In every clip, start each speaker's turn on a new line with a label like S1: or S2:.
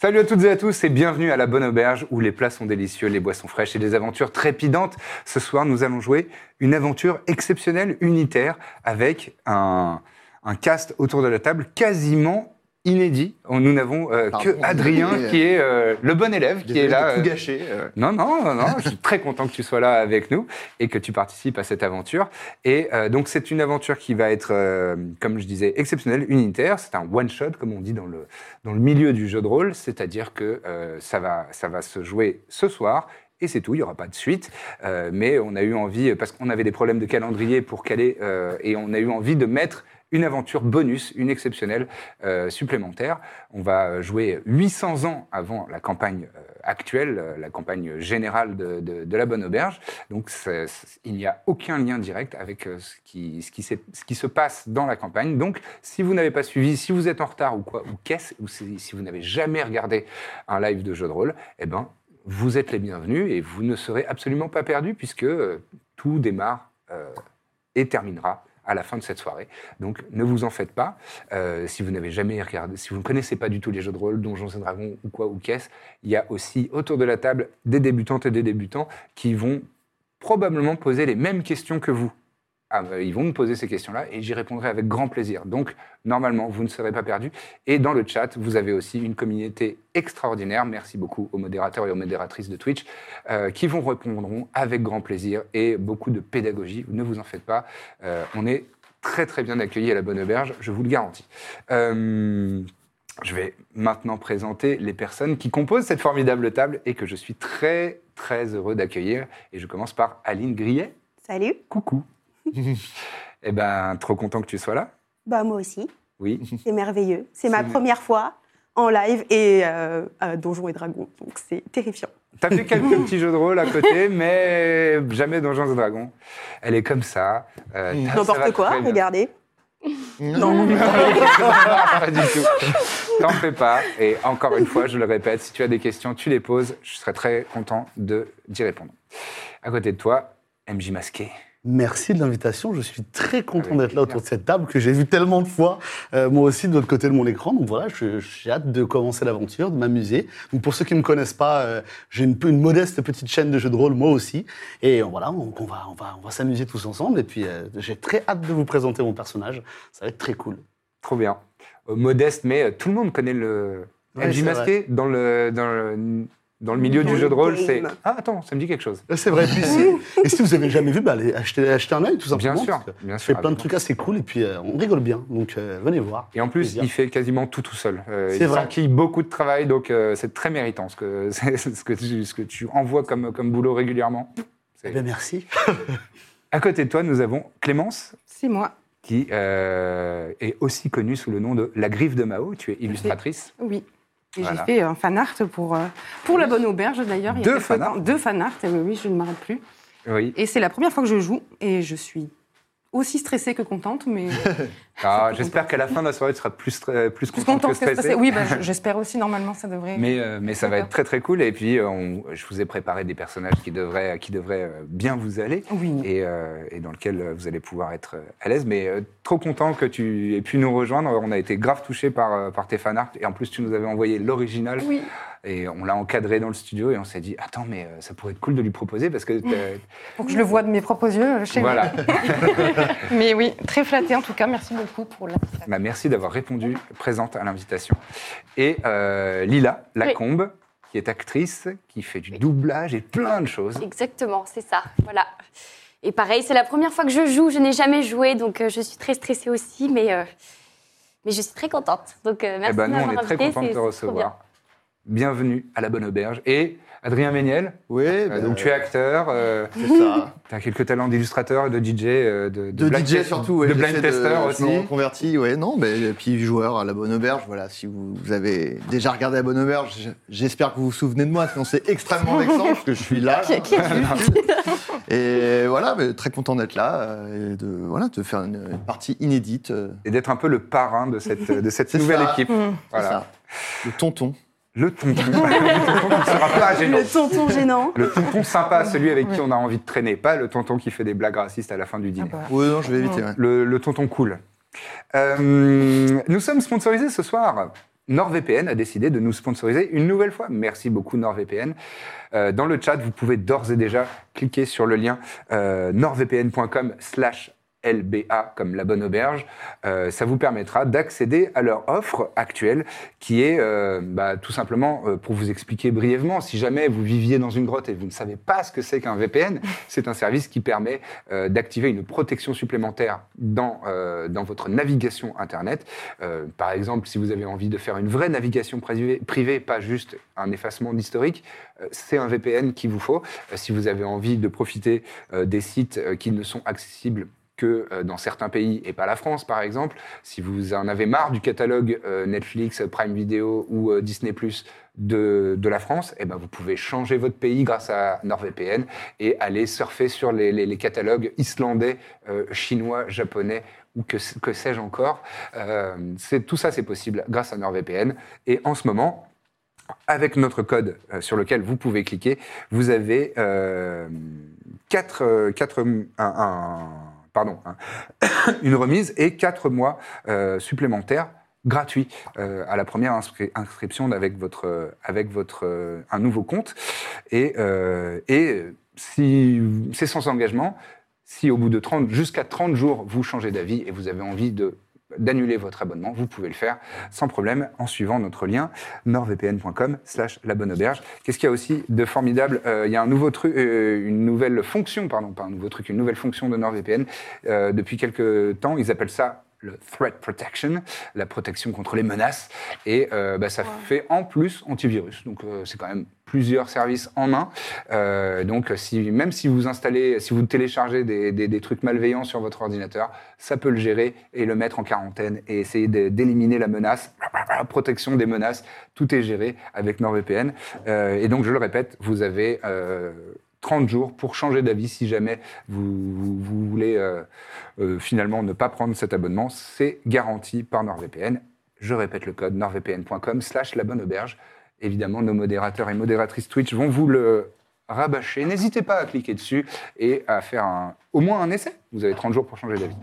S1: Salut à toutes et à tous et bienvenue à la Bonne Auberge où les plats sont délicieux, les boissons fraîches et des aventures trépidantes. Ce soir, nous allons jouer une aventure exceptionnelle, unitaire, avec un, un cast autour de la table quasiment inédit. Nous n'avons euh, que
S2: Pardon.
S1: Adrien
S2: Mais, euh,
S1: qui est euh, le bon élève, qui est là.
S2: tout
S1: euh,
S2: gâché.
S1: Non, non, non, non, je suis très content que tu sois là avec nous et que tu participes à cette aventure. Et euh, donc, c'est une aventure qui va être, euh, comme je disais, exceptionnelle, unitaire. C'est un one-shot, comme on dit dans le, dans le milieu du jeu de rôle, c'est-à-dire que euh, ça, va, ça va se jouer ce soir. Et c'est tout, il n'y aura pas de suite. Euh, mais on a eu envie, parce qu'on avait des problèmes de calendrier pour caler, euh, et on a eu envie de mettre une aventure bonus, une exceptionnelle euh, supplémentaire. On va jouer 800 ans avant la campagne euh, actuelle, euh, la campagne générale de, de- de la Bonne Auberge. Donc c'est- c'est- il n'y a aucun lien direct avec euh, ce qui, ce, qui s'est- ce qui se passe dans la campagne. Donc si vous n'avez pas suivi, si vous êtes en retard ou quoi, ou qu'est-ce, ou si, si vous n'avez jamais regardé un live de jeu de rôle, eh ben vous êtes les bienvenus et vous ne serez absolument pas perdus puisque euh, tout démarre euh, et terminera à la fin de cette soirée. Donc ne vous en faites pas. Euh, si vous n'avez jamais regardé, si vous ne connaissez pas du tout les jeux de rôle, Donjons et Dragons ou quoi ou qu'est-ce, il y a aussi autour de la table des débutantes et des débutants qui vont probablement poser les mêmes questions que vous. Ah, bah, ils vont me poser ces questions-là et j'y répondrai avec grand plaisir. Donc, normalement, vous ne serez pas perdu. Et dans le chat, vous avez aussi une communauté extraordinaire. Merci beaucoup aux modérateurs et aux modératrices de Twitch euh, qui vont répondront avec grand plaisir et beaucoup de pédagogie. Ne vous en faites pas. Euh, on est très très bien accueillis à la Bonne Auberge, je vous le garantis. Euh, je vais maintenant présenter les personnes qui composent cette formidable table et que je suis très très heureux d'accueillir. Et je commence par Aline Grillet.
S3: Salut.
S1: Coucou. eh ben, trop content que tu sois là.
S3: Bah moi aussi.
S1: Oui.
S3: C'est merveilleux. C'est ma
S1: C'est-
S3: première fois en live et euh, à Donjons et Dragons, donc c'est terrifiant.
S1: T'as fait quelques petits jeux de rôle à côté, mais jamais Donjons et Dragons. Elle est comme ça. Euh,
S4: Hmm.
S2: Mm.
S1: ça va
S3: N'importe quoi,
S1: très bien.
S3: regardez.
S2: Non.
S1: Ah, pas du tout. T'en fais pas. Et encore une fois, je le répète, si tu as des questions, tu les poses. Je serais très content de- d'y répondre. À côté de toi, MJ Masqué.
S4: Merci de l'invitation. Je suis très content
S1: Avec
S4: d'être
S1: plaisir.
S4: là autour de cette table que j'ai vue tellement de fois, euh, moi aussi de l'autre côté de mon écran. Donc voilà, je- j'ai hâte de commencer l'aventure, de m'amuser. Donc pour ceux qui me connaissent pas, euh, j'ai une, peu- une modeste petite chaîne de jeux de rôle moi aussi. Et euh, voilà, on, on va, on va, on va s'amuser tous ensemble. Et puis euh, j'ai très hâte de vous présenter mon personnage. Ça va être très cool.
S1: Trop bien. Euh, Modeste, mais euh, tout le monde connaît le
S4: Ouais,
S1: MJ
S4: c'est
S1: Masqué dans le, dans le, dans le milieu
S3: Dans
S1: du
S3: le
S1: jeu de rôle.
S3: game.
S1: C'est Ah, attends, ça me dit quelque chose.
S4: Là, Euh, C'est vrai. Et, puis, si, et si vous avez jamais vu, bah, allez acheter, acheter un œil tout
S1: Bien
S4: simplement.
S1: sûr,
S4: parce que
S1: bien
S4: Je fais
S1: sûr.
S4: plein de
S1: absolument.
S4: trucs assez cool et puis euh, on rigole bien. Donc euh, venez voir.
S1: Et en plus,
S4: Plaisir.
S1: il fait quasiment tout tout seul. Euh,
S4: C'est
S1: il
S4: vrai.
S1: s'enquille beaucoup de travail, donc euh, c'est très méritant ce que, ce que, tu, ce que tu envoies comme, comme boulot régulièrement.
S4: Eh ben, merci.
S1: À côté de toi, nous avons Clémence,
S5: C'est moi,
S1: qui euh, est aussi connue sous le nom de La Griffe de Mao. Tu es illustratrice.
S5: oui. Et
S1: Voilà.
S5: J'ai fait un fan art pour, euh, pour la Bonne Auberge d'ailleurs. il y a
S1: Deux
S5: quelque
S1: fan
S5: temps.
S1: art.
S5: Deux fan art, mais oui, je ne m'arrête plus.
S1: Oui.
S5: Et c'est la première fois que je joue et je suis aussi stressée que contente, mais
S1: Ah, J'espère qu'à la fin de la soirée, tu seras plus, stra- plus
S5: plus
S1: contente que
S5: contente que
S1: stressée.
S5: stressée. Oui, bah, je- j'espère aussi, normalement, ça devrait.
S1: Mais, euh, mais ça va
S5: D'accord.
S1: être très très cool. Et puis, euh, on- je vous ai préparé des personnages qui devraient, qui devraient euh, bien vous aller
S5: Oui.
S1: et, euh, et dans lequel euh, vous allez pouvoir être euh, à l'aise. Mais euh, trop content que tu aies pu nous rejoindre. On a été grave touchés par, euh, par tes fanarts. Et en plus, tu nous avais envoyé l'original.
S5: Oui.
S1: Et on l'a encadré dans le studio et on s'est dit Attends, mais euh, ça pourrait être cool de lui proposer parce que. t'as-
S5: Pour que Euh, je le vois de mes propres yeux chez moi.
S1: voilà.
S5: Mais oui, très flattée en tout cas. Merci beaucoup pour la.
S1: Bah, merci d'avoir répondu présente à l'invitation. Et euh, Lila Lacombe, qui est actrice, qui fait du doublage et plein de choses.
S6: Exactement, c'est ça. Voilà. Et pareil, c'est la première fois que je joue. Je n'ai jamais joué, donc euh, je suis très stressée aussi, mais, euh, mais je suis très contente. Donc euh, merci
S1: eh ben,
S6: de
S1: nous, on est
S6: m'avoir
S1: très
S6: invitée,
S1: contents de
S6: c'est-
S1: te
S6: c'est trop bien.
S1: recevoir. Bienvenue à la Bonne Auberge. Et Adrien Méniel.
S4: Oui,
S1: Euh,
S4: ben,
S1: donc tu es acteur, euh,
S4: c'est ça.
S1: tu as quelques talents d'illustrateur, de DJ, euh, de,
S2: De,
S1: blind
S2: DJ
S1: test-
S2: surtout, ouais,
S1: de
S2: j'essaie
S1: blind tester
S2: Je me
S1: aussi.
S2: reconvertis, ouais, non, mais et puis joueur à la Bonne Auberge, voilà, si vous, vous avez déjà regardé la Bonne Auberge, j- j'espère que vous vous souvenez de moi, sinon c'est extrêmement vexant parce que je suis là. et voilà, mais très content d'être là euh, et de voilà, de faire une, une partie inédite. euh,
S1: Et d'être un peu le parrain de cette, de cette
S2: C'est
S1: nouvelle
S2: ça.
S1: équipe.
S2: c'est
S1: Voilà.
S2: ça. Le tonton.
S1: Le tonton. le tonton qui ne sera pas gênant.
S3: Le tonton gênant.
S1: Le tonton sympa, celui avec qui on a envie de traîner, pas le tonton qui fait des blagues racistes à la fin du dîner.
S2: Oui, non, je vais éviter. ouais.
S1: le, le tonton cool. Euh, nous sommes sponsorisés ce soir. NordVPN a décidé de nous sponsoriser une nouvelle fois. Merci beaucoup NordVPN. Euh, dans le chat, vous pouvez d'ores et déjà cliquer sur le lien euh, nordvpn.com slash LBA comme la bonne auberge. Euh, ça vous permettra d'accéder à leur offre actuelle qui est euh, bah, tout simplement, euh, pour vous expliquer brièvement, si jamais vous viviez dans une grotte et vous ne savez pas ce que c'est qu'un VPN, c'est un service qui permet euh, d'activer une protection supplémentaire dans, euh, dans votre navigation Internet. Euh, par exemple, si vous avez envie de faire une vraie navigation privée, privée pas juste un effacement d'historique, euh, c'est un VPN qu'il vous faut. Euh, si vous avez envie de profiter euh, des sites euh, qui ne sont accessibles que euh, dans certains pays et pas la France par exemple, si vous en avez marre du catalogue euh, Netflix, Prime Video ou euh, Disney Plus de, de la France, eh ben vous pouvez changer votre pays grâce à NordVPN et aller surfer sur les, les- les catalogues islandais, euh, chinois, japonais ou que, que sais-je encore. Euh, c'est- tout ça c'est possible grâce à NordVPN et en ce moment avec notre code euh, sur lequel vous pouvez cliquer, vous avez euh, quatre, euh, quatre- un- un- pardon, un- une remise et quatre mois euh, supplémentaires gratuits euh, à la première inscri- inscription avec votre, euh, avec votre, euh, un nouveau compte. Et, euh, et euh, si c'est sans engagement, si au bout de 30, jusqu'à 30 jours, vous changez d'avis et vous avez envie de d'annuler votre abonnement, vous pouvez le faire sans problème en suivant notre lien nordvpn.com slash la bonne auberge. Qu'est-ce qu'il y a aussi de formidable Euh, Il y a un nouveau truc, euh, une nouvelle fonction, pardon, pas un nouveau truc, une nouvelle fonction de NordVPN. Euh, depuis quelques temps, ils appellent ça le threat protection, la protection contre les menaces, et euh, bah, ça fait en plus antivirus. Donc euh, c'est quand même plusieurs services en un. Euh, donc si, même si vous installez, si vous téléchargez des, des- des trucs malveillants sur votre ordinateur, ça peut le gérer et le mettre en quarantaine et essayer de- d'éliminer la menace. Protection des menaces, tout est géré avec NordVPN. Euh, et donc je le répète, vous avez euh, 30 jours pour changer d'avis si jamais vous, vous- vous voulez euh, euh, finalement ne pas prendre cet abonnement. C'est garanti par NordVPN. Je répète le code nordvpn.com slash la bonne auberge. Évidemment, nos modérateurs et modératrices Twitch vont vous le rabâcher. N'hésitez pas à cliquer dessus et à faire un- au moins un essai. Vous avez 30 jours pour changer d'avis.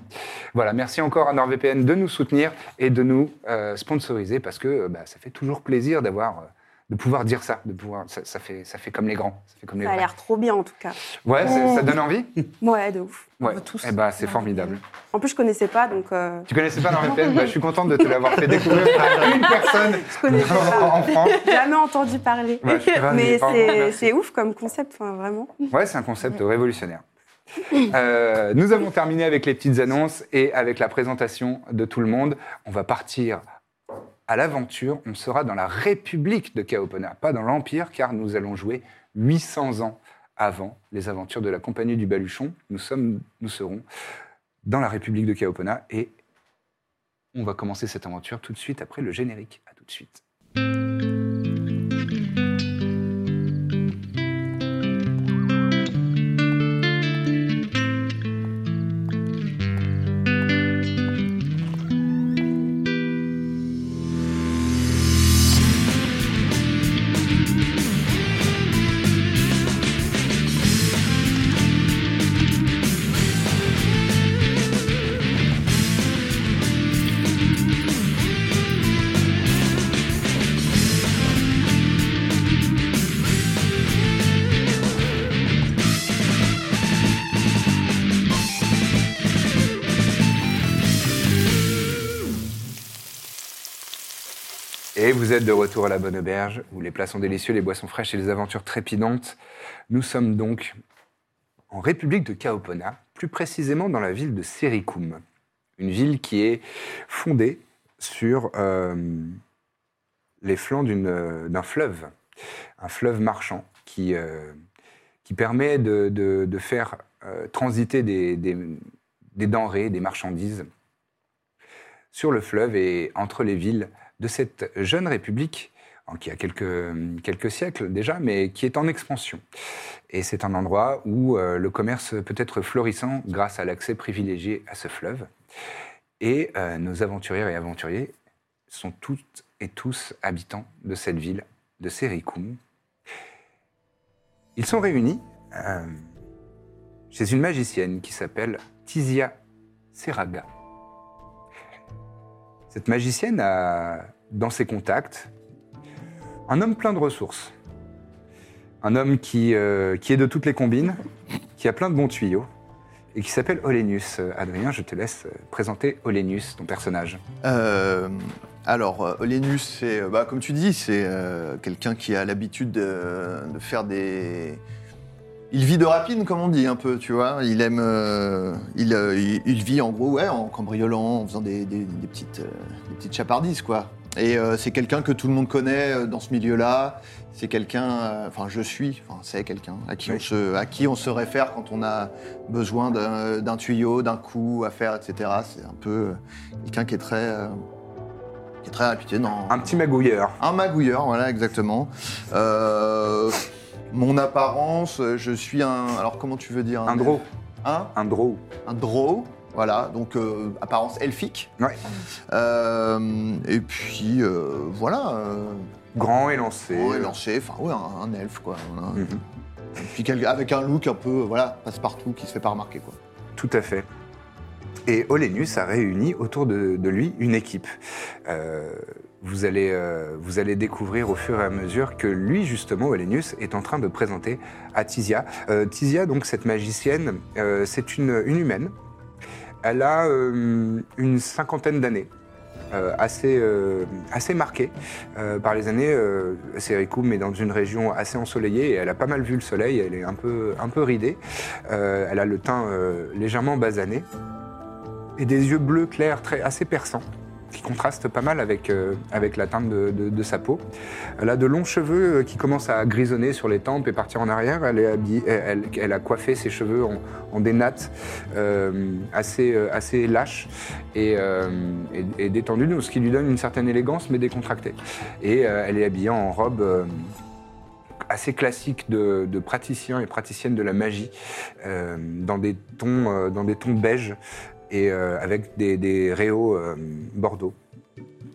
S1: Voilà, merci encore à NordVPN de nous soutenir et de nous euh, sponsoriser parce que euh, bah, ça fait toujours plaisir d'avoir... euh, de pouvoir dire ça, de pouvoir, ça, ça fait, ça fait comme les grands, ça fait comme les
S3: Ça a
S1: vrais.
S3: l'air trop bien en tout cas.
S1: Ah, Ouais, c'est- ça donne envie
S3: Ouais, de ouf.
S1: Ouais.
S5: va tous
S1: Eh ben, c'est
S5: dans
S1: formidable.
S3: En plus, je connaissais pas, donc euh,
S1: Tu connaissais pas NordVPN bah, Je suis contente de te l'avoir fait découvrir à une personne
S3: je connaissais pas.
S1: en France.
S3: Jamais entendu parler.
S1: Ouais, je suis ravi,
S3: mais
S1: pardon,
S3: c'est-
S1: merci.
S3: c'est ouf comme concept, enfin, vraiment.
S1: Ouais, c'est un concept révolutionnaire. Euh, nous avons terminé avec les petites annonces et avec la présentation de tout le monde. On va partir à l'aventure. On sera dans la République de Kaopona, pas dans l'Empire, car nous allons jouer 800 ans avant les aventures de la Compagnie du Baluchon. Nous, sommes, nous serons dans la République de Kaopona et on va commencer cette aventure tout de suite après le générique. À tout de suite. Et vous êtes de retour à la bonne auberge, où les plats sont délicieux, les boissons fraîches et les aventures trépidantes. Nous sommes donc en République de Kaopona, plus précisément dans la ville de Sericum, une ville qui est fondée sur euh, les flancs d'une- euh, d'un fleuve, un fleuve marchand qui, euh, qui permet de, de- de faire euh, transiter des, des- des denrées, des marchandises sur le fleuve et entre les villes de cette jeune république en- qui a quelques, quelques siècles déjà, mais qui est en expansion. Et c'est un endroit où euh, le commerce peut être florissant grâce à l'accès privilégié à ce fleuve. Et euh, nos aventurières et aventuriers sont toutes et tous habitants de cette ville, de Sericum. Ils sont réunis euh, chez une magicienne qui s'appelle Tizia Seraga. Cette magicienne a dans ses contacts un homme plein de ressources. Un homme qui, euh, qui est de toutes les combines, qui a plein de bons tuyaux, et qui s'appelle Olénius. Euh, Adrien, je te laisse euh, présenter Olénius, ton personnage.
S2: Euh, alors, euh, Olenus, c'est, euh, bah, comme tu dis, c'est euh, quelqu'un qui a l'habitude de, de faire des. Il vit de rapine, comme on dit un peu, tu vois. Il aime, euh, il, euh, il, il vit en gros, ouais, en cambriolant, en faisant des, des- des petites, euh, des petites chapardises, quoi. Et euh, c'est quelqu'un que tout le monde connaît euh, dans ce milieu-là. C'est quelqu'un, euh, enfin, je suis, enfin, c'est quelqu'un à qui on se, à qui on se réfère quand on a besoin d'un d'un tuyau, d'un coup à faire, etc. C'est un peu euh, quelqu'un qui est très, euh, qui est très réputé dans
S1: Un petit magouilleur.
S2: un magouilleur, voilà exactement. Euh, mon apparence, je suis un, alors comment tu veux dire
S1: Un draw.
S2: un,
S1: Un draw.
S2: un draw, voilà, donc euh, apparence elfique.
S1: Ouais.
S2: Euh, et puis euh, voilà, euh,
S1: Grand élancé.
S2: ouais, lancé, enfin ouais, un, un elfe quoi. Voilà.
S1: Mhm.
S2: Et puis quel- avec un look un peu, voilà, passe-partout qui se fait pas remarquer quoi.
S1: Tout à fait. Et Olénus a réuni autour de, de lui une équipe. Euh, vous, allez, euh, vous allez découvrir au fur et à mesure que lui, justement, Olénus, est en train de présenter à Tizia. Euh, Tizia, donc cette magicienne, euh, c'est une, une humaine. Elle a euh, une cinquantaine d'années. euh, assez, euh, assez marquée euh, par les années. Euh, Sericum est dans une région assez ensoleillée et elle a pas mal vu le soleil, elle est un peu, un peu ridée. Euh, elle a le teint euh, légèrement basané et des yeux bleus clairs très, assez perçants qui contrastent pas mal avec, euh, avec la teinte de, de- de sa peau. Elle a de longs cheveux euh, qui commencent à grisonner sur les tempes et partir en arrière. Elle, est habillée- elle, elle- elle a coiffé ses cheveux en, en des nattes euh, assez, euh, assez lâches et, euh, et- et détendues, donc ce qui lui donne une certaine élégance mais décontractée. Et euh, elle est habillée en robe euh, assez classique de, de praticien et praticienne de la magie euh, dans des tons euh, dans des tons beige et euh, avec des, des réaux euh, bordeaux.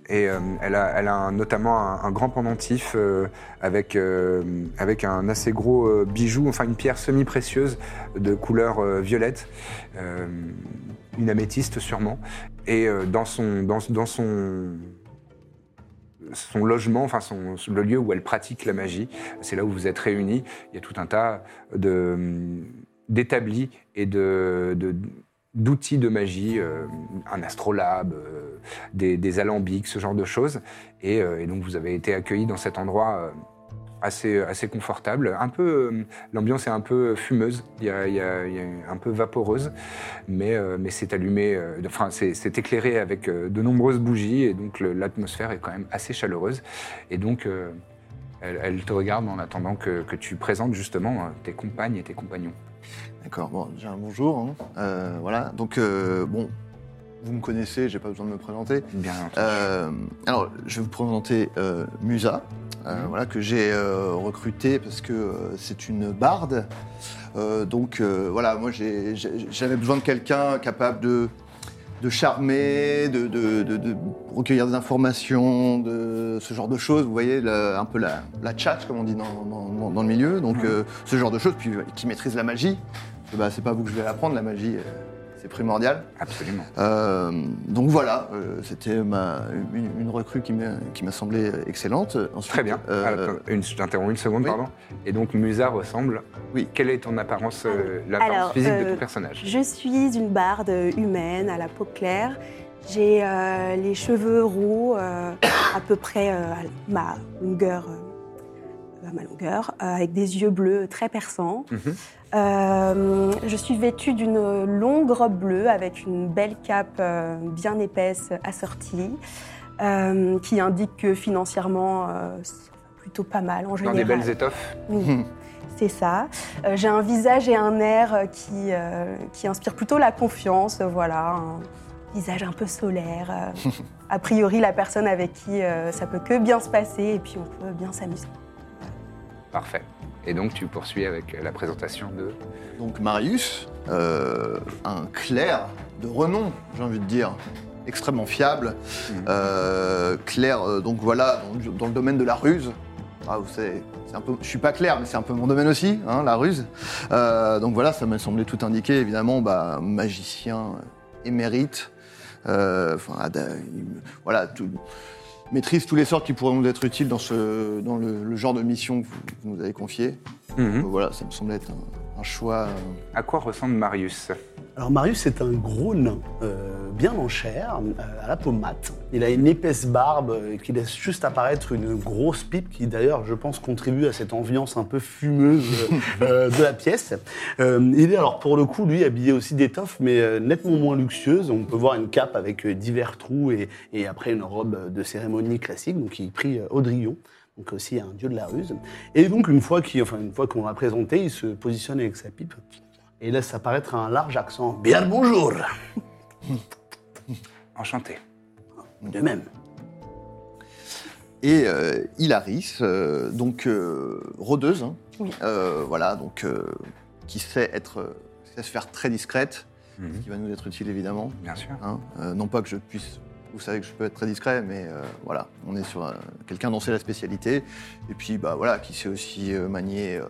S1: Et euh, elle a, elle a un- notamment un, un grand pendentif euh, avec, euh, avec un assez gros euh, bijou, enfin une pierre semi-précieuse de couleur euh, violette, euh, une améthyste sûrement. Et euh, dans son, dans, dans son, son logement, enfin son, le lieu où elle pratique la magie, c'est là où vous êtes réunis, il y a tout un tas de, d'établis et de, de- d'outils de magie, euh, un astrolabe, euh, des, des alambics, ce genre de choses. Et, euh, et donc vous avez été accueillis dans cet endroit euh, assez, assez confortable. Un peu, euh, l'ambiance est un peu fumeuse, il y a, il y a- il y a un peu vaporeuse, mais, euh, mais c'est allumé, euh, enfin c'est, c'est éclairé avec euh, de nombreuses bougies et donc le- l'atmosphère est quand même assez chaleureuse. Et donc euh, elle, elle te regarde en attendant que, que tu présentes justement euh, tes compagnes et tes compagnons.
S2: D'accord, bon, déjà un bonjour. hein. Euh, voilà, donc euh, bon, vous me connaissez, j'ai pas besoin de me présenter.
S1: Bien.
S2: Euh, alors, je vais vous présenter euh, Musa, euh, voilà, que j'ai euh, recruté parce que euh, c'est une barde. Euh, donc, euh, voilà, moi j'ai- j'ai- j'avais besoin de quelqu'un capable de, de charmer, de, de- de- de recueillir des informations, de ce genre de choses. Vous voyez, la- un peu la, la chat, comme on dit dans, dans- dans- dans le milieu. Donc, euh, ce genre de choses, puis euh, qui maîtrise la magie. Parce que, Bah, c'est pas à vous que je vais l'apprendre, la magie, euh, c'est primordial.
S1: Absolument.
S2: Euh, donc voilà, euh, c'était ma- une, une recrue qui m'a qui m'a semblé excellente. Ensuite,
S1: Très bien.
S2: euh,
S1: Alors, attends, une, je t'interromps une seconde,
S2: oui.
S1: pardon. Et donc, Musa ressemble.
S2: Oui.
S1: Quelle est ton apparence, euh, l'apparence
S3: Alors,
S1: physique de
S3: euh,
S1: ton personnage
S3: Je suis une barde humaine à la peau claire. J'ai euh, les cheveux roux, euh, à peu près euh, à ma longueur, euh, à ma longueur, euh, avec des yeux bleus très perçants.
S1: Mhm.
S3: Euh, je suis vêtue d'une longue robe bleue avec une belle cape euh, bien épaisse assortie, euh, qui indique que financièrement, euh, plutôt pas mal en
S1: Dans
S3: général.
S1: des belles étoffes.
S3: Oui, c'est ça. Euh, J'ai un visage et un air euh, qui, euh, qui inspire plutôt la confiance, euh, voilà. Un visage un peu solaire. euh, a priori, la personne avec qui euh, ça peut que bien se passer et puis on peut bien s'amuser.
S1: Parfait. Et donc, tu poursuis avec euh, la présentation de.
S2: Donc Marius, euh, un clerc de renom, j'ai envie de dire, extrêmement fiable.
S1: Mhm.
S2: Euh, clerc, euh, donc voilà, dans, dans le domaine de la ruse. Ah, vous savez, c'est un peu, je suis pas clair, mais c'est un peu mon domaine aussi, hein, la ruse. Euh, donc voilà, ça m'a semblé tout indiqué, évidemment, bah, magicien euh, émérite. Euh, enfin, ad- il- voilà, tout- maîtrise tous les sorts qui pourraient nous être utiles dans, ce, dans le, le genre de mission que vous, que vous nous avez confié. Donc Voilà, ça me semblait être un, un choix. euh,
S1: Mhm. À quoi ressemble Marius
S4: Alors Marius est un gros nain, euh, bien en chair, euh, à la peau mate. Il a une épaisse barbe euh, qui laisse juste apparaître une grosse pipe qui d'ailleurs, je pense, contribue à cette ambiance un peu fumeuse euh, de la pièce. Euh, il est alors pour le coup, lui, habillé aussi d'étoffe, mais euh, nettement moins luxueuse. On peut voir une cape avec euh, divers trous et, et après une robe euh, de cérémonie classique, donc il prie euh, Odrillon. Donc aussi un dieu de la ruse. Et donc une fois qu'il- enfin, une fois qu'on l'a présenté, il se positionne avec sa pipe et laisse apparaître un large accent. Bien le bonjour
S1: Enchanté.
S4: De même.
S2: Et euh, Hilaris, euh, donc euh, rôdeuse, hein, euh, voilà, donc euh, qui sait être, euh, sait se faire très discrète,
S1: Mhm.
S2: ce qui va nous être utile évidemment.
S1: Bien sûr.
S2: hein. Euh, non pas que je puisse, vous savez que je peux être très discret, mais euh, voilà, on est sur euh, quelqu'un dont c'est la spécialité, et puis bah voilà, qui sait aussi euh, manier, euh,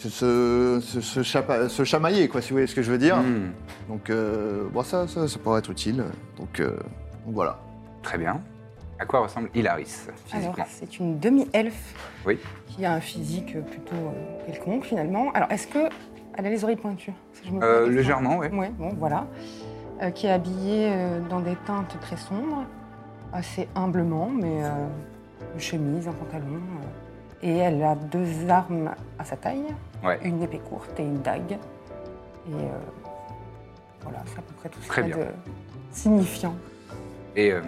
S2: se, se- se- se chapa- se chamailler quoi, si vous voyez ce que je veux dire.
S1: Mhm.
S2: Donc euh, bon, ça, ça, ça pourrait être utile. Donc, euh, donc voilà.
S1: Très bien. À quoi ressemble Hilaris
S7: Alors,
S1: physiquement
S7: c'est une demi-elfe
S1: Oui.
S7: qui a un physique plutôt euh, quelconque finalement. Alors, est-ce que elle a les oreilles pointues Parce que je me pose la
S1: Euh,
S7: question.
S1: Légèrement, oui.
S7: Oui, bon, voilà. Euh, qui est habillée euh, dans des teintes très sombres, assez humblement, mais euh, une chemise, un pantalon. euh. et elle a deux armes à sa taille,
S1: Ouais.
S7: une épée courte et une dague. Et euh, voilà, c'est à peu près tout ce
S1: Très
S7: qu'il y a
S1: bien.
S7: de signifiant.
S1: Et euh,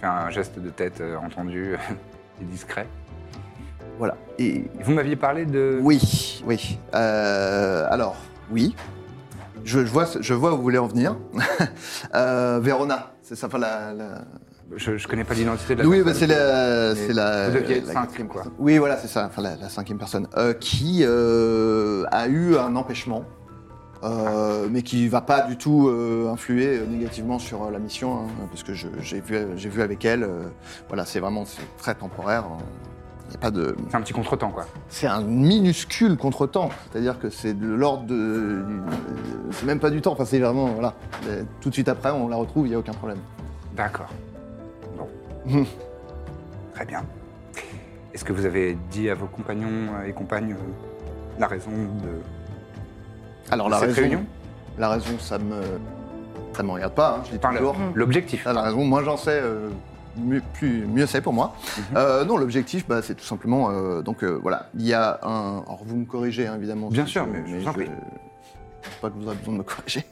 S1: fais un geste de tête euh, entendu et discret.
S2: Voilà. Et
S1: Vous m'aviez parlé de.
S2: Oui, oui. Euh, alors, oui. Je, je vois, je vois où vous voulez en venir. euh, Verona, c'est ça. Enfin, la, la-
S1: Je, je connais pas l'identité de la.
S2: Oui, bah,
S1: personne.
S2: c'est la, c'est la.
S1: Vous deviez être
S2: la-
S1: cinquième, quoi.
S2: Oui, voilà, c'est ça. Enfin, la, la cinquième personne euh, qui euh, a eu un empêchement, euh, mais qui va pas du tout euh, influer euh, négativement sur euh, la mission, hein, parce que je- j'ai vu, j'ai vu avec elle. euh, voilà, c'est vraiment c'est très temporaire. hein. Il n'y a pas de.
S1: C'est un petit contretemps, quoi.
S2: C'est un minuscule contretemps, c'est-à-dire que c'est de l'ordre de. euh, C'est même pas du temps, enfin c'est vraiment. Voilà. Euh, Tout de suite après, on la retrouve, il n'y a aucun problème.
S1: D'accord. Bon.
S2: Mhm.
S1: Très bien. Est-ce que vous avez dit à vos compagnons et compagnes euh, la raison de
S2: Alors
S1: de
S2: la
S1: cette
S2: raison.
S1: réunion
S2: La raison, ça me. Ça me regarde pas, hein, je dis
S1: Enfin, le- Mm.
S2: toujours.
S1: l'objectif.
S2: Ah, la raison, moins j'en sais, euh, mieux, plus- mieux c'est pour moi.
S1: Mhm.
S2: Euh, non, l'objectif, bah, c'est tout simplement. euh, donc euh, voilà, il y a un. Alors vous me corrigez, hein, évidemment.
S1: Bien
S2: si
S1: sûr, mais je vous en prie.
S2: je pense pas que vous aurez besoin de me corriger.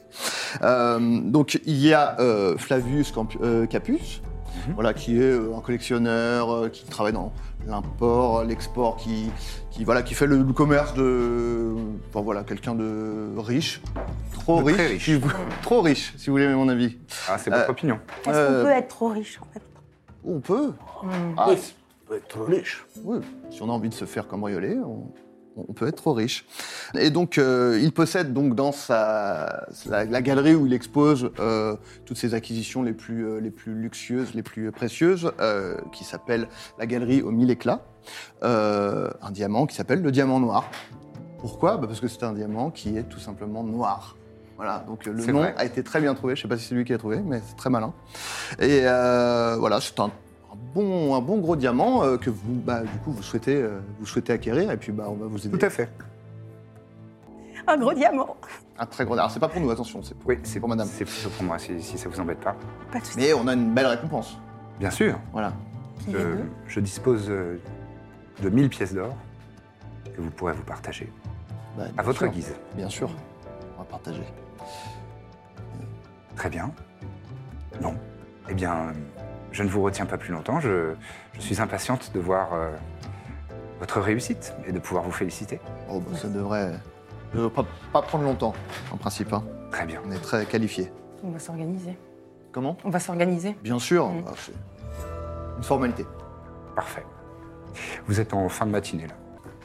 S2: Euh, donc il y a euh, Flavius Camp- euh, Capus.
S1: Mhm.
S2: Voilà, qui est euh, un collectionneur euh, qui travaille dans l'import, l'export, qui, qui, voilà, qui fait le, le commerce de. Enfin voilà, quelqu'un de riche. Trop
S1: De
S2: riche.
S1: très riche.
S2: si vous- trop riche, si vous voulez mon avis.
S1: Ah, c'est votre
S2: Euh,
S1: opinion.
S3: Est-ce
S2: Euh,
S3: qu'on peut être trop riche en même temps
S2: On peut.
S7: Hmm.
S2: Ah,
S4: Oui. peut être trop riche.
S2: Oui, si on a envie de se faire cambrioler, on, on peut être trop riche. Et donc, euh, il possède donc dans sa, la, la galerie où il expose euh, toutes ses acquisitions les plus, euh, les plus luxueuses, les plus précieuses, euh, qui s'appelle la galerie aux mille éclats, euh, un diamant qui s'appelle le diamant noir. Pourquoi Bah Parce que c'est un diamant qui est tout simplement noir. Voilà, donc euh, le
S1: C'est
S2: nom
S1: vrai.
S2: a été très bien trouvé. Je sais pas si c'est lui qui l'a trouvé, mais c'est très malin. Et euh, voilà, c'est un, un bon, un bon gros diamant euh, que vous, bah, du coup, vous souhaitez, euh, vous souhaitez acquérir. Et puis, bah, on va vous aider.
S1: Tout à fait.
S3: Un gros diamant
S2: Un très gros. Alors, c'est pas pour nous, attention. C'est pour...
S1: Oui, c'est
S2: pour madame.
S1: C'est plutôt pour moi, si, si ça vous embête pas.
S3: Pas de souci.
S2: Mais on a une belle récompense.
S1: Bien sûr.
S2: Voilà.
S7: Qui est
S1: Euh,
S7: deux.
S1: je dispose euh, de 1000 pièces d'or que vous pourrez vous partager
S2: Bah,
S1: à
S2: bien
S1: votre
S2: sûr.
S1: guise.
S2: Bien sûr. On va partager.
S1: Très bien. Bon, eh bien, euh, je ne vous retiens pas plus longtemps. Je, je suis impatiente de voir euh, votre réussite et de pouvoir vous féliciter.
S2: Oh, bah, ça devrait ça devrait pas, pas prendre longtemps, en principe. hein.
S1: Très bien.
S2: On est très qualifié.
S7: On va s'organiser.
S2: Comment
S7: On va s'organiser.
S2: Bien sûr,
S7: Mm.
S2: bah, c'est une formalité.
S1: Parfait. Vous êtes en fin de matinée là.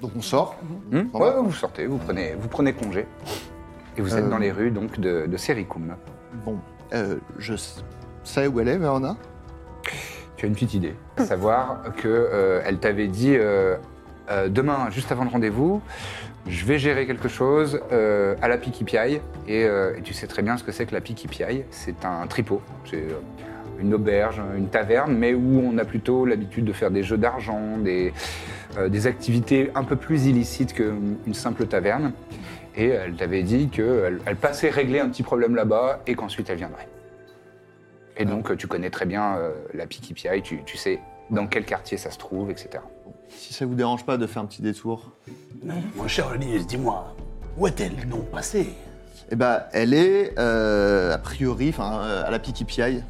S2: Donc on sort.
S1: Hmm
S2: Voilà.
S1: Ouais, vous sortez, vous prenez, vous prenez congé. Et vous
S2: Euh.
S1: êtes dans les rues donc de, de Sericum.
S2: Bon, euh, je s- sais où elle est, Verona
S1: Tu as une petite idée. À savoir que euh, elle t'avait dit euh, euh, demain, juste avant le rendez-vous, je vais gérer quelque chose euh, à la pique et, euh, et tu sais très bien ce que c'est que la pique C'est un tripot. C'est euh, une auberge, une taverne, mais où on a plutôt l'habitude de faire des jeux d'argent, des, euh, des activités un peu plus illicites qu'une simple taverne. Et euh, elle t'avait dit qu'elle elle passait régler un petit problème là-bas et qu'ensuite elle viendrait. Et donc, euh, tu connais très bien euh, la Pikipiaï, tu, tu sais dans quel quartier ça se trouve, etc.
S2: Si ça vous dérange pas de faire un petit détour.
S4: Mon cher Linus, dis-moi, où est-elle non passée
S2: Eh ben, elle est, euh, a priori, enfin, euh, à la Pikipiaï.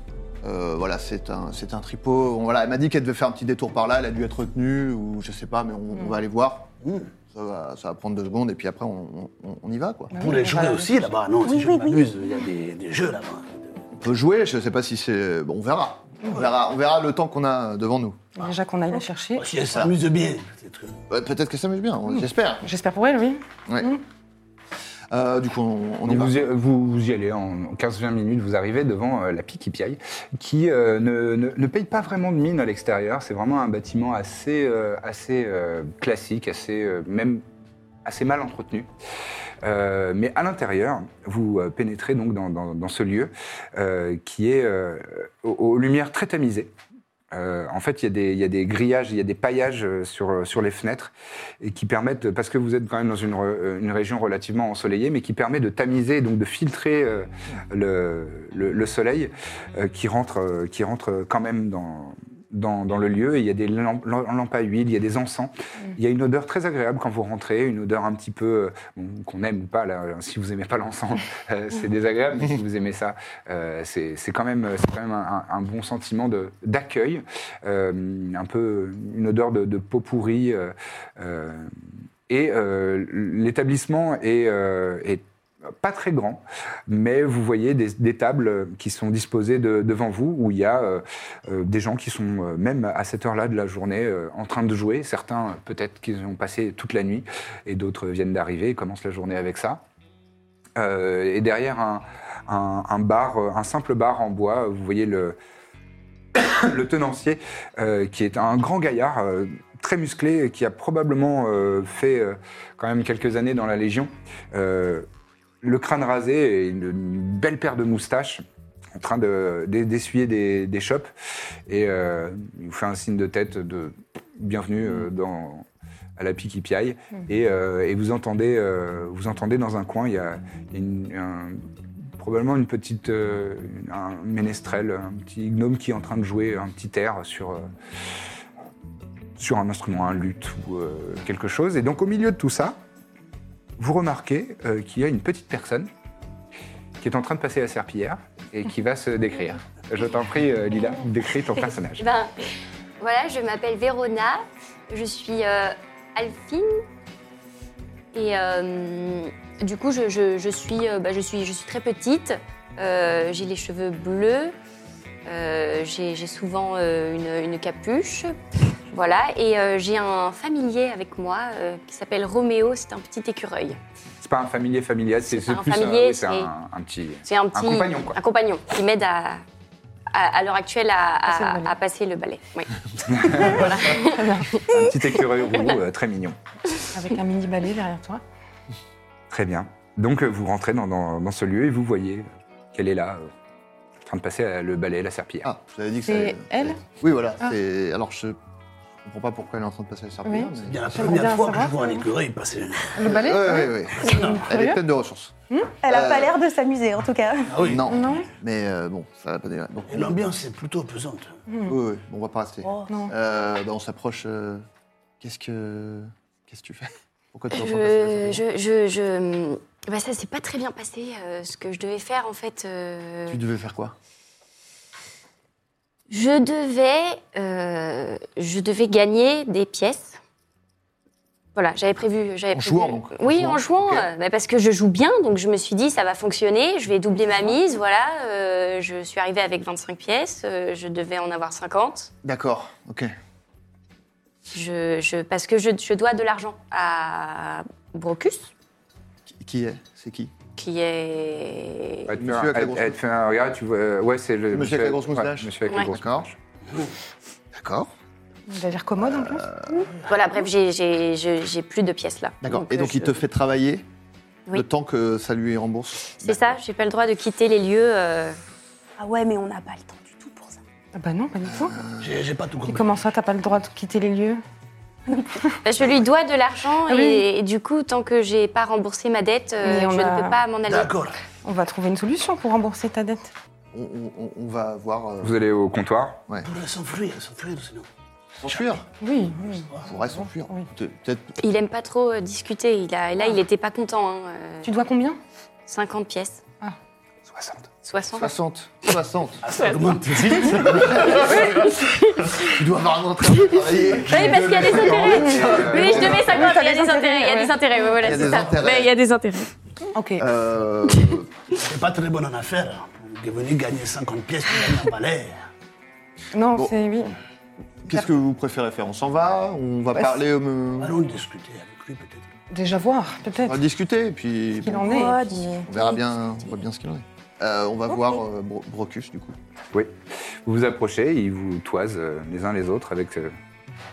S2: Euh, voilà, c'est un, c'est un tripot. On- voilà, elle m'a dit qu'elle devait faire un petit détour par là. Elle a dû être retenue ou je sais pas, mais on, on
S7: Hmm.
S2: va aller voir.
S4: Hmm.
S2: Ça, va, ça va prendre deux secondes et puis après on, on- on y va quoi.
S7: Bah oui,
S4: Pour
S7: on va
S4: les jouer
S7: aller.
S4: aussi là-bas, non Si je ne m'abuse, il y a des, des jeux là-bas.
S2: On peut jouer, je sais pas si c'est. Bon, on verra. On verra, on verra le temps qu'on a devant nous.
S7: Déjà qu'on aille la chercher.
S4: Oh,
S2: Ah.
S4: Si elle s'amuse bien, ces trucs.
S2: Ouais, Peut-être que ça marche bien, on- j'espère.
S7: Hmm. J'espère pour elle, oui.
S2: Ouais. Euh, du coup, on, on y
S1: Donc
S2: va.
S1: vous, y- vous- vous y allez en 15-20 minutes, vous arrivez devant euh, la Pikipiaï, qui euh, ne, ne- ne paye pas vraiment de mine à l'extérieur. C'est vraiment un bâtiment assez, euh, assez euh, classique, assez, euh, même assez mal entretenu. Euh, mais à l'intérieur, vous euh, pénétrez donc dans, dans- dans ce lieu euh, qui est euh, aux, aux lumières très tamisées. Euh, en fait, il y, a des- il y a des grillages, il y a des paillages euh, sur, sur les fenêtres et qui permettent, parce que vous êtes quand même dans une, re- euh, une région relativement ensoleillée, mais qui permet de tamiser, donc de filtrer euh, le, le- le soleil euh, qui, rentre, euh, qui rentre quand même dans, dans, dans le lieu. Et Il y a des lampes, lampes à huile, il y a des encens. Il y a une odeur très agréable quand vous rentrez, une odeur un petit peu euh, bon, qu'on aime ou pas. Là, euh, si vous aimez pas l'encens, euh, c'est désagréable, mais si vous aimez ça, euh, c'est c'est quand même, c'est quand même un, un- un bon sentiment de- d'accueil. Euh, un peu une odeur de, de peau pourrie. euh, euh, et euh, l'établissement est, euh, est pas très grand, mais vous voyez des, des tables qui sont disposées de- devant vous, où il y a euh, euh, des gens qui sont, euh, même à cette heure-là de la journée, euh, en train de jouer. Certains, euh, peut-être, qu'ils ont passé toute la nuit, et d'autres viennent d'arriver et commencent la journée avec ça. Euh, et derrière un, un- un bar, euh, un simple bar en bois, vous voyez le, le tenancier, euh, qui est un grand gaillard, euh, très musclé, qui a probablement euh, fait euh, quand même quelques années dans la Légion. Euh, le crâne rasé et une, une belle paire de moustaches, en train de- d'e- d'essuyer des, des chopes. Et euh, il vous fait un signe de tête de bienvenue euh, dans, à la pique piaille. Et, euh, et vous, entendez, euh, vous entendez dans un coin, il y a, il y a une- un- probablement une petite, euh, un ménestrel, un petit gnome qui est en train de jouer un petit air sur. euh, sur un instrument, un luth ou euh, quelque chose. Et donc au milieu de tout ça, vous remarquez euh, qu'il y a une petite personne qui est en train de passer la serpillière et qui va se décrire. Je t'en prie, euh, Lila, décris ton personnage.
S6: Ben, voilà, je m'appelle Vérona, je suis euh, Alphine. Et euh, du coup, je, je- je suis, euh, bah, je, suis, je suis très petite, euh, j'ai les cheveux bleus, euh, j'ai j'ai souvent euh, une, une capuche. Voilà, et euh, j'ai un familier avec moi euh, qui s'appelle Roméo, c'est un petit écureuil.
S1: C'est pas un familier familial, c'est
S6: C'est pas
S1: c'est
S6: un
S1: plus
S6: familier,
S1: oui, c'est
S6: c'est-
S1: un, un petit.
S6: C'est un petit
S1: compagnon, quoi.
S6: un compagnon qui m'aide à, à, à l'heure actuelle à, à-
S7: Passer le balai.
S6: à passer le balai. Oui.
S1: Un petit écureuil roux, euh, très mignon.
S7: Avec un mini balai derrière toi.
S1: Très bien. Donc euh, vous rentrez dans, dans- dans ce lieu et vous voyez qu'elle est là, euh, en train de passer euh, le balai, la serpillière.
S2: Ah, je vous avais dit que
S7: C'est
S2: c'est-
S7: elle
S2: Oui, voilà.
S7: Ah.
S2: c'est- Alors, je comprends pas pourquoi elle est en train de passer la serpillière.
S7: Oui.
S4: C'est bien la
S7: J'aimerais bien
S4: première fois que je
S7: savoir,
S4: vois un
S7: ouais.
S4: écureuil passer.
S7: Le balai
S2: Oui, oui, oui. Elle est
S7: Curieux.
S2: pleine de ressources.
S3: Elle a
S2: Euh.
S3: pas l'air de s'amuser, en tout cas.
S4: Ah oui,
S2: Non.
S7: Non.
S2: Mais euh, bon, ça va pas démarrer. Donc,
S4: Et l'ambiance est plutôt pesante. Oh.
S2: oui, oui, on va pas rester.
S7: Hmm. Non.
S2: Euh, bah, on s'approche. euh, Qu'est-ce que. Qu'est-ce que tu fais Pourquoi tu es en train de passer la
S6: Je,
S2: serpillière
S6: je, je, je- bah, ça s'est pas très bien passé, euh, ce que je devais faire en fait. euh,
S2: Tu devais faire quoi
S6: Je devais, euh, je devais gagner des pièces Voilà, j'avais prévu. j'avais
S2: En
S6: prévu-
S2: jouant, donc. En
S6: Oui,
S2: jouant,
S6: en jouant,
S2: ok.
S6: euh, bah, parce que je joue bien, donc je me suis dit ça va fonctionner, je vais doubler ma mise, voilà. euh, je suis arrivée avec 25 pièces, euh, je devais en avoir 50.
S2: D'accord, ok.
S6: Je, je- parce que je, je dois de l'argent à Brocus,
S2: Qui- Qui est C'est qui
S6: qui est.
S1: Elle te fait
S2: Monsieur
S1: un-
S2: avec la
S1: elle-
S2: grosse
S1: elle te fait un regard, tu vois. euh, ouais, c'est le.
S2: Monsieur avec la grosse
S1: ouais,
S2: moustache.
S1: monsieur avec la
S6: Ouais.
S1: grosse
S2: D'accord.
S1: moustache.
S2: D'accord.
S7: Vous avez l'air commode en plus
S6: Euh, Voilà, bref, j'ai- j'ai j'ai- j'ai plus de pièces là.
S2: D'accord.
S6: euh,
S2: Et donc, il
S6: je-
S2: te fait travailler
S6: Oui.
S2: le temps que ça lui rembourse
S6: C'est ça, j'ai pas le droit de quitter les lieux. euh,
S3: Ah ouais, mais on n'a pas le temps du tout pour ça.
S7: Ah Bah non, pas du tout.
S4: J'ai j'ai pas tout
S7: Et
S4: compris.
S7: comment ça, t'as pas le droit de quitter les lieux
S6: bah, je lui dois de l'argent
S7: Ah
S6: et,
S7: oui.
S6: et du coup, tant que j'ai pas remboursé ma dette, euh,
S7: Mais on
S6: je
S7: a-
S6: ne peux pas m'en aller.
S4: D'accord.
S7: On va trouver une solution pour rembourser ta dette.
S2: On, on- on- on va voir. euh,
S1: Vous allez au comptoir.
S4: Pour s'enfuir, s'enfuir, sinon.
S2: s'enfuir.
S7: Oui, oui.
S2: On pourrait s'enfuir.
S7: Oui.
S2: Peut- Peut-être.
S6: Il aime pas trop euh, discuter. Il a, là, il n'était pas content. hein, euh,
S7: Tu dois combien
S6: 50 pièces.
S2: Ah,
S4: 60.
S6: 60.
S2: 60. 60.
S4: Ah, ça augmente vite.
S2: Tu dois avoir un entraînement de travailler.
S6: Oui, parce qu'il y a des intérêts. Oui, je devais 50.
S7: t'as
S6: Il y a
S7: des
S6: des intérêts.
S7: intérêts,
S6: Il y a
S7: ouais.
S6: des intérêts. ouais, voilà,
S2: euh, Il y a
S6: c'est
S2: des
S6: ça.
S2: intérêts.
S6: Ouais, Il y a des intérêts.
S7: Ok.
S2: Euh,
S4: C'est pas très bon en affaire. Vous est venu gagner 50 pièces, tu gagnes un palais.
S7: non,
S2: bon.
S7: c'est oui.
S2: Qu'est-ce que vous préférez faire On s'en va On va
S7: Bah,
S2: parler euh,
S4: Allons discuter avec lui, peut-être.
S7: Déjà voir,
S2: On va
S7: peut-être.
S2: discuter, et puis
S7: Qu'il
S2: bon,
S7: en est.
S3: Ouais,
S7: et puis-
S2: on verra bien, on voit bien ce qu'il en est. Euh, on va voir euh, Bro- Brocus, du coup.
S1: Oui. Vous vous approchez, il vous toise euh, les uns les autres avec, euh,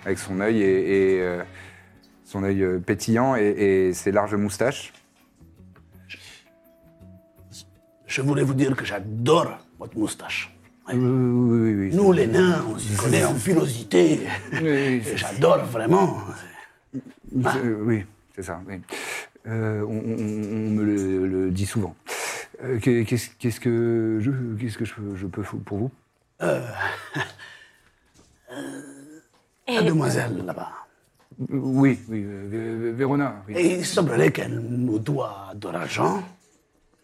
S1: avec son œil et, et, euh, son œil euh, pétillant et, et ses larges moustaches.
S4: Je voulais vous dire que j'adore votre moustache.
S1: Oui, oui, oui.
S4: Nous, les nains, on s'y connaît en filosité.
S1: oui,
S4: Et J'adore vraiment. hein.
S1: c'est- euh, oui, c'est ça. oui. Euh, on, on- on me le, le dit souvent. Euh, qu'est- Qu'est-ce qu'est-ce que je, qu'est-ce que je, je peux faire pour vous
S4: Euh, La demoiselle là-bas.
S1: Euh, Oui, oui, euh, Vé- Vé- Vérona. oui.
S4: Et il semblerait qu'elle nous doit de l'argent.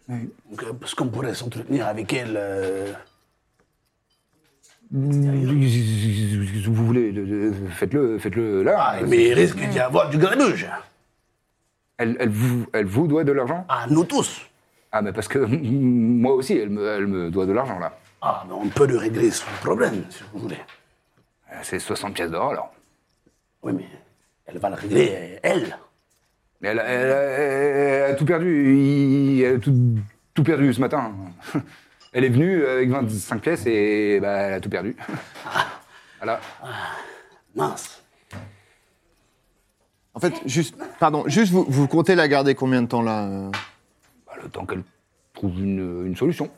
S1: Oui.
S4: Donc, euh, Parce qu'on pourrait s'entretenir avec elle. euh,
S1: Vous voulez, le- le- faites-le, faites-le là.
S4: ah, mais il risque d'y avoir du grabuge.
S1: Elle, elle vous, elle vous doit de l'argent
S4: À nous tous.
S1: Ah, mais parce que mm, moi aussi, elle me, elle me doit de l'argent, là.
S4: Ah, mais on peut lui régler son problème, si vous voulez.
S1: Euh, C'est 60 pièces d'or, alors.
S4: Oui, mais elle va le régler, euh, elle.
S1: Elle, elle- elle a tout perdu. il- Elle a tout, tout perdu ce matin. Elle est venue avec 25 pièces et bah, elle a tout perdu. Voilà.
S4: Mince.
S2: En fait, juste, pardon, juste vous, vous comptez la garder combien de temps là euh
S1: Bah, le temps qu'elle trouve une, une solution.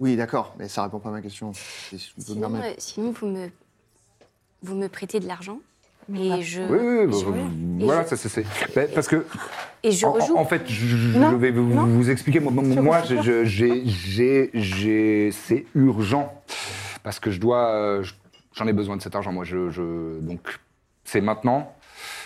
S2: Oui, d'accord, mais ça répond pas à ma question. Si je peux me
S6: Sinon,
S2: permettre.
S6: euh, sinon, vous me, vous me prêtez de l'argent
S7: on a-
S6: et je,
S1: Oui, oui, bah,
S6: je- et
S1: voilà,
S6: je-
S1: ça c'est. c'est- bah, parce que
S6: et je
S1: En- en-
S6: rejoue.
S1: En, fait, je, je
S7: Non,
S1: vais vous,
S7: non.
S1: vous expliquer. Moi, moi, moi,
S7: rejoue
S1: j'ai- je- j'ai, j'ai, j'ai- c'est urgent parce que je dois, euh, je- j'en ai besoin de cet argent. Moi, je, je- donc c'est maintenant.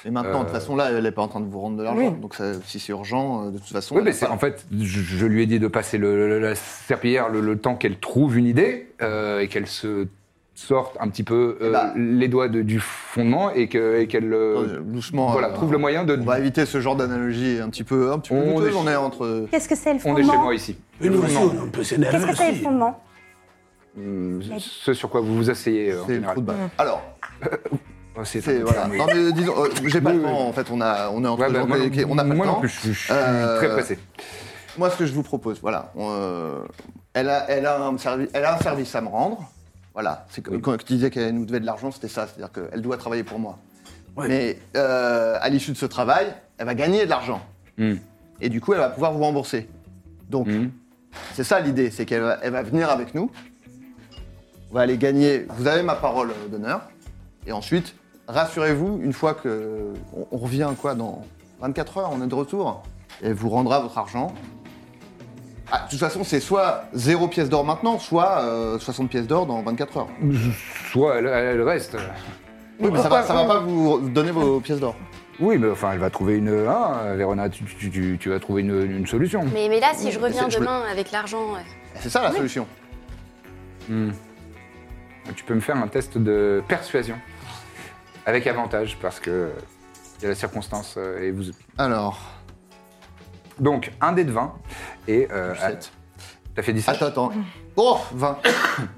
S2: Et maintenant, de toute
S1: Euh,
S2: façon, là, elle est pas en train de vous rendre de l'argent.
S7: oui.
S2: Donc, ça- si c'est urgent, euh, de toute façon.
S1: Oui,
S2: elle
S1: mais
S2: a
S1: c'est,
S2: pas-
S1: en fait, je, je lui ai dit de passer le- le- la serpillière le, le temps qu'elle trouve une idée euh, et qu'elle se sorte un petit peu euh,
S2: bah-
S1: les doigts de- du fondement et, que- et qu'elle euh,
S2: Euh, doucement.
S1: voilà,
S2: euh,
S1: trouve le moyen de.
S2: On va éviter ce genre d'analogie un petit peu, un petit peu
S1: On
S2: douteuse.
S1: est-
S2: On est entre.
S3: Qu'est-ce que c'est le
S1: On est chez
S3: fondement
S1: moi ici.
S4: Et nous aussi,
S1: Non.
S4: on est un peu
S3: Qu'est-ce
S4: s'énerver
S3: que c'est le
S4: aussi.
S3: fondement
S1: Ce sur quoi vous vous asseyez euh, en
S2: euh, C'est le
S1: général.
S2: trou de
S6: Mmh.
S2: balle. Alors,
S1: Oh, c'est-
S2: c'est voilà. Non mais disons, euh, j'ai pas le temps. En fait, on a, on est entre
S1: Ouais, bah,
S2: gens
S1: moi, non-
S2: qui- on n'a pas
S1: moi
S2: le temps.
S1: non plus, je, je suis
S2: Euh,
S1: très pressé.
S2: Moi, ce que je vous propose, voilà, on, euh, elle, a, elle, a un servi- elle a un service à me rendre. Voilà, c'est que, quand tu disais qu'elle nous devait de l'argent, c'était ça, c'est-à-dire qu'elle doit travailler pour moi.
S4: Ouais.
S2: Mais euh, à l'issue de ce travail, elle va gagner de l'argent.
S1: Hmm.
S2: Et du coup, elle va pouvoir vous rembourser. Donc,
S1: Mhm.
S2: c'est ça l'idée, c'est qu'elle va, elle va venir avec nous. On va aller gagner. Vous avez ma parole euh, d'honneur. Et ensuite, rassurez-vous, une fois que on, on revient quoi dans 24 heures, on est de retour. Et elle vous rendra votre argent. Ah, de toute façon, c'est soit 0 pièces d'or maintenant, soit euh, 60 pièces d'or dans 24 heures.
S1: Soit elle, elle- elle reste.
S2: Oui, mais ça va, ça va pas vous donner vos pièces d'or.
S1: Oui, mais enfin, elle va trouver une. Hein, Vérona, tu, tu- tu- tu vas trouver une, une solution.
S6: Mais, mais là, si je reviens
S2: c'est- je me-
S6: demain avec l'argent, euh,
S2: C'est ça la solution.
S1: Hmm. Tu peux me faire un test de persuasion. Avec avantage, parce que Il y a la circonstance euh, et vous.
S2: Alors,
S1: Donc, un dé de 20 et. Euh, ah,
S2: 7.
S1: T'as fait 17
S2: Attends, attends. Oh 20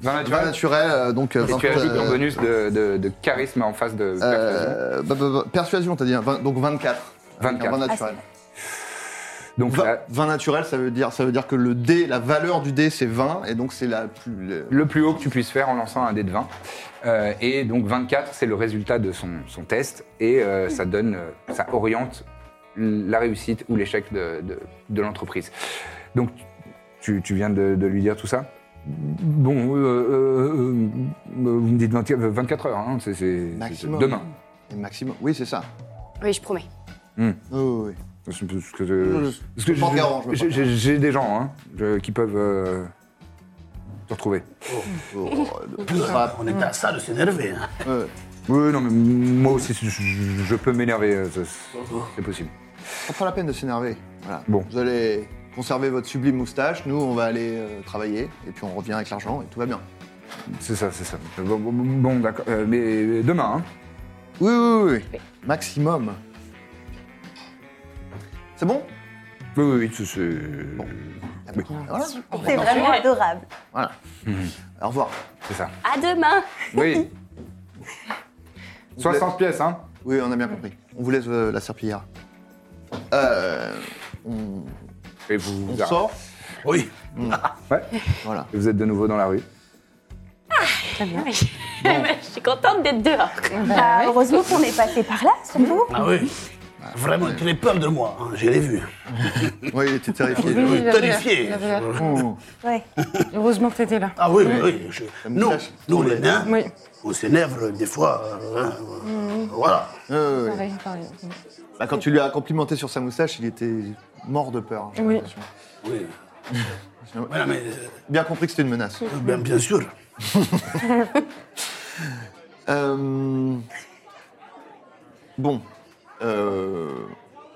S1: 20 naturel.
S2: 20 naturel, euh, donc euh,
S1: Et tu
S2: 20,
S1: ajoutes ton
S2: euh,
S1: bonus de, de- de charisme en face de persuasion.
S2: euh, bah, bah, bah, persuasion, t'as dit, hein, 20, donc 24.
S1: 24.
S2: 20 naturel.
S1: Ah, Donc, euh,
S2: 20,
S1: la-
S2: 20 naturel, ça veut dire, ça veut dire que le dé, la valeur du dé, c'est 20, et donc c'est la plus. le-
S1: le plus haut que tu puisses faire en lançant un dé de 20. Euh, et donc 24, c'est le résultat de son, son test et euh, ça donne, euh, ça oriente la réussite ou l'échec de, de- de l'entreprise. Donc tu, tu viens de, de lui dire tout ça Bon, euh, euh, euh, vous me dites 20 24 heures, hein, c'est- c'est c'est
S2: Maximum.
S1: demain.
S2: Et maximum. Oui, c'est ça.
S6: Oui, je promets.
S2: Oh,
S1: Hmm.
S2: oui.
S1: Parce que- parce que-
S2: Je-
S1: parce que
S2: je m'en garant, je me
S1: j'ai- j'ai j'ai des gens hein, je- qui peuvent euh, te retrouver.
S2: Oh, le- Ah,
S4: On est à ça de s'énerver. hein.
S2: euh,
S1: Oui, non, mais moi aussi, je, je- je peux m'énerver, euh, ça, c'est c'est possible.
S2: ça prend la peine de s'énerver. Voilà.
S1: Bon.
S2: Vous allez conserver votre sublime moustache, nous, on va aller euh, travailler, et puis on revient avec l'argent, et tout va bien.
S1: C'est ça, c'est ça. Bon, bon, bon, d'accord. Euh, mais demain, hein.
S2: Oui, oui, oui, oui. Maximum. C'est bon
S1: Oui, oui, oui, c'est- c'est
S2: Ah bah, Voilà.
S3: C'est vraiment adorable.
S2: Voilà. Au revoir.
S1: Mhm. c'est ça.
S6: À demain
S1: Oui. 60 pièces, hein.
S2: Oui, on a bien compris. On vous laisse euh, la serpillière. Euh, on,
S1: Et vous,
S2: on
S1: vous, arrêtez.
S2: sort. Hmm.
S4: Oui.
S1: Ouais.
S2: Voilà.
S1: Et vous êtes de nouveau dans la rue.
S6: Je suis contente d'être dehors.
S3: Bah, heureusement qu'on est passé par là, surtout.
S4: Ah oui. Vraiment, il tenait peur de moi. hein, Je l'ai vu.
S2: Oui, il était
S4: Oui,
S2: terrifié.
S7: il avait
S4: terrifié.
S7: l'air- il avait l'air-
S2: Oh.
S3: Ouais.
S7: Heureusement que t'étais là.
S4: Ah oui, oui, oui. je-
S2: me
S4: Nous,
S2: cache.
S4: nous, on est nains.
S7: Oui.
S4: On s'énerve des fois. euh, euh, Voilà.
S2: Euh, oui.
S7: Pareil, pareil.
S2: Bah, quand tu lui as complimenté sur sa moustache, il était mort de peur. j'ai
S7: Oui.
S2: l'impression.
S4: Oui. Voilà, mais euh,
S2: Bien compris que c'était une menace.
S4: bien, bien sûr.
S2: Euh, Bon. Euh,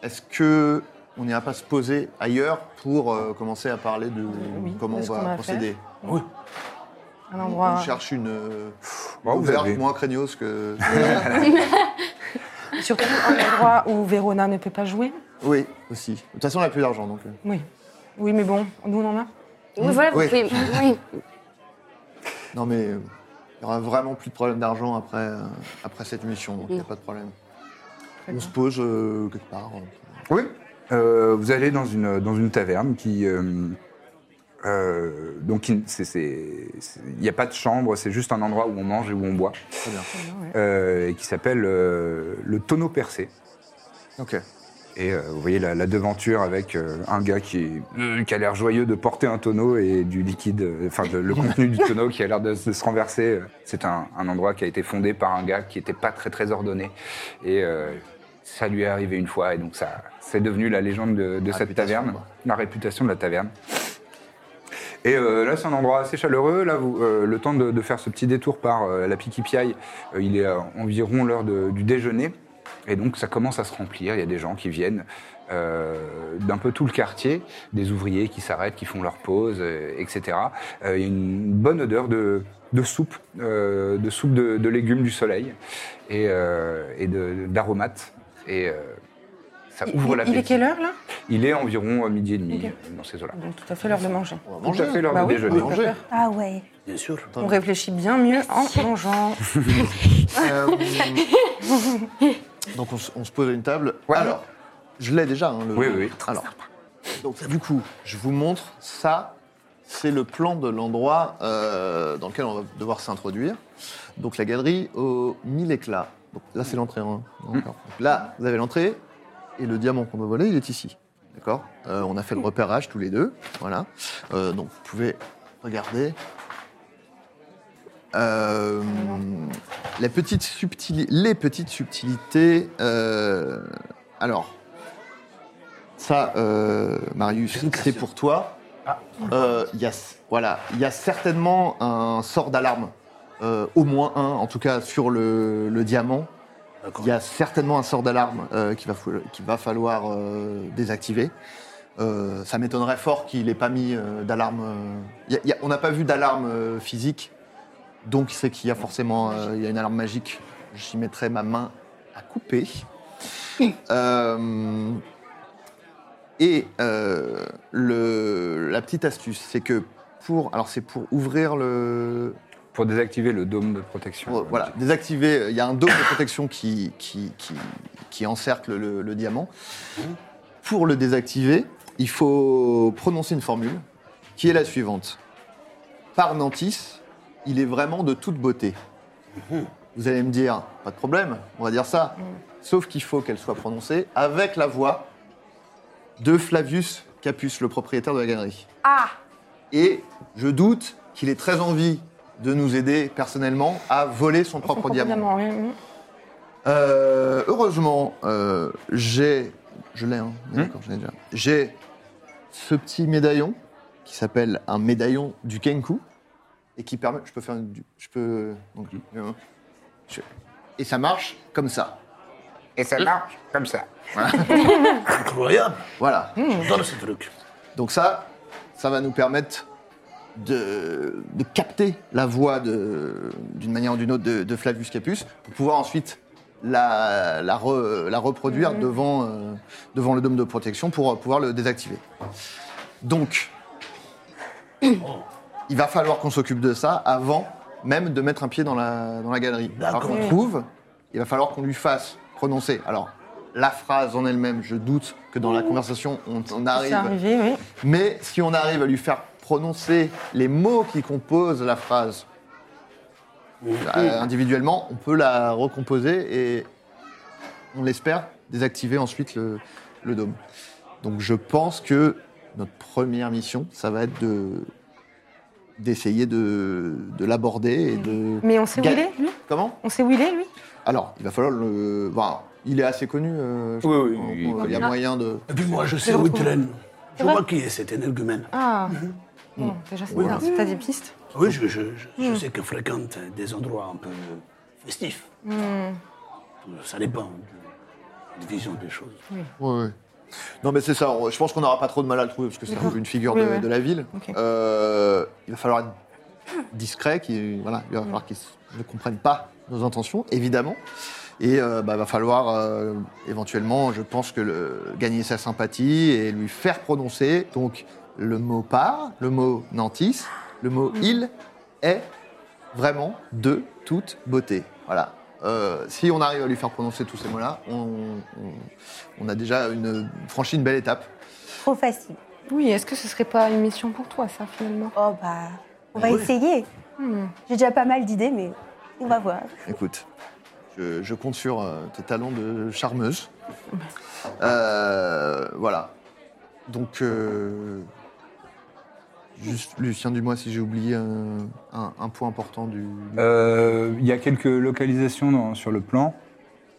S2: Est-ce que on n'ira pas se poser ailleurs pour euh, commencer à parler de comment
S7: de
S2: on
S7: ce qu'on a
S2: va
S7: à
S2: procéder
S4: Oui.
S7: Un
S2: On
S7: endroit.
S2: cherche une euh,
S4: Bah,
S1: Bon, vous
S2: ouverte,
S1: avez-
S2: moins craignos que.
S7: Surtout un endroit où Vérona ne peut pas jouer.
S2: oui, aussi. De toute façon, on n'a plus d'argent donc. euh.
S7: Oui. Oui, mais bon, nous on en a.
S6: Oui, voilà, vous
S2: Oui.
S6: pouvez. Oui.
S2: Non mais euh, il y aura vraiment plus de problème d'argent après, euh, après cette mission, donc il n'y a pas de problème. On se pose euh, quelque part. euh.
S1: Oui. Euh, vous allez dans une, dans une taverne qui. euh, euh, donc, qui- c'est- c'est- c'est- il n'y a pas de chambre, c'est juste un endroit où on mange et où on boit. Très
S2: bien.
S1: et qui s'appelle euh, le tonneau percé.
S2: Ok.
S1: Et euh, vous voyez la, la devanture avec euh, un gars qui, euh, qui a l'air joyeux de porter un tonneau et du liquide, euh, enfin de- le contenu du tonneau qui a l'air de, se- de se renverser. C'est un, un endroit qui a été fondé par un gars qui n'était pas très très ordonné. Et euh, ça lui est arrivé une fois et donc ça c'est devenu la légende de, de cette
S2: réputation,
S1: taverne,
S2: quoi.
S1: la réputation de la taverne. Et euh, là, c'est un endroit assez chaleureux. Là, vous, euh, le temps de, de faire ce petit détour par euh, la Piquipiaille, euh, il est euh, environ l'heure de- du déjeuner. Et donc, ça commence à se remplir. Il y a des gens qui viennent euh, d'un peu tout le quartier, des ouvriers qui s'arrêtent, qui font leur pause, euh, etc. Euh, il y a une bonne odeur de, de soupe, euh, de soupe de, de légumes du soleil et, euh, et de- d'aromates. Et euh, ça
S7: Il,
S1: ouvre
S7: il-
S1: la
S7: il est quelle heure là
S1: Il est environ euh, midi et demi
S7: Ok.
S1: euh, dans ces eaux-là.
S7: Donc tout à fait l'heure de manger.
S2: On va
S1: Tout
S2: manger.
S1: à fait l'heure
S7: Bah
S1: de
S7: oui,
S1: déjeuner.
S7: on peut faire.
S3: Ah ouais.
S4: Bien sûr.
S7: On réfléchit bien mieux en mangeant.
S2: Euh, donc on, se- on se pose à une table.
S1: Ouais.
S2: Alors, je l'ai déjà. hein, le-
S1: Oui, oui, oui.
S2: Alors, donc du coup, je vous montre ça. C'est le plan de l'endroit euh, dans lequel on va devoir s'introduire. Donc la galerie aux mille éclats. Donc, là, c'est l'entrée. hein,
S1: Mm.
S2: encore. Donc là, vous avez l'entrée et le diamant qu'on veut voler, il est ici. D'accord Euh, On a fait le repérage tous les deux. Voilà. Euh, donc vous pouvez regarder. Euh, les, petites subtili- les petites subtilités. euh, alors, ça, euh, Marius, c'est pour toi. Euh, il y a, voilà, il y a certainement un sort d'alarme, Euh, au moins un, en tout cas sur le, le diamant.
S4: D'accord.
S2: Il y a certainement un sort d'alarme euh, qu'il va, fou- qu'il va falloir euh, désactiver. Euh, ça m'étonnerait fort qu'il n'ait pas mis euh, d'alarme. euh, il y a- il y a- on n'a pas vu d'alarme euh, physique, donc c'est qu'il y a forcément euh, il y a une alarme magique. J'y mettrai ma main à couper. Euh, et euh, le, la petite astuce, c'est que pour. Alors, c'est pour ouvrir le.
S1: Pour désactiver le dôme de protection.
S2: pour, voilà, désactiver. Il y a un dôme de protection qui, qui, qui, qui encercle le, le diamant.
S4: hein.
S2: Pour le désactiver, il faut prononcer une formule qui est la suivante. Par Nantis, il est vraiment de toute beauté. Vous allez me dire, pas de problème, on va dire ça. Sauf qu'il faut qu'elle soit prononcée avec la voix de Flavius Capus, le propriétaire de la galerie.
S5: Ah
S2: Et je doute qu'il ait très envie de nous aider personnellement à voler son propre diamant.
S7: oui, oui.
S2: Euh, heureusement, euh, j'ai. Je l'ai, hein.
S4: Hmm
S2: mais d'accord, je l'ai déjà. J'ai ce petit médaillon qui s'appelle un médaillon du Kenku et qui permet. Je peux faire une. du- Je peux. donc,
S4: Hmm.
S2: euh, je- et ça marche comme ça.
S1: Et ça marche comme ça.
S4: Hmm. Incroyable
S2: Voilà.
S4: J'adore ce truc.
S2: Donc ça, ça va nous permettre de, de capter la voix de- d'une manière ou d'une autre de, de Flavius Capus pour pouvoir ensuite la, la re- la reproduire devant, euh, devant le dôme de protection pour euh, pouvoir le désactiver. Donc,
S4: Oh,
S2: il va falloir qu'on s'occupe de ça avant même de mettre un pied dans la, dans la galerie. Alors qu'on trouve, il va falloir qu'on lui fasse prononcer. Alors, la phrase en elle-même, je doute que dans la conversation, on, on
S7: C'est arrivé, oui.
S2: mais si on arrive à lui faire prononcer les mots qui composent la phrase euh, individuellement, on peut la recomposer et on l'espère désactiver ensuite le, le dôme. Donc je pense que notre première mission, ça va être de d'essayer de, de l'aborder et de...
S7: Mais on sait où
S2: Ga-
S7: il est, lui
S2: Comment
S7: On sait où il est, lui
S2: Alors, il va falloir le... voir. il est assez connu, euh, je
S1: Oui, oui,
S2: pense qu'on-
S1: il est
S2: qu'on- il y a
S1: connu.
S2: moyen de...
S4: Et puis moi, Ah, je sais où il traîne. Je vois Mhm. qui est cet énergumène.
S7: Ah Bon, déjà, c'est bien. T'as des pistes
S4: Oui, je, je- je- je sais que fréquente des endroits un peu festifs.
S7: Hmm.
S4: Ça dépend de, de vision des choses.
S2: Ouais, ouais. Non, mais c'est ça. on- Je pense qu'on n'aura pas trop de mal à le trouver parce que c'est un peu une figure de,
S7: Oui, ouais.
S2: de la ville.
S7: Ok.
S2: Euh, il va falloir être discret, qu'il, voilà, il va falloir qu'ils s- ne comprennent pas nos intentions, évidemment. Et euh, bah, il va falloir euh, éventuellement, je pense, que le- gagner sa sympathie et lui faire prononcer donc le mot par, le mot nantis, le mot il est vraiment de toute beauté. Voilà. Euh, si on arrive à lui faire prononcer tous ces mots-là, on, on- on a déjà une, franchi une belle étape.
S3: Trop facile.
S7: Oui, est-ce que ce serait pas une mission pour toi, ça, finalement Hmm.
S3: Oh bah, on
S1: Ah
S3: va essayer. J'ai déjà pas mal d'idées, mais on va voir.
S2: Écoute, je, je compte sur euh, tes talents de charmeuse. Euh, voilà. Donc, euh, juste, Lucien, dis-moi si j'ai oublié un, un- un point important du. du-
S1: Euh, Il y a quelques localisations dans- sur le plan.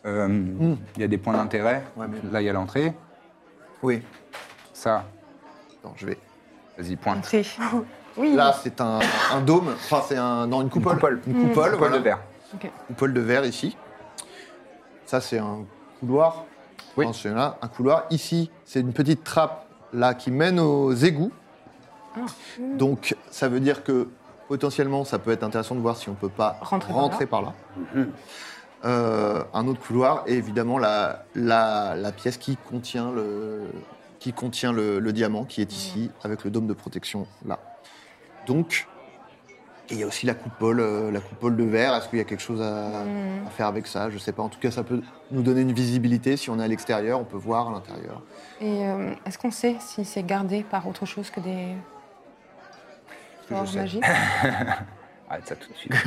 S1: Euh, Il y a des points d'intérêt.
S2: Hmm. Ouais, mais-
S1: Là, il y a l'entrée.
S2: Oui.
S1: Ça,
S2: Attends, je vais.
S1: vas-y, pointe.
S7: Entrée. Oui.
S2: Là, Ah, c'est un, un dôme. Enfin, c'est un. Non, une coupole. Une coupole.
S1: Paul
S2: voilà.
S1: de verre.
S2: coupole de verre ici. Ça, c'est un couloir.
S1: Oui.
S2: Enfin, c'est là, un couloir. Ici, c'est une petite trappe là qui mène aux égouts. Donc, ça veut dire que potentiellement, ça peut être intéressant de voir si on peut pas
S7: Rentrer
S2: rentrer,
S7: par là.
S2: par là.
S4: Mhm.
S2: Euh, un autre couloir et évidemment la, la, la pièce qui contient le qui contient le, le diamant qui est ici avec le dôme de protection là. Donc, et il y a aussi la coupole, euh, la coupole de verre. Est-ce qu'il y a quelque chose à,
S7: Mm.
S2: à faire avec ça Je sais pas. En tout cas, ça peut nous donner une visibilité. Si on est à l'extérieur, on peut voir à l'intérieur.
S7: Et euh, est-ce qu'on sait si c'est gardé par autre chose que des
S1: que je
S7: sorts
S1: sais.
S7: magiques
S1: Arrête ça tout de suite.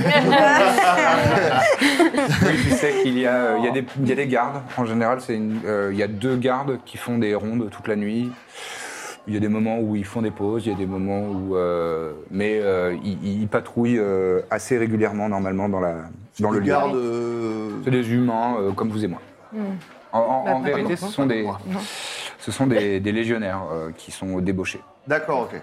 S1: oui, tu sais qu'il y, a, euh, il y, a des- il y a des gardes. En général, c'est une- euh, il y a deux gardes qui font des rondes toute la nuit. Il y a des moments où ils font des pauses, il y a des moments où... euh, mais euh, ils, ils patrouillent euh, assez régulièrement, normalement, dans, la, dans le
S2: Les
S1: lieu.
S2: gardes, euh,
S1: C'est des humains euh, comme vous et moi. En, en- en
S7: Hmm. Bah,
S1: vérité, ce
S7: pardon.
S1: sont des,
S2: Moi.
S1: ce sont des, des légionnaires euh, qui sont débauchés.
S2: D'accord, ok.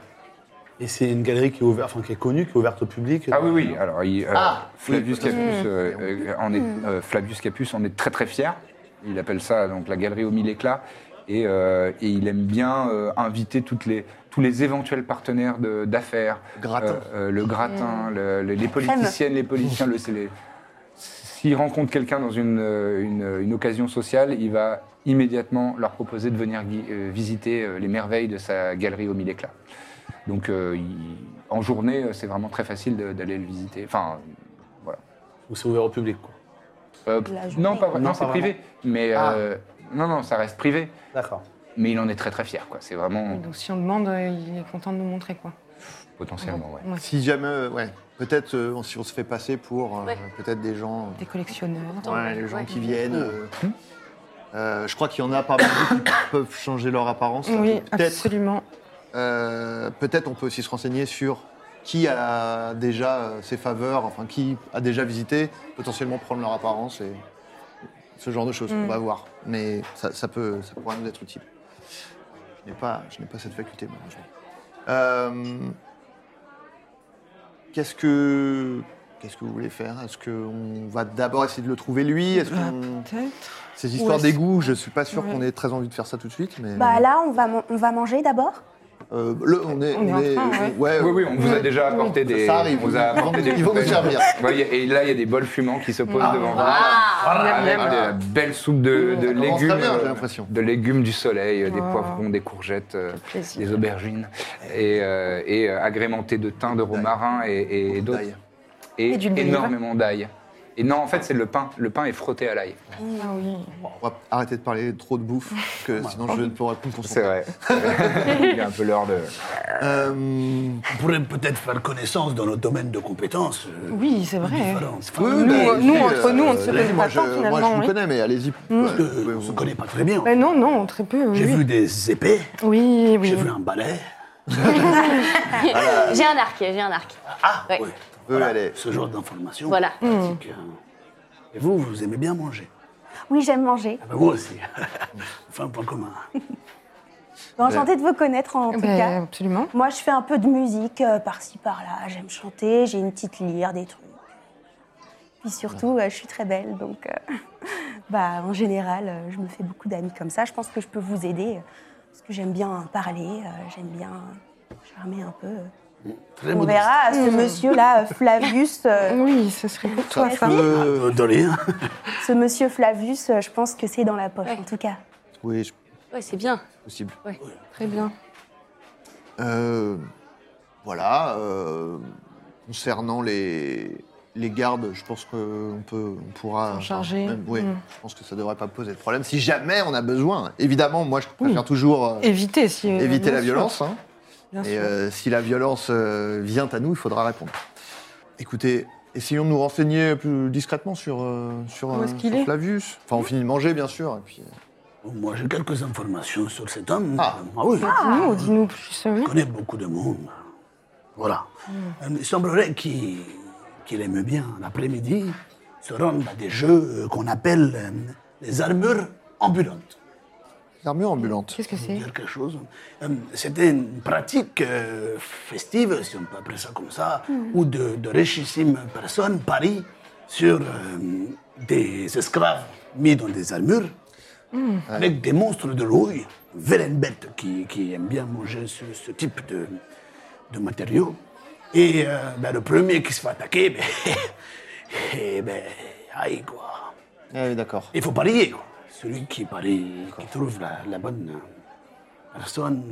S4: Et c'est une galerie qui est ouverte, enfin qui est connue, qui est ouverte au public.
S1: Ah oui, oui. Alors, il, euh,
S2: Ah,
S1: Flavius,
S2: oui, tout à
S1: Capus, euh, euh, en est, euh, Flavius Capus en est très très fier. Il appelle ça donc la galerie aux mille éclats. Et, euh, et il aime bien euh, inviter toutes les, tous les éventuels partenaires de- d'affaires.
S2: Gratin.
S1: Euh, euh, le gratin, le- le- les politiciens, les politiciens, le, c'est les- S'il rencontre quelqu'un dans une, euh, une- une occasion sociale, il va immédiatement leur proposer de venir gui- euh, visiter euh, les merveilles de sa galerie au mille éclats. Donc euh, il- en journée, euh, c'est vraiment très facile de- d'aller le visiter. Enfin,
S4: Ou c'est ouvert au public, quoi.
S1: euh,
S3: La
S1: non,
S3: journée.
S1: pas, vrai-
S4: Non,
S1: non, c'est
S4: pas
S1: privé. Mais
S4: Ah.
S1: euh, non, non, ça reste privé.
S4: D'accord.
S1: Mais il en est très très fier, quoi. C'est vraiment
S7: Donc si on demande, euh, il est content de nous montrer quoi.
S1: potentiellement, ouais.
S2: Si jamais, euh, ouais, peut-être euh, si on se fait passer pour euh,
S6: Ouais.
S2: peut-être des gens,
S7: Des collectionneurs.
S6: Attends,
S2: ouais, les gens
S6: ouais.
S2: qui viennent. euh,
S1: Hum.
S2: euh, je crois qu'il y en a parmi vous qui peuvent changer leur apparence.
S7: Oui,
S2: peut-être
S7: absolument.
S2: Euh, peut-être on peut aussi se renseigner sur qui a déjà euh, ses faveurs, enfin qui a déjà visité, potentiellement prendre leur apparence et ce genre de choses. On va voir, mais ça, ça peut, ça pourra nous être utile. Je n'ai pas, je n'ai pas cette faculté malheureusement. Euh, qu'est-ce que, qu'est-ce que vous voulez faire Est-ce qu'on va d'abord essayer de le trouver lui Est-ce qu'on-
S7: Bah, Peut-être.
S2: ces histoires
S7: est-ce-
S2: d'égouts, je suis pas sûr
S7: Ouais.
S2: qu'on ait très envie de faire ça tout de suite, mais
S3: Bah là, on va, man- on va manger d'abord.
S2: euh, le- on est,
S7: On est en train, ouais.
S2: ouais,
S1: Oui, oui, on vous a
S7: Oui.
S1: déjà apporté des.
S2: Ça arrive,
S1: on vous a
S2: ils vont-
S1: apporté des
S2: ils vont nous
S1: coupaines.
S2: servir. Ah.
S1: Ouais, y a- et là, il y a des bols fumants qui se posent devant vous. Avec de la belle soupe de, de
S2: Oh, commence très
S1: légumes.
S2: bien, j'ai
S1: euh,
S2: l'impression. Oh.
S1: De légumes du soleil, euh, des
S7: Wow.
S1: poivrons, des courgettes, euh,
S7: plaisir.
S1: des aubergines, et, euh, et, euh, agrémenté de thym, de romarin et, et- et d'autres.
S2: D'ail.
S1: Et,
S7: Et d'huile d'olive.
S1: énormément d'ail. Et non, en fait, c'est le pain. Le pain est frotté à l'ail.
S7: Ah oui.
S2: On va arrêter de parler trop de bouffe, parce
S1: Ah,
S2: que sinon je ne pourrai plus me
S1: C'est
S2: concentrer.
S1: vrai. il est un peu l'heure de.
S2: Euh,
S8: On pourrait peut-être faire connaissance dans notre domaine de compétences. euh,
S7: Oui, c'est vrai.
S8: différentes. Enfin,
S2: oui,
S7: Nous,
S2: bah,
S7: euh, nous,
S2: allez-y,
S7: entre nous, on ne se
S2: allez-y,
S7: connaît
S2: moi,
S7: pas
S2: je-
S7: tant,
S2: Moi,
S7: finalement,
S2: je vous
S7: oui.
S2: connais, mais allez-y. Ouais,
S8: euh,
S2: ouais,
S8: on se
S2: vous-
S8: connaît pas très bien.
S7: Ben non, non, très peu. Oui,
S8: J'ai vu des épées,
S7: oui. oui.
S8: j'ai vu un balai,
S6: J'ai un arc, j'ai un arc.
S2: Ah,
S6: Ouais.
S8: ouais,
S2: eux, allez.
S8: ce genre d'informations.
S6: Voilà.
S7: Hmm.
S8: pratiques, euh. Et vous, vous aimez bien manger.
S3: Oui, j'aime manger.
S8: Ah ben, moi aussi. enfin, un point commun.
S3: Enchantée de vous connaître en tout
S7: Ben,
S3: cas.
S7: absolument.
S3: Moi, je fais un peu de musique euh, par-ci par-là. J'aime chanter, j'ai une petite lyre, des trucs. Puis surtout, euh, je suis très belle, donc euh, bah, en général, euh, je me fais beaucoup d'amis comme ça. Je pense que je peux vous aider euh, parce que j'aime bien parler, euh, j'aime bien charmer un peu.
S8: Très
S3: On
S8: modeste.
S3: verra ce monsieur-là, euh, Flavius. euh,
S7: Mmh. Oui, ce serait pour toi, ça.
S2: Euh,
S8: Euh, de rien.
S3: ce monsieur Flavius, euh, je pense que c'est dans la poche,
S6: Ouais.
S3: en tout cas.
S2: oui, je-
S6: Ouais, c'est bien.
S2: possible.
S7: Très bien.
S2: Euh, voilà. euh, concernant les, les gardes, je pense qu'on peut, on pourra.
S7: S'en charger.
S2: Enfin, ouais,
S7: Mm.
S2: Je pense que ça devrait pas poser de problème. Si jamais on a besoin, évidemment, moi, je préfère toujours euh,
S7: Mm. Éviter, si. euh,
S2: éviter
S7: bien
S2: la
S7: sûr.
S2: violence. hein.
S7: Bien
S2: Et
S7: sûr.
S2: euh, si la violence euh, vient à nous, il faudra répondre. Écoutez, essayons de nous renseigner plus discrètement sur, euh, sur,
S7: Où est-ce
S2: euh,
S7: qu'il
S2: sur
S7: est
S2: Flavius. Enfin, on finit de manger, bien sûr. Et puis, euh,
S8: Moi, j'ai quelques informations sur cet homme.
S2: Ah.
S8: oui.
S7: Oh, Dis-nous, dis-nous plus. euh,
S8: Je connais beaucoup de monde. Voilà.
S7: Hmm.
S8: Euh, Il semblerait qu'il qu'il aime bien, l'après-midi, se rendre à des jeux euh, qu'on appelle euh, les armures ambulantes.
S2: l'armure ambulante.
S7: Qu'est-ce que c'est
S8: Dire quelque chose. Euh, C'était une pratique euh, festive, si on peut appeler ça comme ça, où de, de richissimes personnes parient sur euh, des esclaves mis dans des armures,
S7: Mm.
S8: avec des monstres de l'ouïe, vilaines bêtes qui, qui aiment bien manger ce, ce type de, de matériaux. Et euh, ben, le premier qui se fait attaquer, ben, eh ben, aïe quoi.
S2: Ah oui, d'accord.
S8: Il faut parier. quoi. Celui qui parie, qui trouve la, la bonne personne,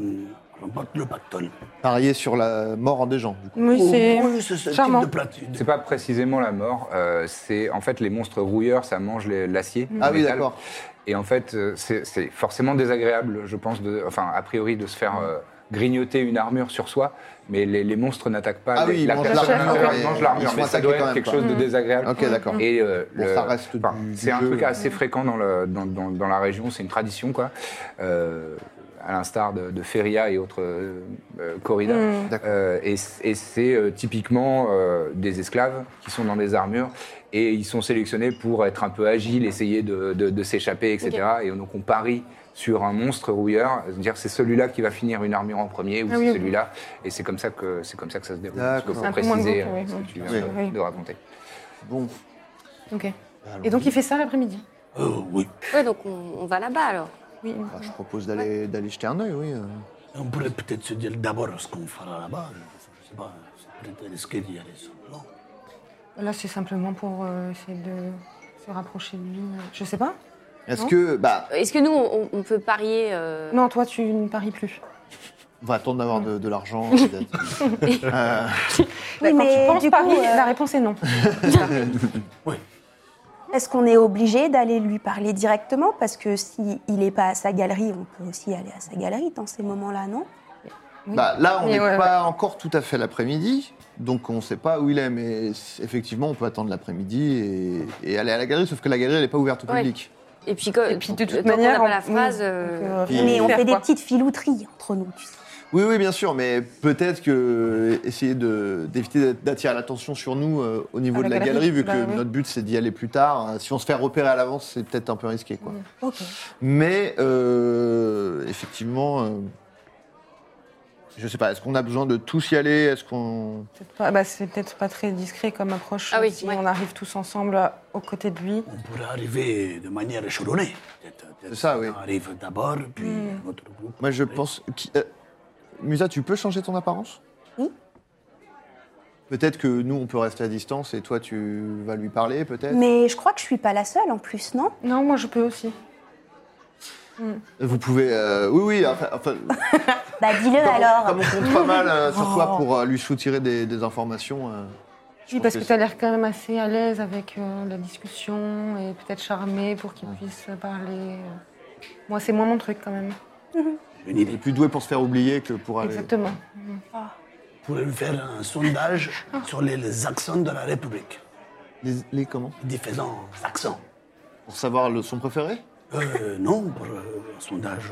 S8: remporte le pactole.
S2: Parier sur la mort des gens, du coup.
S7: Oui, c'est
S8: oui, c'est Oh, ce
S7: charmant.
S8: type de platitude.
S1: C'est pas précisément la mort, euh, c'est en fait les monstres rouilleurs, ça mange les-
S7: Mm.
S1: l'acier. le
S2: Ah oui,
S1: métal.
S2: d'accord.
S1: Et en fait, euh, c'est c'est forcément désagréable, je pense, de, enfin, a priori, de se faire euh, grignoter une armure sur soi, mais les, les monstres n'attaquent pas
S2: Ah
S1: les-
S2: oui, ils
S1: la
S2: mangent
S1: personne
S2: l'armure,
S1: à l'intérieur,
S2: et
S1: ils mangent
S2: ils
S1: l'armure,
S2: sont
S1: mais ça
S2: attaqués
S1: doit
S2: quand
S1: être
S2: même,
S1: quelque
S2: quoi.
S1: chose de
S7: Mm.
S1: désagréable.
S2: Ok, d'accord.
S1: Et euh,
S2: Bon,
S1: le-
S2: ça reste
S1: enfin,
S2: du- du
S1: c'est un
S2: jeu,
S1: truc
S2: ouais.
S1: assez fréquent dans, le- dans- dans- dans la région, c'est une tradition, quoi. Euh, à l'instar de, de Feria et autres euh, euh, corridas.
S7: Hmm.
S2: D'accord.
S1: Euh, et c- et c'est euh, typiquement euh, des esclaves qui sont dans des armures et ils sont sélectionnés pour être un peu agiles, essayer de, de- de s'échapper, etc. Et donc on parie sur un monstre rouilleur, se dire c'est celui-là qui va finir une armure en premier ou
S7: Ah
S1: c'est
S7: oui.
S1: celui-là. Et c'est comme ça que c'est comme ça que ça se déroule.
S2: D'accord.
S1: Parce
S7: Un peu
S1: que
S7: moins
S1: Pour préciser
S7: glauque,
S1: euh,
S7: oui.
S1: ce que tu viens
S2: Oui.
S1: de- de raconter.
S2: Bon.
S7: Ok. Et donc il fait ça l'après-midi Oh,
S8: Euh, oui.
S6: Ouais, donc on, on va là-bas alors.
S7: Oui.
S2: Bah, je propose d'aller d'aller jeter un œil, oui. euh.
S8: On pourrait peut-être se dire d'abord ce qu'on fera là-bas. Je ne sais pas, c'est peut-être risqué d'y aller seulement.
S7: Là, c'est simplement pour euh, essayer de se rapprocher de lui Je sais pas.
S2: Est-ce
S7: Non.
S2: que. Bah,
S6: Est-ce que nous, on, on peut parier euh,
S7: Non, toi, tu ne paries plus.
S2: on va attendre d'avoir de, de l'argent, peut-être. Euh,
S7: Quand
S3: Oui,
S7: tu
S3: mais
S7: penses
S3: du
S7: paris,
S3: coup, euh,
S7: la réponse est non.
S3: est-ce qu'on est obligé d'aller lui parler directement Parce que s'il n'est pas à sa galerie, on peut aussi aller à sa galerie dans ces moments-là, non
S2: bah, là, on
S7: Mais
S2: n'est
S7: ouais,
S2: pas encore tout à fait l'après-midi, donc on ne sait pas où il est, mais c- effectivement, on peut attendre l'après-midi et, et aller à la galerie, sauf que la galerie, elle n'est pas ouverte au
S6: Ouais.
S2: public.
S6: Et puis, quoi,
S7: Et puis, de
S6: tant
S7: toute
S6: qu'on n'a
S7: manière,
S6: pas
S7: on-
S6: la
S7: oui,
S6: phrase.
S7: donc,
S6: euh,
S7: euh,
S2: Puis-
S3: Mais on
S7: faire
S3: fait des
S7: quoi
S3: petites filouteries entre nous, tu sais.
S2: Oui, oui, bien sûr, mais peut-être que euh, essayer de- d'éviter d'être- d'attirer l'attention sur nous euh, au niveau
S7: À
S2: de
S7: la
S2: la galerie,
S7: galerie,
S2: vu
S7: bah
S2: que
S7: oui.
S2: notre but c'est d'y aller plus tard. hein. Si on se fait repérer à l'avance, c'est peut-être un peu risqué, quoi.
S3: Ok.
S2: Mais euh, effectivement, euh, je sais pas. Est-ce qu'on a besoin de tous y aller Est-ce qu'on
S7: Peut-être pas- bah, c'est peut-être pas très discret comme approche
S6: Ah oui,
S7: si
S6: ouais.
S7: on arrive tous ensemble à- aux côtés de lui.
S8: On pourrait arriver de manière échelonnée. Peut-être- peut-être
S2: C'est ça, oui.
S8: On arrive d'abord, puis votre groupe.
S2: Moi, je pense. qui- euh, Musa, tu peux changer ton apparence
S3: Oui.
S2: Peut-être que nous, on peut rester à distance et toi, tu vas lui parler, peut-être.
S3: Mais je crois que je suis pas la seule en plus, non Hmm.
S7: Non, moi, je peux aussi.
S2: Vous pouvez. euh, oui, oui. Enfin, enfin,
S3: Bah dis-le
S2: Comme-
S3: alors. Oh.
S2: Comme on compte pas mal euh, sur toi pour euh, lui soutirer des, des informations. euh, je
S7: Oui,
S2: pense
S7: parce que
S2: que
S7: tu as l'air quand même assez à l'aise avec euh, la discussion et peut-être charmé pour qu'il puisse parler. euh. Moi, c'est moins mon truc quand même.
S6: Mhm.
S8: Une
S2: il est
S8: idée.
S2: plus doué pour se faire oublier que pour aller.
S7: Exactement.
S6: Ah.
S8: On pourrait lui faire un sondage sur les, les accents de la République.
S2: Les, les comment
S8: Différents accents.
S2: Pour savoir le son préféré
S8: Euh, non, pour euh, un sondage.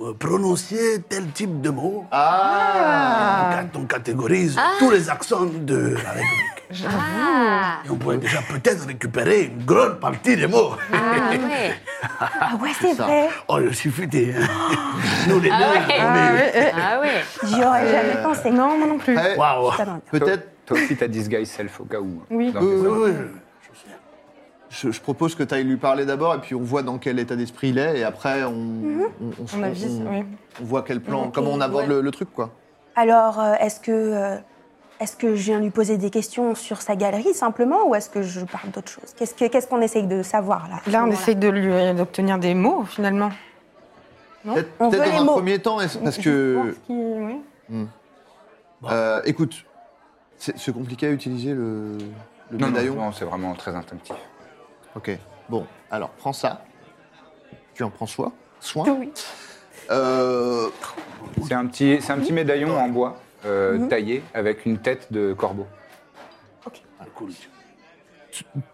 S8: euh, prononcer tel type de mot.
S2: Ah,
S8: Donc, On catégorise tous les accents de la République.
S6: Ah,
S8: Et on pourrait déjà peut-être récupérer une grande partie des mots.
S6: ah ouais.
S3: Ah ouais, c'est vrai.
S8: Oh, le suffit. Nous, les deux,
S6: Ah ouais. Ah ouais.
S2: Bah,
S3: J'y aurais
S2: euh,
S3: jamais pensé.
S7: Non, moi non plus.
S2: Eh,
S8: on est... Waouh.
S3: Putain, non.
S1: Toi-
S2: Peut-être.
S1: Toi aussi, t'as disguise self au cas où. hein.
S7: Oui.
S1: Dans
S2: Oui,
S1: tes
S2: oui,
S1: ordres.
S8: Oui,
S2: Je, je propose que tu ailles lui parler d'abord et puis on voit dans quel état d'esprit il est et après on, on, on se-
S7: On avise,
S2: on-
S7: oui.
S2: on voit quel plan, comment on aborde le, le truc quoi.
S3: Alors, euh, est-ce que, euh, est-ce que je viens lui poser des questions sur sa galerie simplement ou est-ce que je parle d'autre chose Qu'est-ce que- qu'est-ce qu'on essaye de savoir là à ce
S7: Là, on
S3: moment-là
S7: essaye de lui euh, d'obtenir des mots finalement. Non.
S2: Peut-être
S3: On
S2: peut-être
S3: veut les
S2: dans un
S3: mots.
S2: premier temps est-ce- parce que Hmm.
S7: Voir ce qui- oui.
S2: euh, écoute, c'est c'est compliqué à utiliser le, le
S1: Non, non,
S2: médaillon.
S1: non, c'est vraiment très instinctif.
S2: Ok, bon, alors prends ça. Tu en prends soin. Soin. Euh,
S1: C'est un petit, c'est un petit médaillon en bois euh,
S2: Mhm.
S1: taillé avec une tête de corbeau.
S8: Ah,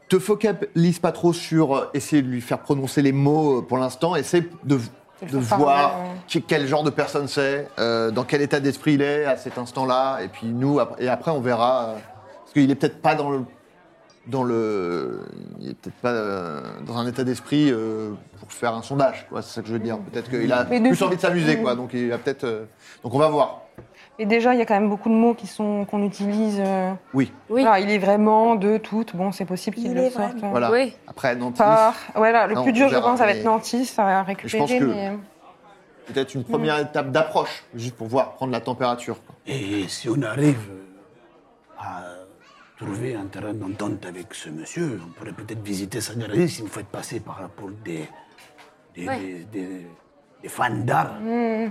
S2: te focalise pas trop sur euh, essayer de lui faire prononcer les mots euh, pour l'instant. Essaie de,
S7: le
S2: de
S7: faire
S2: voir
S7: parler, ouais.
S2: qui- quel genre de personne c'est, euh, dans quel état d'esprit il est à cet instant-là. Et puis nous, ap- et après, on verra. euh, parce qu'il est peut-être pas dans le. Dans le, il est peut-être pas euh, dans un état d'esprit euh, pour faire un sondage, quoi. C'est ça que je veux dire. Peut-être qu'il a
S7: Mais Mm. de
S2: plus
S7: toute-
S2: envie de s'amuser, quoi. Donc il a peut-être. euh, donc on va voir.
S7: Et déjà, il y a quand même beaucoup de mots qui sont qu'on utilise. euh,
S2: Oui.
S6: Oui.
S7: voilà, il est vraiment de toutes. Bon, c'est possible qu'il
S3: Il
S7: le
S3: est
S7: sorte.
S3: vraiment.
S7: euh,
S2: Voilà.
S6: Oui.
S2: Après, Nantis,
S7: Par... Voilà, le
S2: Non,
S7: plus dur,
S2: on
S7: je
S2: verra,
S7: pense, ça va
S2: mais-
S7: être Nantis à récupérer.
S2: que-
S7: mais- euh.
S2: peut-être une première
S6: Mm.
S2: étape d'approche, juste pour voir, prendre la température. quoi.
S8: Et si on arrive à trouver un terrain d'entente avec ce monsieur, on pourrait peut-être visiter sa galerie si vous faites passer par, pour des, des,
S6: Ouais.
S8: des- des- des fans d'art.
S7: Mm.
S6: Mm,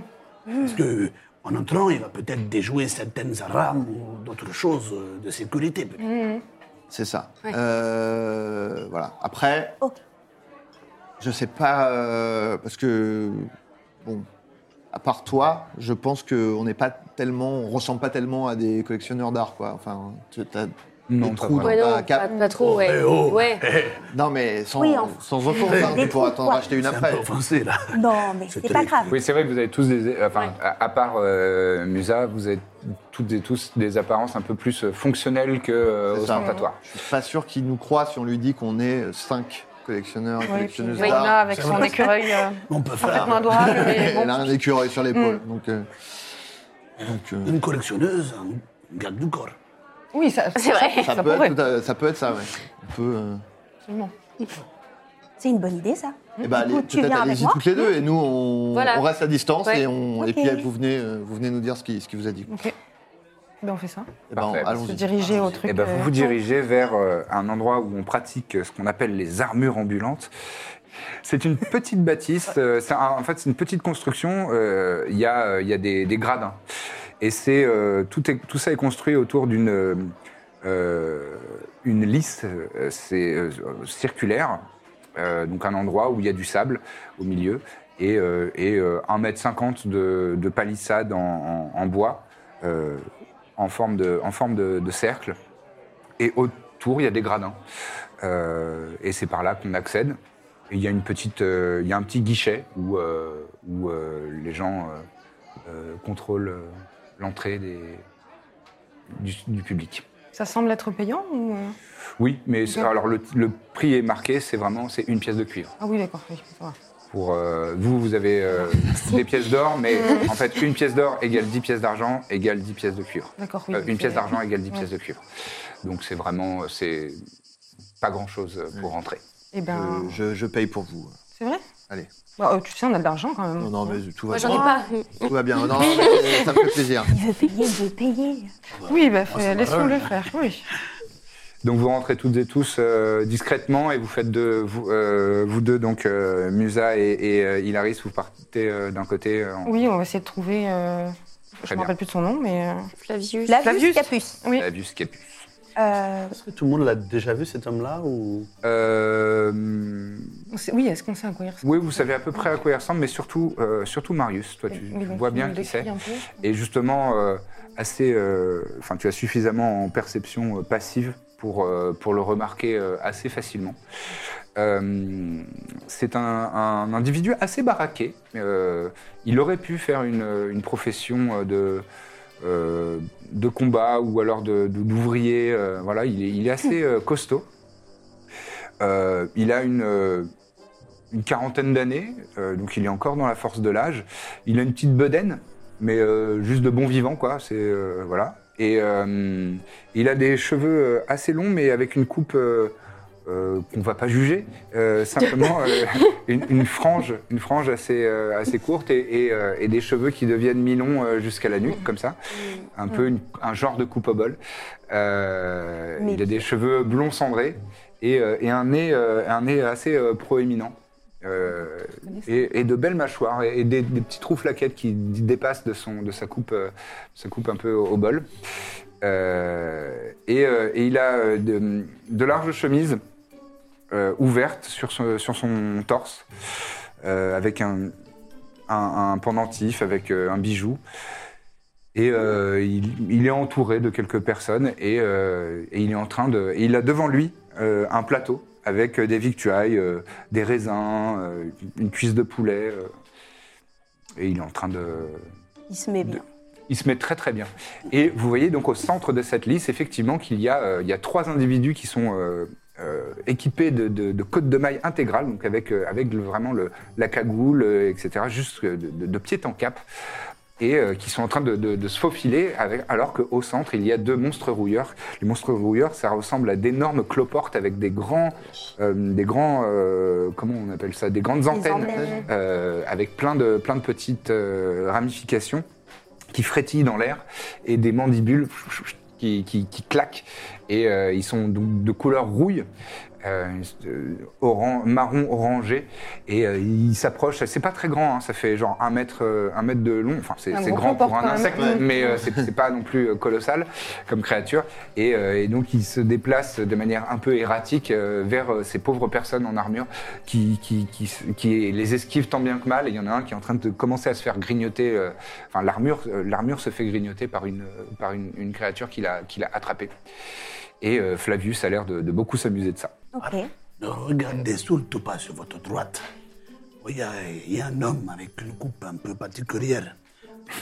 S8: Parce que en entrant, il va peut-être déjouer certaines arames ou d'autres choses de sécurité. peut-être.
S6: mm,
S2: C'est ça.
S6: Ouais. Oh.
S2: Euh, voilà. Après,
S3: Ok.
S2: je sais pas, euh, parce que, bon, à part toi, je pense qu'on n'est pas tellement, on ressemble pas tellement à des collectionneurs d'art, quoi. Enfin, tu as
S1: Non,
S2: des
S1: pas
S2: trous dans
S1: vraiment.
S6: Ouais, non,
S2: ta
S6: pas,
S2: cape.
S6: pas trop, ouais.
S8: eh oh.
S6: Ouais.
S2: Non, mais sans,
S3: Oui, enfin.
S2: sans offense,
S3: Des
S2: hein, tu
S3: trous,
S2: pourras t'en
S3: quoi.
S2: racheter une
S8: C'est un
S2: après.
S8: peu offensé, là.
S3: Non, mais c'est pas
S8: très-
S3: grave.
S1: Oui, c'est vrai que vous avez tous des. Enfin, à, à part euh, Musa, vous avez toutes et tous des apparences un peu plus euh, fonctionnelles que euh,
S2: C'est ça.
S1: ostentatoires.
S2: Je suis pas sûr qu'il nous croit si on lui dit qu'on est cinq collectionneurs et
S7: Oui, puis
S2: collectionneuses
S7: oui, là,
S2: d'art.
S7: avec son écureuil euh,
S8: On peut
S7: complètement
S8: faire
S7: adorable. mais bon.
S2: Elle a un écureuil sur l'épaule, donc. euh, donc, euh,
S8: une collectionneuse en garde du corps.
S7: Oui, ça,
S6: C'est vrai.
S2: Ça,
S7: ça
S2: peut
S7: pourrait.
S2: être, tout à- ça peut être ça, ouais. On peut. euh,
S7: absolument.
S3: C'est une bonne idée ça.
S2: eh ben, allez,
S3: coup, tu
S2: peut-être
S3: viens
S2: allez-y
S3: avec moi
S2: toutes les deux et nous on,
S6: Voilà.
S2: on reste à distance
S6: Ouais.
S2: et on et
S3: Ok.
S2: puis vous venez euh, vous venez nous dire ce qui ce qui vous a dit.
S7: Ok. Ben, on fait ça.
S2: Eh ben,
S1: Parfait.
S7: Se
S2: allons-y.
S7: diriger au truc.
S1: Eh ben, vous
S7: euh,
S1: vous dirigez vers euh, un endroit où on pratique euh, ce qu'on appelle les armures ambulantes. C'est une petite bâtisse, euh, c'est un- en fait c'est une petite construction, euh, il y a, euh, il y a des, des gradins. Et c'est, euh, tout, est- tout ça est construit autour d'une euh, euh, une lisse euh, c'est, euh, circulaire, euh, donc un endroit où il y a du sable au milieu, et, euh, et euh, 1,50 m de, de palissade en, en- en bois, euh, en forme de, en forme de- de cercle. Et autour, il y a des gradins. Euh, et c'est par là qu'on accède. Et Il y a une petite, euh, il y a un petit guichet où, euh, où euh, les gens euh, euh, contrôlent euh, l'entrée des, du, du public.
S7: Ça semble être payant ou... euh
S1: Oui, mais c'est- alors le, le prix est marqué, c'est vraiment c'est une pièce de cuivre.
S7: Ah oui, d'accord, oui, ça va.
S1: Pour euh, vous, vous avez euh, des pièces d'or, mais
S7: Euh,
S1: en fait une pièce d'or égale 10 pièces d'argent égale 10 pièces de cuivre.
S7: D'accord, oui.
S1: Euh, une
S7: ok.
S1: pièce d'argent égale 10
S7: Ouais.
S1: pièces de cuivre. Donc c'est vraiment, euh, c'est pas grand chose pour rentrer.
S7: Eh ben,
S2: Euh, je, je paye pour vous.
S7: c'est vrai
S2: Allez.
S7: Bah, euh, tu sais, on a de l'argent quand même.
S2: Non, non, mais tout va
S6: Moi,
S2: bien.
S6: j'en ai pas.
S2: Tout va bien. Non, non, mais euh, ça me fait plaisir.
S3: Il veut payer, il veut payer.
S7: Oui, bah,
S2: Ah,
S7: fais- laissons-le faire, oui.
S1: Donc vous rentrez toutes et tous euh, discrètement et vous faites deux, vous, euh, vous deux, donc euh, Musa et, et, euh, Hilaris, vous partez euh, d'un côté. euh, en-
S7: Oui, on va essayer de trouver... euh, Je
S1: Très
S7: me
S1: bien.
S7: rappelle plus de son nom, mais... euh,
S6: Flavius.
S3: La
S7: Flavius.
S3: Capus.
S7: Oui.
S1: La vue, ce qui est plus.
S3: Euh,
S4: Est-ce que tout le monde l'a déjà vu, cet homme-là ou...
S1: Euh, hum,
S7: on sait- Oui, est-ce qu'on sait à quoi il ressemble
S1: oui, vous savez à peu près à quoi il ressemble, mais surtout, euh, surtout Marius. Toi, tu,
S7: Oui,
S1: tu
S7: donc,
S1: vois
S7: tu
S1: bien
S7: nous
S1: qui c'est.
S7: décris un peu
S1: Et justement, euh, assez, euh, enfin, tu as suffisamment en perception euh, passive pour, euh, pour le remarquer euh, assez facilement. Euh, c'est un, un individu assez baraqué. Euh, il aurait pu faire une, une profession euh, de, euh, de combat ou alors de- de- d'ouvrier. euh, voilà, il est, il est assez euh, costaud. Euh, il a une, euh, une quarantaine d'années, euh, donc il est encore dans la force de l'âge. Il a une petite bedaine, mais euh, juste de bon vivant, quoi. C'est euh, voilà. Et euh, il a des cheveux euh, assez longs, mais avec une coupe euh, euh, qu'on va pas juger, euh, simplement euh, une, une frange, une frange assez euh, assez courte et, et, euh, et des cheveux qui deviennent mi-longs euh, jusqu'à la nuque, comme ça. Un peu une- un genre de coupe au bol. Euh,
S3: Mais-
S1: il a des cheveux blonds cendrés et, euh, et un nez euh, un nez assez euh, proéminent. Euh, et, et de belles mâchoires et, et des, des petits trous flaquettes qui d- dépassent de, son, de sa, coupe, euh, sa coupe un peu au, au bol. Euh, et, euh, et il a euh, de, de larges chemises euh, ouvertes sur, ce- sur son torse euh, avec un, un- un pendentif, avec euh, un bijou. Et euh, il, il est entouré de quelques personnes et, euh, et il est en train de. et il a devant lui euh, un plateau avec euh, des victuailles, euh, des raisins, euh, une cuisse de poulet. euh, et il est en train de.
S3: il se met bien.
S1: Il se met très très bien. Et vous voyez donc au centre de cette liste, effectivement, qu'il y, a, euh, il y a trois individus qui sont euh, euh, équipés de, de, de côtes de mailles intégrales, donc avec, euh, avec le- vraiment le, la cagoule, euh, etc., juste de, de, de pied en cap, et euh, qui sont en train de, de- de se faufiler, avec, alors qu'au centre, il y a deux monstres rouilleurs. Les monstres rouilleurs, ça ressemble à d'énormes cloportes avec des grands. euh, des grands euh, comment on appelle ça Des grandes antennes,
S6: antennes.
S1: euh, avec plein de, plein de petites euh, ramifications qui frétillent dans l'air et des mandibules qui, qui- qui claquent. Et euh, ils sont donc de couleur rouille, euh, euh, oran- marron orangé. Et euh, ils s'approchent. C'est pas très grand, hein, ça fait genre un mètre, euh, un mètre de long. Enfin, c'est
S7: Un
S1: c'est
S7: gros
S1: grand pour
S7: porc,
S1: un
S7: quand même.
S1: insecte,
S7: Ouais.
S1: mais euh, c'est c'est pas non plus euh, colossal comme créature. Et, euh, et donc ils se déplacent de manière un peu erratique euh, vers euh, ces pauvres personnes en armure qui, qui, qui, s- qui les esquivent tant bien que mal. Et il y en a un qui est en train de commencer à se faire grignoter. euh, Enfin, l'armure, euh, l'armure se fait grignoter par une, euh, par une, une créature qui l'a, qui l'a attrapé. Et euh, Flavius a l'air de, de beaucoup s'amuser de ça.
S3: Ok.
S8: Ne regardez surtout pas sur votre droite. Oh, Il y, a, il y a un homme avec une coupe un peu particulière.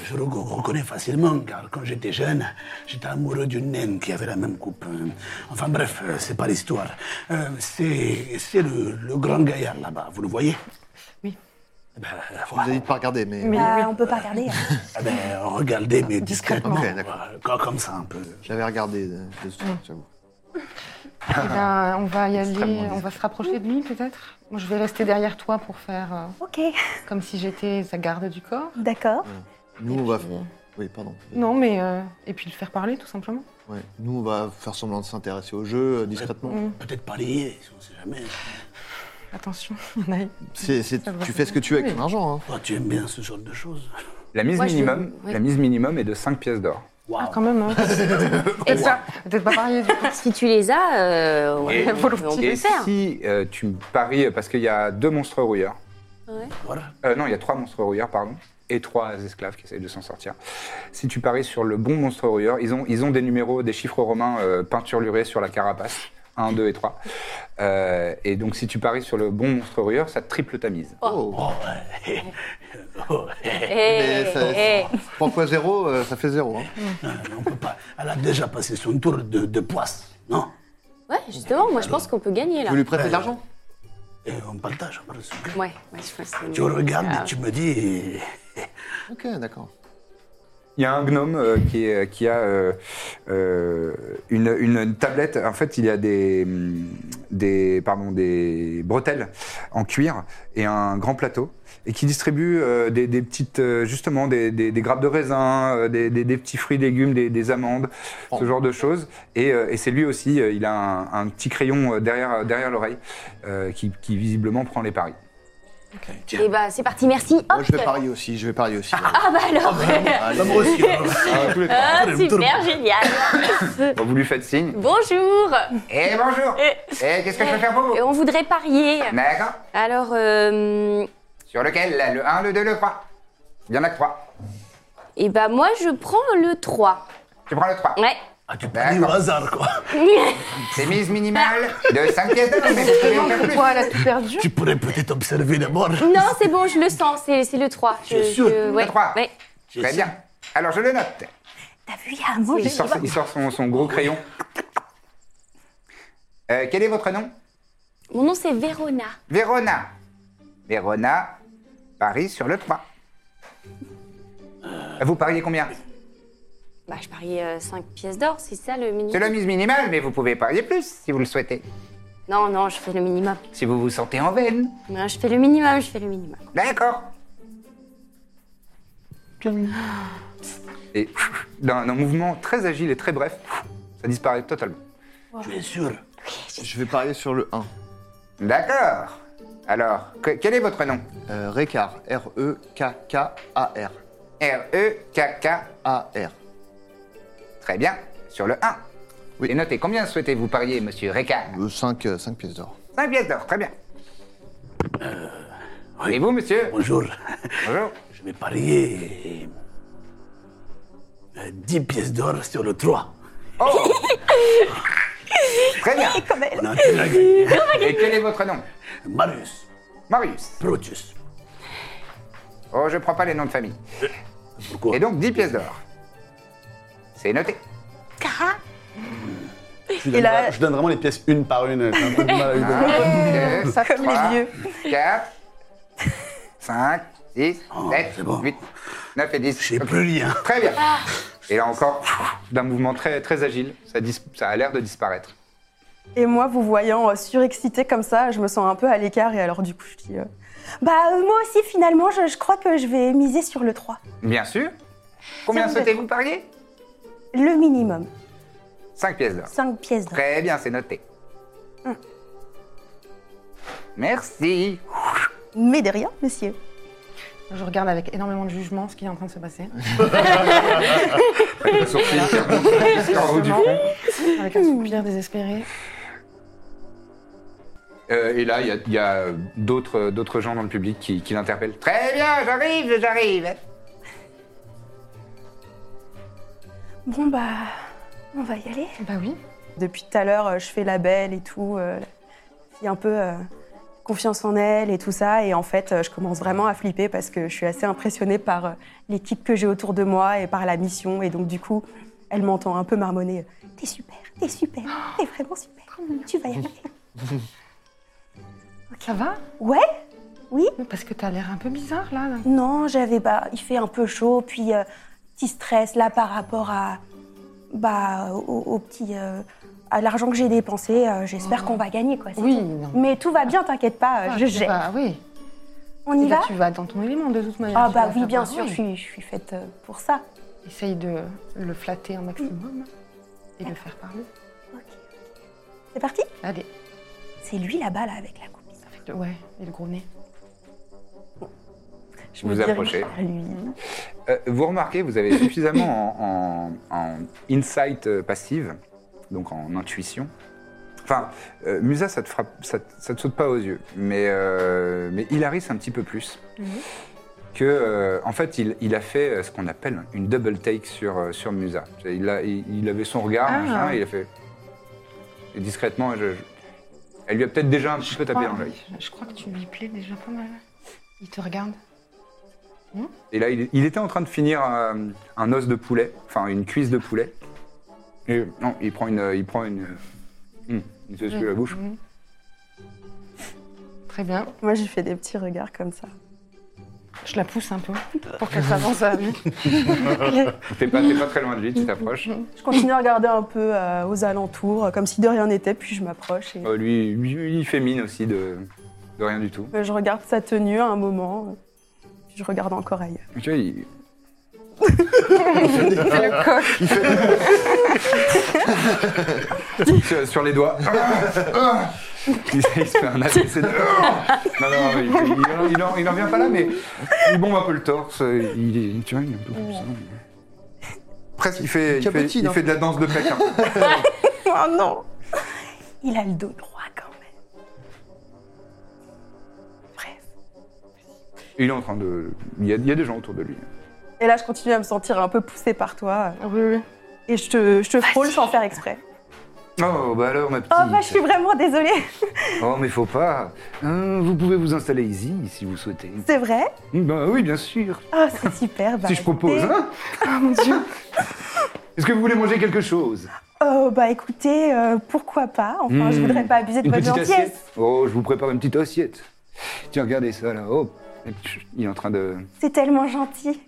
S8: Je le reconnais facilement car quand j'étais jeune, j'étais amoureux d'une naine qui avait la même coupe. Euh, Enfin bref, euh, c'est pas l'histoire. Euh, c'est c'est le, le grand gaillard là-bas, vous le voyez
S7: Oui.
S8: Eh ben,
S2: Je vous
S8: voilà.
S2: ai dit de pas regarder, mais.
S7: Mais
S3: Ah,
S7: oui.
S3: on peut pas regarder. hein.
S8: Eh ben, regardez, mais discrètement.
S2: Ok, d'accord.
S8: voilà, comme- comme ça un peu.
S2: J'avais regardé, euh, de ce- j'avoue.
S7: Eh ben, on va y aller,
S2: Extrêmement
S7: on va se rapprocher de lui peut-être. Moi, je vais rester derrière toi pour faire euh,
S3: Ok,
S7: comme si j'étais sa garde du corps.
S3: d'accord.
S2: Nous, on va, Oui, pardon.
S7: Non, mais. euh, et puis le faire parler, tout simplement.
S2: Ouais. Nous, on va faire semblant de s'intéresser au jeu euh, discrètement.
S7: Mm.
S8: Mmh. Peut-être pas lié, on sait jamais.
S7: Attention, on a-
S2: C'est- c'est-
S7: Ça va.
S2: tu fais ce que tu veux avec
S7: Oui.
S2: ton argent. Hein.
S8: Toi, Oh, tu aimes bien ce genre de choses.
S1: La mise,
S6: Moi, je vais-
S1: minimum,
S6: oui.
S1: la mise minimum est de 5 pièces d'or.
S7: Ah, quand même, hein. Peut-être ça. Peut-être pas parier, du coup.
S6: Si tu les as, euh, on,
S1: Et-
S6: on peut
S1: Et
S6: le faire.
S1: si euh, tu me paries, parce qu'il y a deux monstres rouilleurs,
S8: Voilà.
S1: Euh, non, il y a trois monstres rouilleurs, pardon, et trois esclaves qui essayent de s'en sortir. Si tu paries sur le bon monstre rouilleur, ils ont, ils ont des numéros, des chiffres romains euh, peinturlurés sur la carapace. 1, 2 et 3. et donc, si tu paries sur le bon monstre rouilleur, ça triple ta mise.
S2: Oh.
S8: Oh,
S6: Eh,
S2: Mais ça-
S6: eh.
S2: 3 fois 0, ça fait hein. 0.
S8: on peut pas. Elle a déjà passé son tour de, de poisse, non
S6: Ouais, justement, moi je pense qu'on peut gagner là.
S2: Tu veux lui prêter de l'argent
S8: Et Eh, on partage. on partage.
S6: Ouais, ouais, je pense que-
S8: Tu regardes
S6: Ah.
S8: et tu me dis. eh,
S2: Ok, d'accord.
S1: Il y a un gnome euh, qui, est- qui a euh, euh, une, une- une tablette. En fait, il y a des, hum, des, pardon, des bretelles en cuir et un grand plateau et qui distribue euh, des, des petites, euh, justement, des, des- des grappes de raisin, euh, des, des- des petits fruits, légumes, des, des amandes, ce
S6: Oh.
S1: genre de choses. Et, euh, et c'est lui aussi, euh, il a un, un petit crayon euh, derrière, derrière l'oreille euh, qui, qui visiblement prend les paris.
S6: Eh bah, c'est parti, merci. Hop.
S2: Moi, je vais parier aussi, je vais parier aussi.
S6: Ah bah alors.
S2: Allez.
S8: Moi aussi,
S6: Ah,
S8: Allez, tout le
S6: super, génial.
S1: Bon, vous lui faites signe.
S6: Bonjour.
S1: Eh bonjour
S6: Eh,
S1: Eh, qu'est-ce que je peux faire pour vous
S6: Et on voudrait parier.
S1: D'accord
S6: Alors, euh,
S1: Sur lequel là, Le 1, le 2, le 3. Il y en a que 3.
S6: eh bah moi je prends le 3.
S1: Tu prends le 3.
S6: Ouais.
S8: Ah, tu paries au
S1: D'accord.
S8: hasard, quoi.
S1: C'est mise minimale de 5 pièces d'or, mais vous pouvez en faire plus.
S7: Pourquoi elle a tout perdu
S8: Tu pourrais peut-être observer d'abord.
S6: Non, c'est bon, je le sens, c'est c'est le 3. Je,
S8: Bien sûr,
S6: je- ouais.
S1: le 3.
S6: Ouais.
S1: Très bien. Alors je le note.
S3: T'as vu, il y a un
S6: Oh,
S3: mot,
S1: Il sort, il sort son, son gros crayon. Euh, quel est votre nom
S6: Mon nom c'est Vérona.
S1: Vérona. Vérona parie sur le 3. Vous pariez combien
S6: Bah je parie 5 pièces d'or, c'est ça le minimum
S1: C'est la mise minimale, mais vous pouvez parier plus si vous le souhaitez.
S6: Non, non, je fais le minimum.
S1: Si vous vous sentez en veine.
S6: Non, je fais le minimum, je fais le minimum.
S1: D'accord. Et d'un d'un mouvement très agile et très bref, ça disparaît totalement.
S8: Tu es sûr
S2: Je vais parier sur le 1.
S1: D'accord. Alors, que- quel est votre nom
S2: Euh, E Rekar, R-E-K-K-A-R.
S1: E R-E-K-K.
S2: A-R.
S1: Très bien. Sur le 1.
S2: Oui.
S1: Et notez, combien souhaitez-vous parier, monsieur Ricard
S2: Euh, 5, 5 pièces d'or.
S1: 5 pièces d'or, très bien.
S8: oui.
S1: Et vous, monsieur
S8: Bonjour.
S1: Bonjour.
S8: Je vais parier. euh, 10 pièces d'or sur le 3.
S1: Oh Très bien.
S8: On a déjà gagné.
S1: Et quel est votre nom
S8: Marius,
S1: Marius.
S8: Protus.
S1: Oh, je prends pas les noms de famille.
S8: Euh, Pourquoi
S1: Et donc 10 pièces d'or. C'est noté.
S4: Je donne,
S3: là-
S4: je donne vraiment les pièces une par une. J'ai un peu de
S8: Ah,
S4: mal à lui donner.
S2: Ah.
S1: Deux,
S5: Ça, comme les
S1: trois,
S5: vieux.
S1: 4, 5, 6,
S8: Oh,
S1: 7,
S8: c'est bon.
S1: 8, 9 et 10.
S8: Je sais plus rien.
S1: Très bien.
S5: Ah.
S1: Et là encore, d'un mouvement très, très agile, ça, dis- ça a l'air de disparaître.
S3: Et moi, vous voyant euh, surexcitée comme ça, je me sens un peu à l'écart. Et alors, du coup, je dis euh, Bah, euh, moi aussi, finalement, je, je crois que je vais miser sur le 3.
S1: Bien sûr. Combien
S3: Cinq
S1: souhaitez-vous parier
S3: Le minimum.
S1: 5 pièces d'or.
S3: 5 pièces d'or.
S1: Très bien, c'est noté.
S3: Hum.
S1: Merci.
S3: Mais de rien, monsieur.
S7: Je regarde avec énormément de jugement ce qui est en train de se passer.
S3: Ah.
S1: Le sourcil qui remonte jusqu'en haut du front.
S7: Avec un soupir désespéré.
S1: Euh, et là, il y a- il y a, euh, d'autres d'autres gens dans le public qui, qui l'interpellent. Très Eh bien, j'arrive, j'arrive.
S3: Bon, bah, on va y aller.
S7: Bah oui.
S3: Depuis tout à l'heure, euh, je fais la belle et tout. euh, la fille un peu euh, confiance en elle et tout ça. Et en fait, euh, je commence vraiment à flipper parce que je suis assez impressionnée par euh, l'équipe que j'ai autour de moi et par la mission. Et donc, du coup, elle m'entend un peu marmonner euh, T'es super, t'es super, t'es vraiment super. Tu vas y arriver.
S7: Ça va
S3: Ouais
S7: Non, Parce que t'as l'air un peu bizarre là.
S3: Non, j'avais bah, il fait un peu chaud, puis euh, petit stress là par rapport à bah au, au petit euh, à l'argent que j'ai dépensé. euh, J'espère qu'on va gagner quoi. c'est
S7: Oh. Oui,
S3: tout.
S7: non.
S3: Mais tout va bien, t'inquiète pas, euh,
S7: Ah,
S3: je
S7: tu
S3: gère.
S7: vas- oui.
S3: On y
S7: Et là,
S3: va
S7: Eh ben, tu vas dans ton élément de toute manière.
S3: Ah
S7: tu
S3: bah
S7: vas
S3: oui,
S7: faire
S3: bien
S7: un-
S3: sûr,
S7: oui.
S3: je suis, je suis faite euh, pour ça.
S7: Essaye de le flatter un maximum et de le faire parler.
S3: Ok. C'est parti
S7: Allez,
S3: C'est lui là-bas, là, avec la coupe.
S7: avec le- ouais, et le gros nez.
S3: Je
S1: Vous
S3: me dirige
S1: approchez.
S3: vers lui.
S1: Euh, vous remarquez, vous avez suffisamment en, en- en insight euh, passive, donc en intuition. Enfin, euh, Musa, ça te, frappe, ça, te- ça te saute pas aux yeux, mais, euh, mais Hilaris un petit peu plus.
S3: Mhm.
S1: Que, euh, en fait, il, il a fait euh, ce qu'on appelle une double take sur, euh, sur Musa. C'est-à-dire, Il, a- il- il avait son regard,
S7: Ah.
S1: machin, il a fait. Et discrètement, je- je- elle lui a peut-être déjà un petit peu tapé dans l'œil.
S7: Je crois que tu lui plais déjà pas mal. Il te regarde.
S1: Et là, il, il était en train de finir euh, un os de poulet, enfin une cuisse de poulet. Et non, il prend une, il prend une, hum, il se suit la bouche.
S7: Mhm. Très bien.
S3: Moi, j'ai fait des petits regards comme ça.
S7: Je la pousse un peu pour qu'elle s'avance à lui.
S1: T'es pas, t'es pas très loin de lui, tu t'approches.
S3: Je continue à regarder un peu euh, aux alentours, euh, comme si de rien n'était, puis je m'approche et
S1: Euh, lui, lui, il fait mine aussi de, de rien du tout.
S3: euh, je regarde sa tenue à un moment, euh, puis je regarde encore ailleurs.
S1: Tu vois, il-
S7: le coq.
S1: sur, sur les doigts. il, il se fait un AVC de... Non, non, il, il- il en, il en vient pas là, mais il bombe un peu le torse. Il est, tu vois, il est un peu comme ça. Presque, il fait, il fait,
S2: Cabotine,
S1: il
S2: hein.
S1: fait de la danse de pec un peu.
S3: Oh non Il a le dos droit quand même. Bref.
S1: Il est en train de. Il y, a, il y a des gens autour de lui.
S3: Et là, je continue à me sentir un peu poussée par toi. euh,
S7: Oui, oui.
S3: Et je te, je te frôle sans faire exprès.
S1: Oh, bah alors, ma petite.
S3: Oh, bah, je suis vraiment désolée.
S1: Oh, mais faut pas. Hein, vous pouvez vous installer ici, si vous souhaitez.
S3: C'est vrai
S1: Bah oui, bien sûr.
S3: Oh, c'est super. bah,
S1: si je propose,
S3: écoutez- Ah,
S1: hein Est-ce que vous voulez manger quelque chose
S3: Oh, bah, écoutez, euh, pourquoi pas Enfin, je
S1: Hmm.
S3: voudrais pas abuser de
S1: Une
S3: votre
S1: petite
S3: gentillesse.
S1: assiette Oh, je vous prépare une petite assiette. Tiens, regardez ça, là. Oh, et puis, chut, il est en train de.
S3: C'est tellement gentil.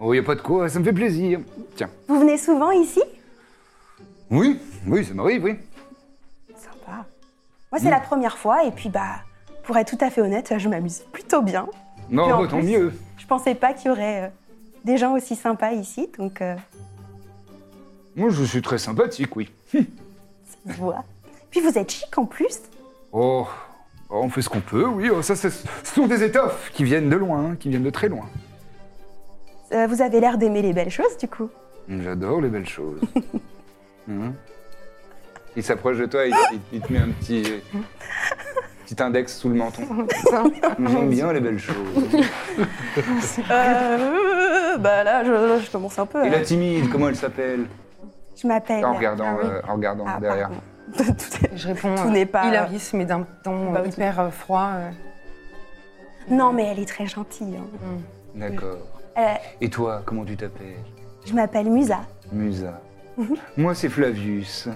S1: Oh, y a pas de quoi, ça me fait plaisir. Tiens.
S3: Vous venez souvent ici
S1: Oui, oui, ça m'arrive, oui.
S3: Sympa. Moi,
S1: Hmm.
S3: c'est la première fois, et puis, bah, pour être tout à fait honnête, je m'amuse plutôt bien. Puis
S1: Non,
S3: en
S1: bah, tant
S3: plus-
S1: mieux.
S3: Je pensais pas qu'il y aurait euh, des gens aussi sympas ici, donc euh,
S1: Moi, je suis très sympathique, oui.
S3: ça se voit. Puis vous êtes chic en plus.
S1: Oh, oh, on fait ce qu'on peut, oui. Oh, ça, c'est- ce sont des étoffes qui viennent de loin, hein, qui viennent de très loin.
S3: Euh, vous avez l'air d'aimer les belles choses, du coup.
S1: J'adore les belles choses. Hein Il s'approche de toi, il, il- il te met un petit, petit index sous le menton.
S3: Oh,
S1: J'aime bien les belles choses.
S3: Euh, bah là, je, je commence un peu.
S1: Et
S3: hein.
S1: la timide, comment elle s'appelle
S3: Je m'appelle.
S1: En regardant,
S7: Ah oui.
S1: euh, en regardant
S3: Ah,
S1: derrière.
S3: pardon. Tout est-
S7: Je réponds
S3: Tout
S7: euh,
S3: n'est pas-
S7: Hilaris, mais d'un ton
S3: Bah,
S7: euh,
S3: tout-
S7: hyper euh, froid. euh.
S3: non, mais elle est très gentille. hein.
S1: D'accord.
S3: Euh,
S1: Et toi, comment tu t'appelles
S3: je m'appelle Musa,
S1: Musa. Moi, c'est Flavius.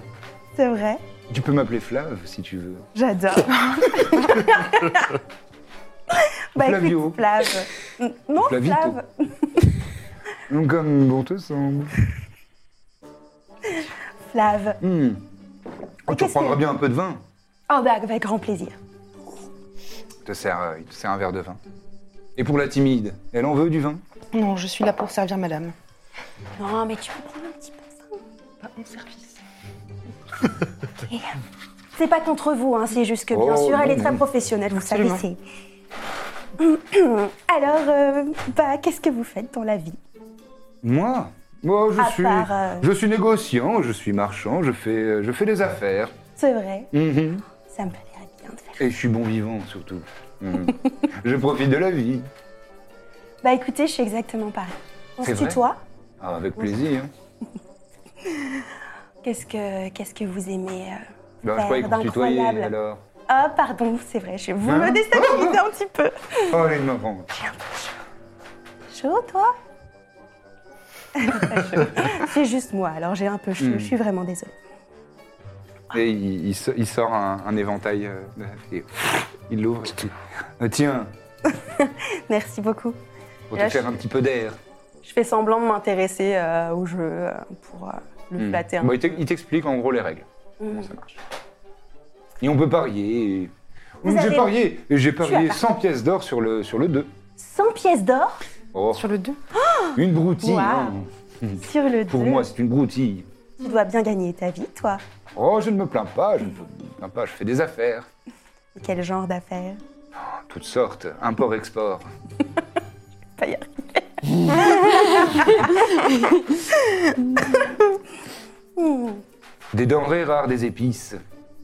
S3: c'est vrai.
S1: Tu peux m'appeler Flav si tu veux.
S3: J'adore. bah
S1: Flavio.
S3: écoute, Flav. Mm, Non,
S1: Flavito.
S3: Flav.
S1: Comme bon te semble. Oh,
S3: Flav.
S1: Hmm. Oh,
S3: Mais
S1: tu
S3: qu'est-ce
S1: reprendras
S3: que-
S1: bien un peu de vin.
S3: Oh, bah avec grand plaisir.
S1: Il te sert, euh, il te sert un verre de vin. Et pour la timide, elle en veut du vin
S7: Non, je suis là pour servir madame.
S3: Non, mais tu peux prendre un petit peu ça.
S7: Pas en service.
S3: C'est pas contre vous, hein, c'est juste que bien
S1: Oh,
S3: sûr, elle
S1: non,
S3: est très
S1: non.
S3: professionnelle, vous
S7: Absolument.
S3: savez, c'est. Alors, euh, bah, qu'est-ce que vous faites dans la vie
S1: Moi Moi, je
S3: À
S1: suis.
S3: part, euh,
S1: Je suis négociant, je suis marchand, je fais, euh, je fais des affaires.
S3: C'est vrai,
S1: Mhm.
S3: ça me plairait bien de faire.
S1: Et je suis bon vivant, surtout. Mhm. je profite de la vie.
S3: Bah écoutez, je suis exactement pareil. On se
S1: C'est vrai
S3: tutoie
S1: Ah, avec plaisir.
S3: Qu'est-ce que qu'est-ce que vous aimez euh
S1: Ben, je croyais qu'on se tutoyait,
S3: D'incroyable.
S1: alors.
S3: Ah pardon, c'est vrai, je vous
S1: Hein
S3: me déstabilisez un petit peu.
S1: Oh, allez, de ma prendre.
S3: Chaud, toi Pas chaud. C'est juste moi, alors j'ai un peu chaud,
S1: Hmm.
S3: je suis vraiment désolée.
S1: Et il, il so- il sort un, un éventail euh, et il l'ouvre. et tout. Euh, tiens,
S3: Merci beaucoup.
S1: pour
S3: Et
S1: te
S3: là,
S1: faire
S3: je-
S1: un petit peu d'air.
S3: Je fais semblant de m'intéresser euh, au jeu euh, pour euh, le
S1: Hmm.
S3: flatter un
S1: Bon, il
S3: peu.
S1: t'ex- il t'explique en gros les règles.
S3: Hmm.
S1: Comment ça marche. Et on peut parier. et-
S3: Vous
S1: J'ai
S3: avez-
S1: parié, et j'ai
S3: as
S1: parié
S3: parié.
S1: 100 pièces d'or sur le, sur le 2.
S3: 100 pièces d'or
S1: Oh,
S7: Sur le 2
S1: une broutille.
S3: Waouh.
S1: hein.
S3: Sur le 2,
S1: Pour moi, c'est une broutille.
S3: tu dois bien gagner ta vie, toi.
S1: Oh, je ne me plains pas, je ne me plains pas, je fais des affaires.
S3: Et quel genre d'affaires
S1: Toutes sortes, import-export.
S3: Pas y arriver. Hmm.
S1: Des denrées rares, des épices.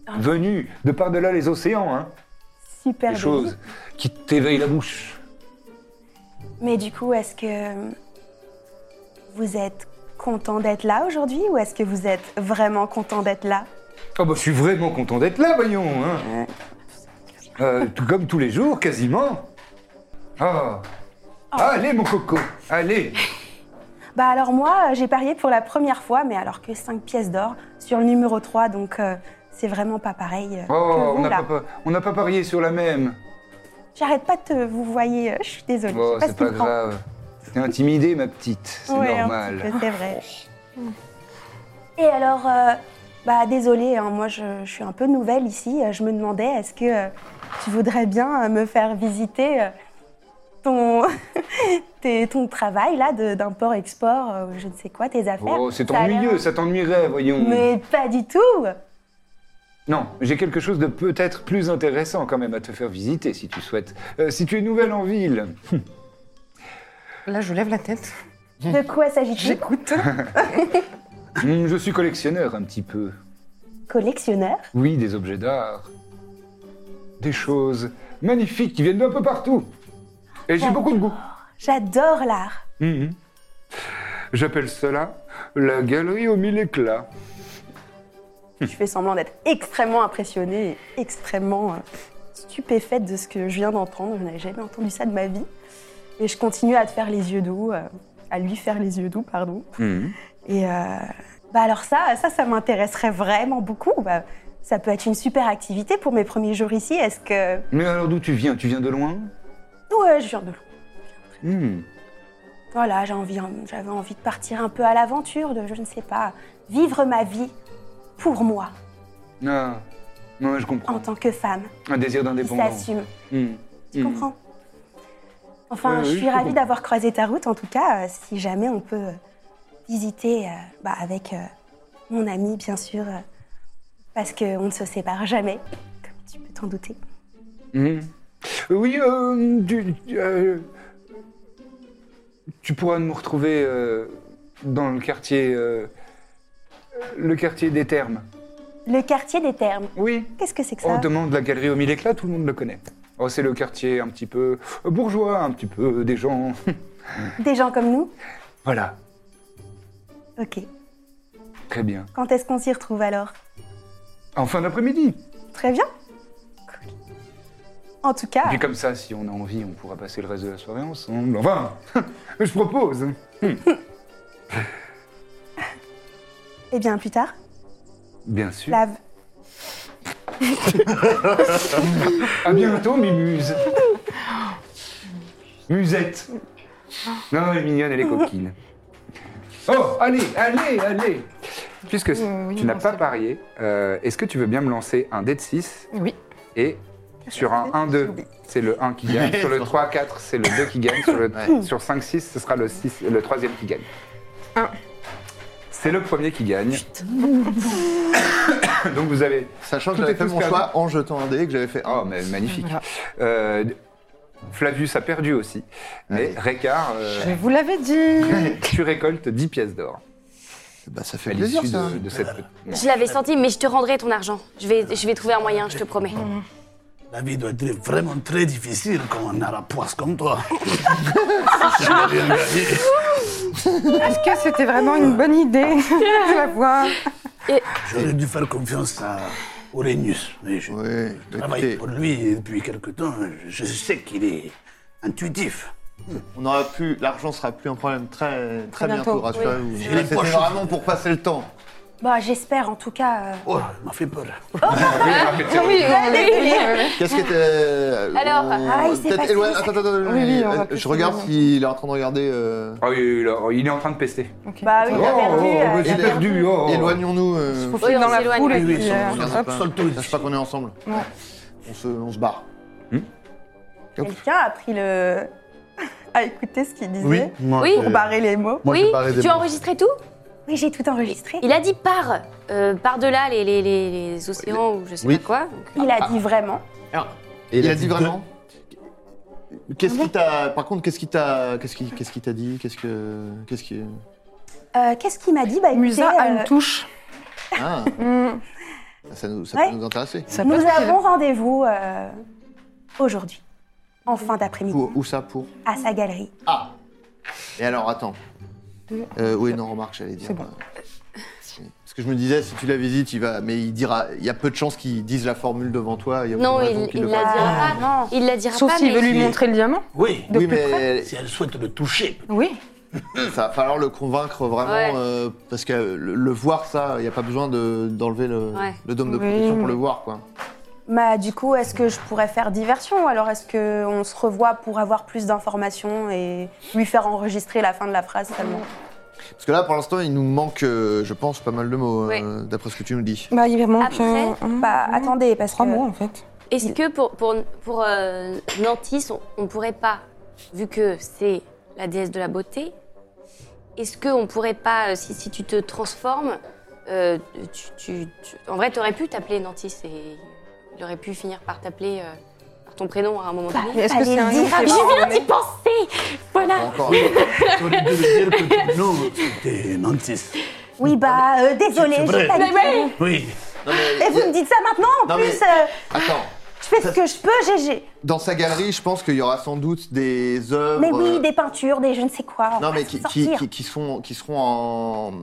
S3: Ah.
S1: Venues de par-delà les océans, hein.
S3: Super
S1: Des
S3: joli.
S1: choses qui t'éveillent la bouche.
S3: Mais du coup, est-ce que vous êtes content d'être là aujourd'hui ou est-ce que vous êtes vraiment content d'être là
S1: Oh bah, je suis vraiment content d'être là, voyons. hein. Euh, tout comme tous les jours, quasiment. Ah.
S3: Oh.
S1: Allez, mon coco, allez.
S3: Bah alors moi, euh, j'ai parié pour la première fois, mais alors que 5 pièces d'or sur le numéro 3, donc euh, c'est vraiment pas pareil euh,
S1: Oh,
S3: que
S1: on
S3: vous
S1: n'a
S3: là.
S1: pas, pa- on n'a pas parié sur la même.
S3: J'arrête pas de te vous voyez, euh, je suis désolée,
S1: Oh,
S3: je sais pas
S1: c'est
S3: ce qui
S1: pas
S3: me prend.
S1: grave. T'es intimidée, ma petite, c'est
S3: Ouais, un petit
S1: normal.
S3: peu, C'est vrai. Et alors, euh, bah désolée, hein, moi je, je suis un peu nouvelle ici. euh, Je me demandais, est-ce que euh, tu voudrais bien euh, me faire visiter euh, ton, tes- ton travail là de- d'import-export, euh, je ne sais quoi, tes affaires
S1: Oh, c'est
S3: Ça a l'air-
S1: ennuyeux, ça t'ennuierait, voyons.
S3: Mais pas du tout
S1: Non, j'ai quelque chose de peut-être plus intéressant quand même à te faire visiter si tu souhaites. Euh, si tu es nouvelle en ville,
S7: Là, je lève la tête.
S3: De quoi s'agit-il
S7: J'écoute.
S1: Hmm, je suis collectionneur un petit peu.
S3: Collectionneur
S1: Oui, des objets d'art. Des choses magnifiques qui viennent d'un peu partout. Et j'ai beaucoup de goût.
S3: J'adore l'art.
S1: Mhm. J'appelle cela la galerie aux mille éclats.
S3: Je fais semblant d'être extrêmement impressionnée et extrêmement euh, stupéfaite de ce que je viens d'entendre. Je n'avais jamais entendu ça de ma vie. Et je continue à te faire les yeux doux, euh, à lui faire les yeux doux, pardon. Et euh, bah alors ça, ça, ça m'intéresserait vraiment beaucoup. Bah, ça peut être une super activité pour mes premiers jours ici. Est-ce que...
S1: Mais alors d'où tu viens Tu viens de loin
S3: Ouais, je viens de loin.
S1: Hmm.
S3: Voilà, j'ai envie- j'avais envie de partir un peu à l'aventure, de, je ne sais pas, vivre ma vie pour moi,
S1: Ah, ouais, je
S3: en
S1: comprends.
S3: tant que femme,
S1: Un désir
S3: qui
S1: d'indépendance.
S3: s'assume.
S1: Hmm.
S3: Tu
S1: Hmm.
S3: comprends Enfin,
S1: Ouais,
S3: je
S1: oui,
S3: suis
S1: je
S3: ravie
S1: comprends.
S3: d'avoir croisé ta route, en tout cas, euh, si jamais on peut euh, visiter euh, bah, avec euh, mon ami, bien sûr, euh, parce qu'on ne se sépare jamais, comme tu peux t'en douter.
S1: Mhm. Euh, Oui, euh, du- du- euh, tu pourras me retrouver euh, dans le quartier, euh, le quartier des Thermes.
S3: Le quartier des thermes,
S1: Oui. Oh,
S3: qu'est-ce que c'est que
S1: On
S3: ça
S1: demande la galerie aux mille éclats, tout le monde le connaît. Oh, c'est le quartier un petit peu bourgeois, un petit peu des gens.
S3: Des gens comme nous
S1: voilà,
S3: Ok.
S1: très bien.
S3: Quand est-ce qu'on s'y retrouve alors
S1: En fin d'après-midi.
S3: Très bien. Cool. En tout
S1: Et
S3: cas,
S1: Puis comme ça, si on a envie, on pourra passer le reste de la soirée ensemble. Enfin, je propose.
S3: eh bien, plus tard,
S1: Bien sûr.
S3: lave.
S1: À bientôt, mes muses. Musette. Non, elle est mignonne, elle est coquine. Oh, allez, allez, allez. Puisque
S7: Euh, oui,
S1: tu n'as
S7: non,
S1: pas
S7: c'est-
S1: parié, euh, est-ce que tu veux bien me lancer un dé de 6
S7: Oui.
S1: et sur un 1-2, c'est le 1 qui gagne. Sur le 3-4, c'est le 2 qui gagne. Sur, le, sur 5-6, ce sera le, 6, le 3 qui gagne.
S7: Un.
S1: C'est le premier qui gagne. Donc vous avez
S2: Sachant que
S1: Tout est
S2: j'avais fait
S1: tous
S2: mon
S1: perdu.
S2: choix en jetant un dé et que j'avais fait
S1: Oh,
S2: un.
S1: mais magnifique. Euh, Flavius a perdu aussi. Mais Récard, euh,
S7: Je vous l'avais dit.
S1: tu récoltes 10 pièces d'or
S2: Bah, ça
S1: à
S2: fait plaisir
S1: l'issue
S2: ça.
S1: de, de cette. Non.
S6: Je l'avais senti, mais je te rendrai ton argent. Je vais, je vais trouver un moyen, je te promets.
S8: La vie doit être vraiment très difficile quand on a la poisse comme toi.
S7: Est-ce que c'était vraiment une bonne idée de la voir
S8: J'aurais dû faire confiance à Aurenius. Mais je
S2: Oui,
S8: travaille
S2: écoutez,
S8: pour lui depuis quelque temps. Je sais qu'il est intuitif.
S2: on aura plus, l'argent sera plus un problème très, très bientôt,
S7: bientôt,
S2: rassurez-vous.
S8: Oui.
S2: C'était vraiment pour passer le temps.
S3: Bah, j'espère en tout cas. euh,
S8: Oh, il m'a fait peur.
S2: Qu'est-ce qui était.
S6: Alors,
S3: ah, il s'est
S2: Euh, peut-être
S3: passé-
S2: éloigne- attends, attends, attends,
S7: Oui, oui, on
S2: euh,
S7: va
S2: je
S7: peut-être
S2: regarde
S7: éloigner.
S2: s'il est en train de regarder. euh,
S1: Oh, il, est- il est en train de pester.
S3: Bah oui,
S1: Oh,
S3: il a perdu.
S1: oh,
S3: euh,
S1: bah,
S3: il a
S1: j'ai perdu. oh.
S2: Éloignons-nous. euh,
S7: Il faut
S6: Oui,
S7: filer
S6: on
S7: dans la
S6: s'éloigne.
S7: foule et
S8: Oui, oui,
S7: puis,
S8: sans-
S7: euh,
S8: sans-
S7: hop.
S8: sans- Solto-
S2: Sache pas qu'on est ensemble.
S7: Ouais.
S2: On se, on se barre.
S3: Quelqu'un a pris le. à écouter ce qu'il disait
S4: Oui, moi,
S6: Oui.
S4: euh,
S3: pour barrer les mots.
S4: moi, je
S6: oui,
S4: parlais des
S6: tu as
S4: mots.
S6: enregistré tout
S3: Oui, j'ai tout enregistré.
S6: Il a dit par, euh, par-delà les, les, les- les océans ou je sais
S4: Oui.
S6: pas quoi. Donc,
S3: Il a dit vraiment.
S4: Et
S2: Il a dit
S4: deux-
S2: vraiment Qu'est-ce qui t'a. Par contre, qu'est-ce qui t'a. Qu'est-ce qui, qu'est-ce qui t'a dit Qu'est-ce que. Qu'est-ce qui.
S3: Euh, Qu'est-ce qu'il m'a dit Bah, écoutez,
S5: Musa a
S3: euh,
S5: une touche.
S2: Ah,
S5: Hmm,
S2: ça, nous, ça
S3: Ouais.
S2: peut nous intéresser.
S5: ça peut
S3: nous
S5: être-
S3: avons rendez-vous euh, aujourd'hui, en fin d'après-midi,
S2: Pour- où ça pour
S3: à sa galerie.
S2: Ah Et alors, attends. Euh, oui, non, remarque, j'allais dire.
S5: C'est bon.
S2: euh, si. Parce que je me disais, si tu la visites, il va. Mais il dira. Il y a peu de chances qu'il dise la formule devant toi. Il y a
S6: Non,
S2: peu de
S6: il,
S2: raisons qu'il
S6: il
S2: le
S6: la
S2: fasse.
S7: Ah,
S6: dira pas. Il la dira
S5: Sauf
S6: pas.
S5: s'il
S6: mais-
S5: veut lui
S2: si-
S5: montrer le diamant
S8: Oui,
S5: de
S2: Oui,
S5: plus près.
S2: mais
S8: si elle souhaite le toucher.
S5: Oui.
S2: ça va falloir le convaincre vraiment.
S6: Hmm. Ouais.
S2: euh, parce que le, le voir, ça, il n'y a pas besoin de- d'enlever le,
S6: Ouais.
S2: le dôme de
S5: Oui,
S2: protection
S5: mais-
S2: pour le voir, quoi.
S3: Bah, du coup, est-ce que je pourrais faire diversion Alors, est-ce qu'on se revoit pour avoir plus d'informations et lui faire enregistrer la fin de la phrase seulement
S2: Parce que là, pour l'instant, il nous manque, euh, je pense, pas mal de mots,
S6: Ouais.
S2: euh, d'après ce que tu nous dis.
S5: Bah, il manque
S6: Après,
S5: euh, un-
S3: Bah,
S5: un-
S3: attendez, parce
S5: Trois
S3: que.
S5: mots en fait.
S6: Est-ce que pour, pour, pour euh, Nantis, on, on pourrait pas, vu que c'est la déesse de la beauté, est-ce qu'on pourrait pas, euh, si, si tu te transformes, euh, tu, tu- tu- en vrai, t'aurais pu t'appeler Nantis et il aurait pu finir par t'appeler euh, par ton prénom à un moment donné.
S5: Mais est-ce que
S3: fallait
S5: c'est un
S3: le dire.
S5: nom qui est
S6: Je
S5: vraiment
S6: Ah, viens d'y
S5: donné
S6: penser Voilà
S2: Encore.
S8: T'aurais dû me dire que ton nom, c'était Nantis.
S3: Oui, bah, euh, désolé,
S8: C'est vrai.
S3: j'ai pas dit.
S8: Oui.
S2: Non, mais-
S3: Et vous me dites ça maintenant En
S2: Non,
S3: plus,
S2: mais-
S3: euh,
S2: Attends,
S3: je fais ce que je peux, GG.
S2: dans sa galerie, je pense qu'il y aura sans doute des œuvres.
S3: Mais oui,
S2: euh,
S3: des peintures, des je ne sais quoi. on
S2: Non,
S3: va
S2: mais
S3: s'en
S2: qui, qui,
S3: sortir.
S2: qui, qui sont, qui seront en,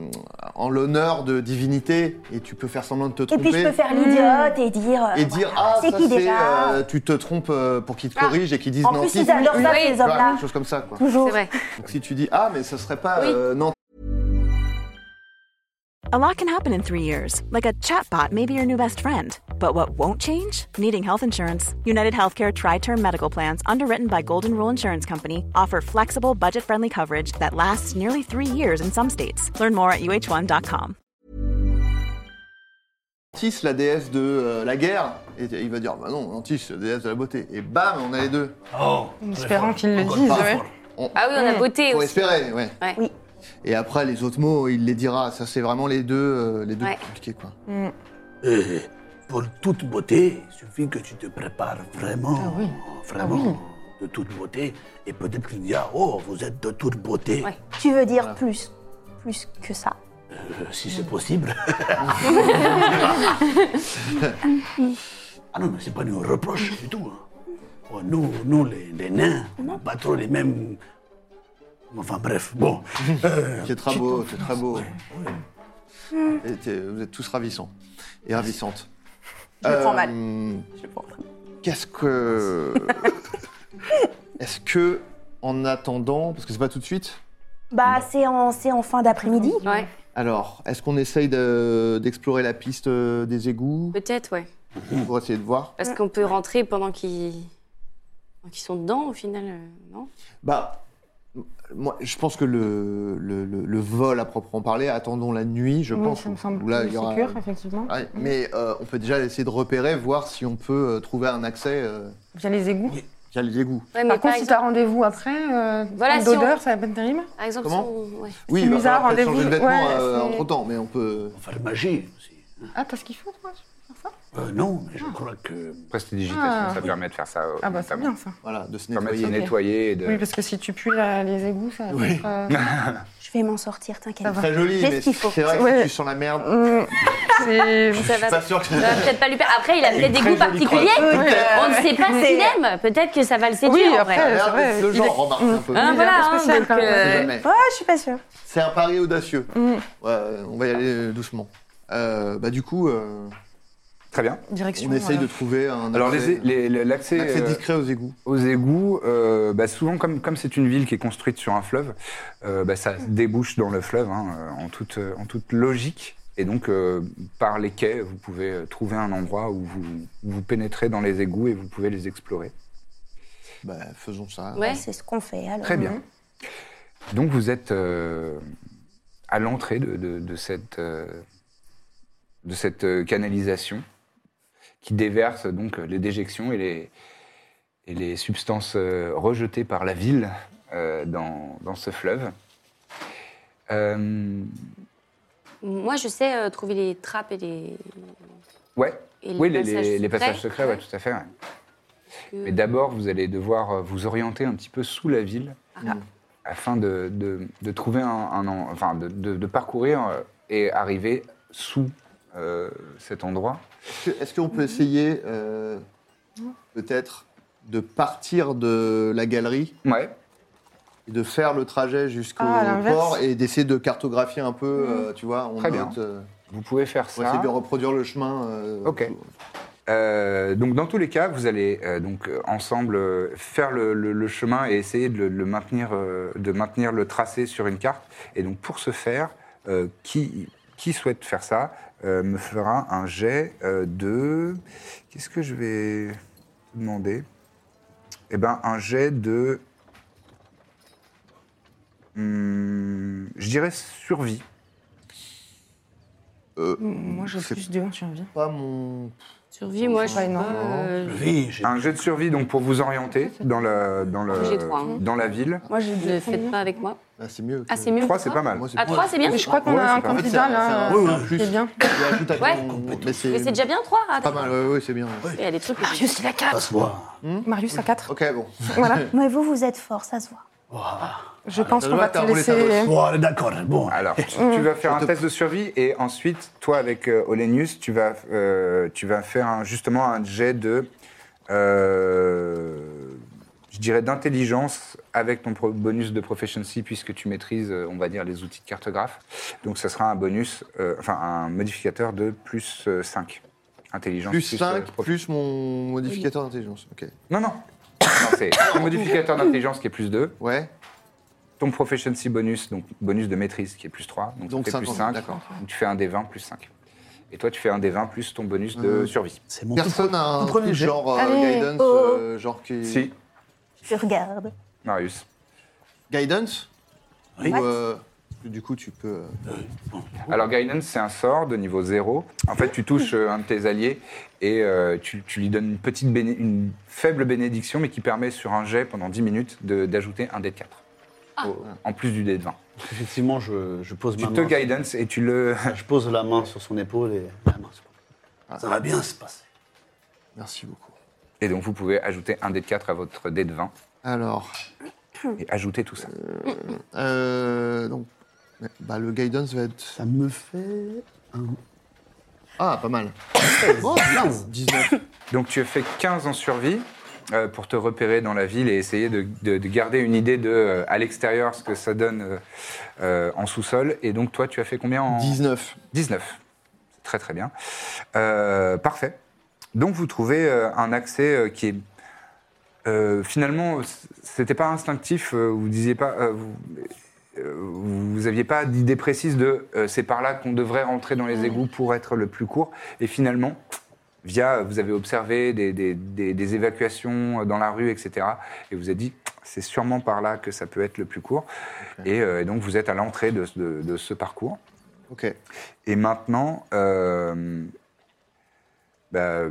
S2: en l'honneur de divinité, et tu peux faire semblant de te
S3: Et
S2: tromper. Hmm.
S3: puis, je peux faire l'idiote et dire. euh,
S2: et dire,
S3: voilà,
S2: ah,
S3: c'est
S2: ça
S3: qui
S2: c'est.
S3: déjà
S2: euh, tu te trompes euh, pour qu'ils te
S6: Ah.
S2: corrigent et qu'ils disent
S3: En
S2: non,
S3: plus,
S2: si,
S3: ils adorent
S2: oui,
S3: ça,
S2: oui,
S3: ces
S2: tu vois,
S3: hommes-là.
S2: Des choses comme ça, quoi.
S6: C'est
S3: Toujours.
S6: vrai.
S2: Donc si tu dis, ah, mais ça serait pas.
S6: Oui.
S2: euh, non,
S9: A lot can happen in three years, like a chatbot may be your new best friend. But what won't change? Needing health insurance. United Healthcare Tri Term Medical Plans, underwritten by Golden Rule Insurance Company, offer flexible, budget friendly coverage that lasts nearly three years in some states. Learn more at uh1.com.
S2: Antis, la déesse de euh, la guerre. Et il va dire, bah non, Antis, la déesse de la beauté. Et bam, on a les deux.
S8: Oh,
S5: En
S8: très
S5: espérant
S8: fort.
S5: qu'il le
S8: Encore
S5: dise,
S8: pas
S5: ouais.
S8: fort.
S2: On,
S6: Ah oui, on a
S3: Hmm.
S6: beauté
S2: faut
S6: aussi.
S2: espérer, ouais.
S6: Ouais.
S3: Oui.
S2: Et après, les autres mots, il les dira. Ça, c'est vraiment les deux, euh, les deux
S6: Ouais.
S2: compliqués, quoi.
S8: Euh, pour toute beauté, il suffit que tu te prépares vraiment,
S5: Ah oui.
S8: vraiment de toute beauté. Et peut-être qu'il dira, oh, vous êtes de toute beauté,
S6: Ouais.
S3: Tu veux dire plus Plus que ça.
S8: euh, si c'est possible.
S6: Mm.
S8: ah non, mais c'est pas nous reproche du tout. hein. Oh, nous, nous les, les nains, on n'a pas trop les mêmes... Enfin bref, bon. Euh,
S2: C'est très beau, c'est très beau. Et t'es- vous êtes tous ravissants et ravissantes.
S3: Je
S2: Euh,
S3: le prends mal.
S2: Je Qu'est-ce que. Est-ce que, en attendant, parce que c'est pas tout de suite,
S3: Bah, c'est en, c'est en fin d'après-midi.
S6: Ouais,
S2: alors, est-ce qu'on essaye de- d'explorer la piste euh, des égouts
S6: peut-être, ouais.
S2: pour essayer de voir
S6: Parce qu'on peut rentrer pendant qu'ils pendant qu'ils sont dedans, au final, euh, non
S2: Bah, m- moi, je pense que le, le, le- le vol à proprement parler, attendons la nuit, je
S5: Oui,
S2: pense.
S5: ça me semble
S2: où là,
S5: plus
S2: il y aura-
S5: sécure, effectivement.
S2: Ouais, mais euh, on peut déjà essayer de repérer, voir si on peut euh, trouver un accès euh,
S5: Via les égouts.
S2: via les égouts.
S6: Ouais,
S5: Par
S6: mais par,
S5: contre, si
S6: exemple,
S5: t'as rendez-vous après, euh,
S6: Voilà,
S5: en
S6: si on-
S5: d'odeur, ça va pas être terrible.
S6: par exemple,
S2: Comment
S6: si on- ouais.
S5: C'est
S2: Oui, il va
S5: bizarre,
S2: falloir peut-être
S5: rendez-vous,
S2: changer de vêtements
S5: ouais,
S2: euh,
S5: c'est-
S2: entre-temps, mais on peut...
S8: on va faire magie aussi.
S5: Ah, t'as ce qu'il faut, toi
S8: Euh, non, mais je crois que...
S1: Après, c'est digitation,
S5: Ah.
S1: ça permet de faire ça. euh,
S5: Ah, bah, c'est
S1: notamment.
S5: bien ça.
S2: Voilà, de se
S1: Ça permet de
S2: nettoyer.
S1: se nettoyer et de.
S5: Oui, parce que si tu pues la- les égouts,
S7: Ah,
S5: ça va
S2: Oui.
S5: être. euh,
S3: Je vais m'en sortir, t'inquiète.
S2: Très joli,
S3: Qu'est-ce
S2: mais
S3: qu'il faut
S2: c'est vrai que
S5: Ouais.
S2: si tu sens la merde.
S5: hum, c'est.
S2: Je
S6: Ça
S2: suis
S6: va-
S2: pas sûr que...
S6: Ça va peut-être pas lui plaire. Après, il a peut-être des
S2: très
S6: goûts
S2: jolie
S6: particuliers.
S2: crotte.
S6: On ne sait pas ce qu'il
S3: C'est-
S6: aime. Peut-être que ça va le séduire.
S5: Oui,
S6: en vrai.
S5: après, c'est
S2: Merde,
S5: vrai.
S2: le
S5: il
S2: genre,
S5: est-
S2: remarque un peu.
S6: Hein,
S5: Il est
S6: voilà,
S5: un peu
S6: hein,
S5: spécial,
S6: donc,
S5: quand même.
S6: euh,
S2: C'est jamais.
S3: Ouais, je suis pas sûre.
S2: C'est un pari audacieux.
S5: Mm.
S2: Ouais, on va y aller euh, doucement. Euh, bah du coup, euh,
S1: Très bien.
S5: Direction.
S2: on essaye
S5: alors.
S2: de trouver un
S1: Alors,
S2: accès,
S1: les- les- les- l'accès
S2: un accès
S1: euh,
S2: discret aux égouts.
S1: aux égouts, euh, bah, souvent, comme comme c'est une ville qui est construite sur un fleuve, euh, bah, ça débouche dans le fleuve hein, euh, en, toute, euh, en toute logique. Et donc, euh, par les quais, vous pouvez euh, trouver un endroit où vous, vous pénétrez dans les égouts et vous pouvez les explorer.
S2: Bah faisons ça.
S6: Ouais.
S3: Ah, C'est ce qu'on fait alors. Mm.
S1: Très bien. Donc vous êtes euh, à l'entrée de, de- de cette, euh, de cette euh, canalisation qui déverse donc les déjections et les, et les substances euh, rejetées par la ville euh, euh, dans, dans ce fleuve. Euh,
S6: Moi, je sais euh, trouver les trappes et les.
S1: ouais.
S6: et
S1: oui, les, les- les
S6: secrets.
S1: passages secrets, ouais, tout à fait. ouais.
S6: Euh,
S1: Mais d'abord, vous allez devoir euh, vous orienter un petit peu sous la ville
S2: Mm.
S1: afin de, de- de trouver un, un en- enfin, de, de- de parcourir euh, et arriver sous euh, cet endroit.
S2: Est-ce que- Est-ce qu'on
S7: Mhm.
S2: peut essayer, euh, peut-être, de partir de la galerie
S1: Ouais.
S2: et de faire le trajet jusqu'au
S7: Ah, à l'inverse. Mhm.
S2: port et d'essayer de cartographier un peu, euh, tu vois, on
S1: Très bien.
S2: note, euh,
S1: Vous pouvez faire
S2: on
S1: ça.
S2: va essayer de reproduire le chemin. euh,
S1: Ok. Euh, donc dans tous les cas, vous allez euh, donc euh, ensemble euh, faire le, le- le chemin et essayer de le, le maintenir, euh, de maintenir le tracé sur une carte. Et donc pour ce faire, euh, qui, qui souhaite faire ça euh, me fera un jet euh, de qu'est-ce que je vais demander Eh ben un jet de Hum, je dirais survie.
S2: euh,
S5: Mm,
S7: Moi, j'ai
S2: C'est-
S7: plus de 1 survie.
S2: pas mon.
S6: Survie, moi, je
S7: Ouais,
S6: sais
S7: non,
S6: pas, euh,
S8: Vie, j'ai-
S1: Un jet de survie donc pour vous orienter dans la dans la-
S6: J'ai trois, hein.
S1: dans la ville.
S5: Moi, j'ai
S6: Ne
S5: deux.
S6: faites pas avec moi.
S2: Ah, c'est mieux.
S6: Ah,
S2: que-
S6: c'est mieux.
S1: 3,
S6: que
S1: c'est
S6: toi
S1: pas mal.
S2: Moi, c'est
S6: À
S2: plus.
S6: 3, c'est bien
S7: Mais je crois qu'on
S1: Ouais,
S7: a
S1: c'est
S7: un
S1: pas mal.
S7: candidat
S2: C'est un-
S7: là.
S2: c'est un-
S7: euh,
S2: oui, oui,
S7: qui
S2: plus.
S7: est bien.
S2: Tu ajoutes à ton-
S6: Ouais.
S2: Mais
S6: Mais c'est
S2: c'est
S6: déjà bien 3.
S2: pas mal, oui, c'est bien. Hmm
S6: Il y a des trucs.
S1: Ah,
S5: Marius, il a
S8: ça
S5: quatre.
S8: se voit.
S7: Marius à 4.
S2: Ok, bon.
S7: Voilà.
S10: Mais vous, vous êtes fort, ça se voit.
S7: Je pense
S2: ça
S7: qu'on
S2: doit
S7: va te
S2: t'as roulé ta
S7: laisser.
S8: Euh, Bon, allez, d'accord, bon.
S1: Alors, tu, tu vas faire un test de survie et ensuite, toi, avec euh, Olenius, tu vas, euh, tu vas faire un- justement un jet de. euh, je dirais d'intelligence avec ton pro- bonus de proficiency, puisque tu maîtrises, euh, on va dire, les outils de cartographe. Donc, ça sera un bonus, euh, enfin, un modificateur de plus 5. Intelligence
S2: Plus
S1: euh,
S2: 5,
S1: profi-
S2: plus mon modificateur d'intelligence. Ok.
S1: Non, non. non c'est ton modificateur d'intelligence qui est plus 2.
S2: Ouais.
S1: Ton proficiency bonus, donc bonus de maîtrise qui est plus 3, donc,
S2: Donc
S1: ça fait plus
S2: 50,
S1: 5.
S2: d'accord.
S1: Donc tu fais un des 20 plus 5. Et toi, tu fais un des 20 plus ton bonus de survie.
S4: C'est mon
S2: Euh, Personne n'a un
S4: tout premier
S2: truc
S4: jet.
S2: genre euh,
S7: Allez.
S2: guidance,
S10: Oh.
S2: euh, genre qui.
S1: Si,
S10: Je regarde.
S1: Marius.
S2: Guidance
S8: Oui.
S2: Ou, euh, du coup, tu peux. euh,
S1: Alors, Guidance, c'est un sort de niveau 0. En fait, tu touches euh, un de tes alliés et euh, tu, tu lui donnes une, petite béné- une faible bénédiction, mais qui permet sur un jet pendant 10 minutes de- d'ajouter un dé de 4. En plus du dé de 20.
S4: Effectivement, je, je pose
S1: Tu
S4: ma
S1: te
S4: main.
S1: guidance et tu le.
S4: Je pose la main sur son épaule et la main sur-
S8: Ça va bien se passer.
S2: Merci beaucoup.
S1: Ah. Et donc, vous pouvez ajouter un dé de 4 à votre dé de 20
S2: Alors,
S1: et ajouter tout ça.
S2: euh, donc, bah, le guidance va être.
S4: Ça me fait
S2: Ah, pas mal. Oh,
S4: 15.
S2: 19.
S1: Donc tu fais 15 en survie euh, pour te repérer dans la ville et essayer de, de- de garder une idée de euh, à l'extérieur ce que ça donne euh, euh, en sous-sol. Et donc toi tu as fait combien en
S2: 19.
S1: 19. C'est Très très bien. Euh, parfait. Donc vous trouvez euh, un accès euh, qui est euh, finalement c- c'était pas instinctif. euh, vous disiez pas euh, vous, euh, vous aviez pas d'idée précise de euh, c'est par là qu'on devrait rentrer dans les égouts pour être le plus court. Et finalement via vous avez observé des, des- des- des évacuations euh, dans la rue etc. Et vous avez dit c'est sûrement par là que ça peut être le plus court. Et, euh, et donc vous êtes à l'entrée de- de- de ce parcours.
S2: Ok.
S1: Et maintenant, euh, bah,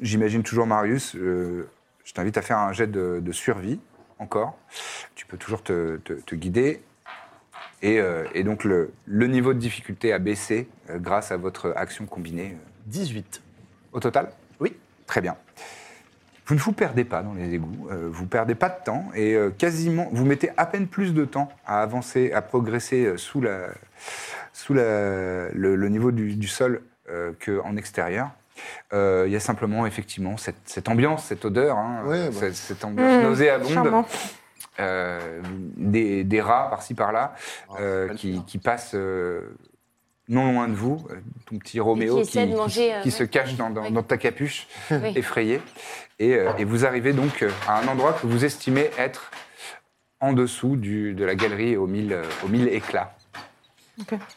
S1: j'imagine toujours Marius, euh, je t'invite à faire un jet de, de survie, encore. Tu peux toujours te, te- te guider. Et, euh, et donc le, le niveau de difficulté a baissé euh, grâce à votre action combinée. euh.
S4: 18.
S1: Au total
S4: Oui.
S1: Très bien. Vous ne vous perdez pas dans les égouts, euh, vous perdez pas de temps et euh, quasiment, vous mettez à peine plus de temps à avancer, à progresser euh, sous, la, sous la- le, le niveau du, du sol euh, qu'en extérieur. Euh, Il y a simplement effectivement cette, cette ambiance, cette odeur, hein,
S2: Ouais,
S1: euh,
S2: bah.
S1: cette, cette ambiance
S7: Mmh,
S1: nauséabonde,
S7: charmant.
S1: euh, des, des rats par-ci par-là euh,
S2: Ah, c'est pas le
S1: qui,
S2: pire.
S1: qui passent euh, non loin de vous, euh, ton petit Roméo
S6: qui
S1: qui,
S6: essaie de manger, euh,
S1: qui se
S6: ouais.
S1: cache dans, dans-
S6: Ouais.
S1: dans ta capuche
S6: Oui.
S1: effrayé. Et, euh, et vous arrivez donc euh, à un endroit que vous estimez être en dessous du- de la galerie aux mille, euh, aux mille éclats.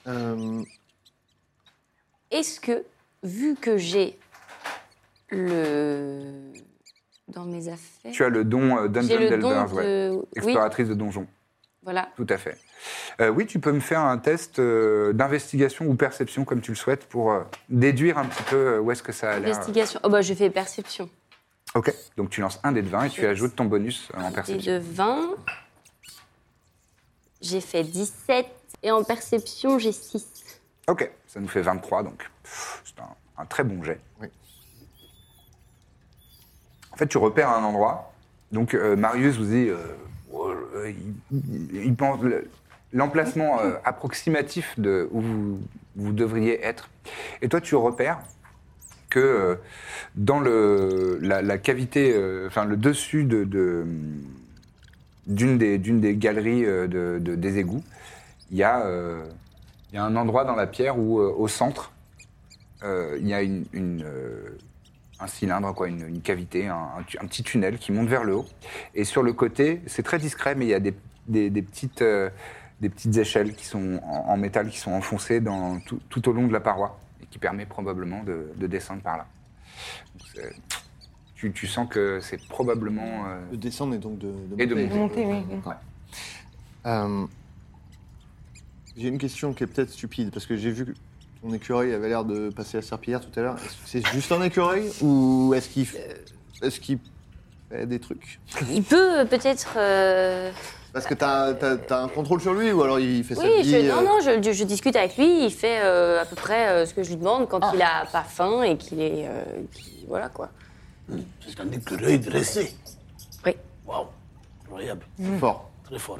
S2: Euh,
S6: Est-ce que, vu que j'ai le. dans mes affaires.
S1: Tu as le don euh, Dungeon
S6: J'ai le don
S1: Delvers, ouais.
S6: de. Oui,
S1: exploratrice de donjons.
S6: voilà.
S1: Tout à fait. Euh, oui, tu peux me faire un test euh, d'investigation ou perception comme tu le souhaites pour euh, déduire un petit peu euh, où est-ce que ça a l'air.
S6: Investigation. Oh, bah, je fais perception.
S1: Ok. Donc tu lances un dé de 20 et tu
S6: Je-
S1: ajoutes ton bonus euh, en
S6: Et
S1: perception.
S6: de 20. J'ai fait 17 et en perception, j'ai 6.
S1: Ok, ça nous fait 23, donc pff, c'est un, un très bon jet. En fait, tu repères un endroit. Donc, euh, Marius vous dit, euh, oh, euh, il, il pense le- l'emplacement euh, approximatif de où vous, vous devriez être. Et toi, tu repères que euh, dans le, la, la cavité, euh, enfin le dessus de, de- d'une des, d'une des galeries euh, de- de- des égouts, il y, a, euh, il y a un endroit dans la pierre où, euh, au centre, euh, il y a une, une, euh, un cylindre, quoi, une, une cavité, un, un tu- un petit tunnel qui monte vers le haut. Et sur le côté, c'est très discret, mais il y a des, des- des petites, euh, des petites échelles qui sont en, en métal qui sont enfoncées dans, tout, tout au long de la paroi et qui permet probablement de, de descendre par là. Donc, c'est- tu, tu sens que c'est probablement... euh,
S2: De descendre et donc de,
S1: Et de monter.
S7: Monter, oui.
S2: Ouais. Euh, j'ai une question qui est peut-être stupide, parce que j'ai vu que ton écureuil avait l'air de passer la serpillière tout à l'heure. Est-ce que C'est juste un écureuil ou est-ce qu'il f- est-ce qu'il fait des trucs
S6: Il peut euh, peut-être. euh,
S2: Parce que t'as as, un contrôle sur lui ou alors il fait sa
S6: Oui,
S2: vie
S6: je- non,
S2: euh,
S6: non, je, je- je discute avec lui. Il fait euh, à peu près euh, ce que je lui demande quand il a pas faim et qu'il est. euh, qu'il- voilà quoi.
S8: Eh, C'est un écureuil dressé.
S6: Oui.
S8: Waouh, incroyable.
S2: Fort.
S8: Très fort.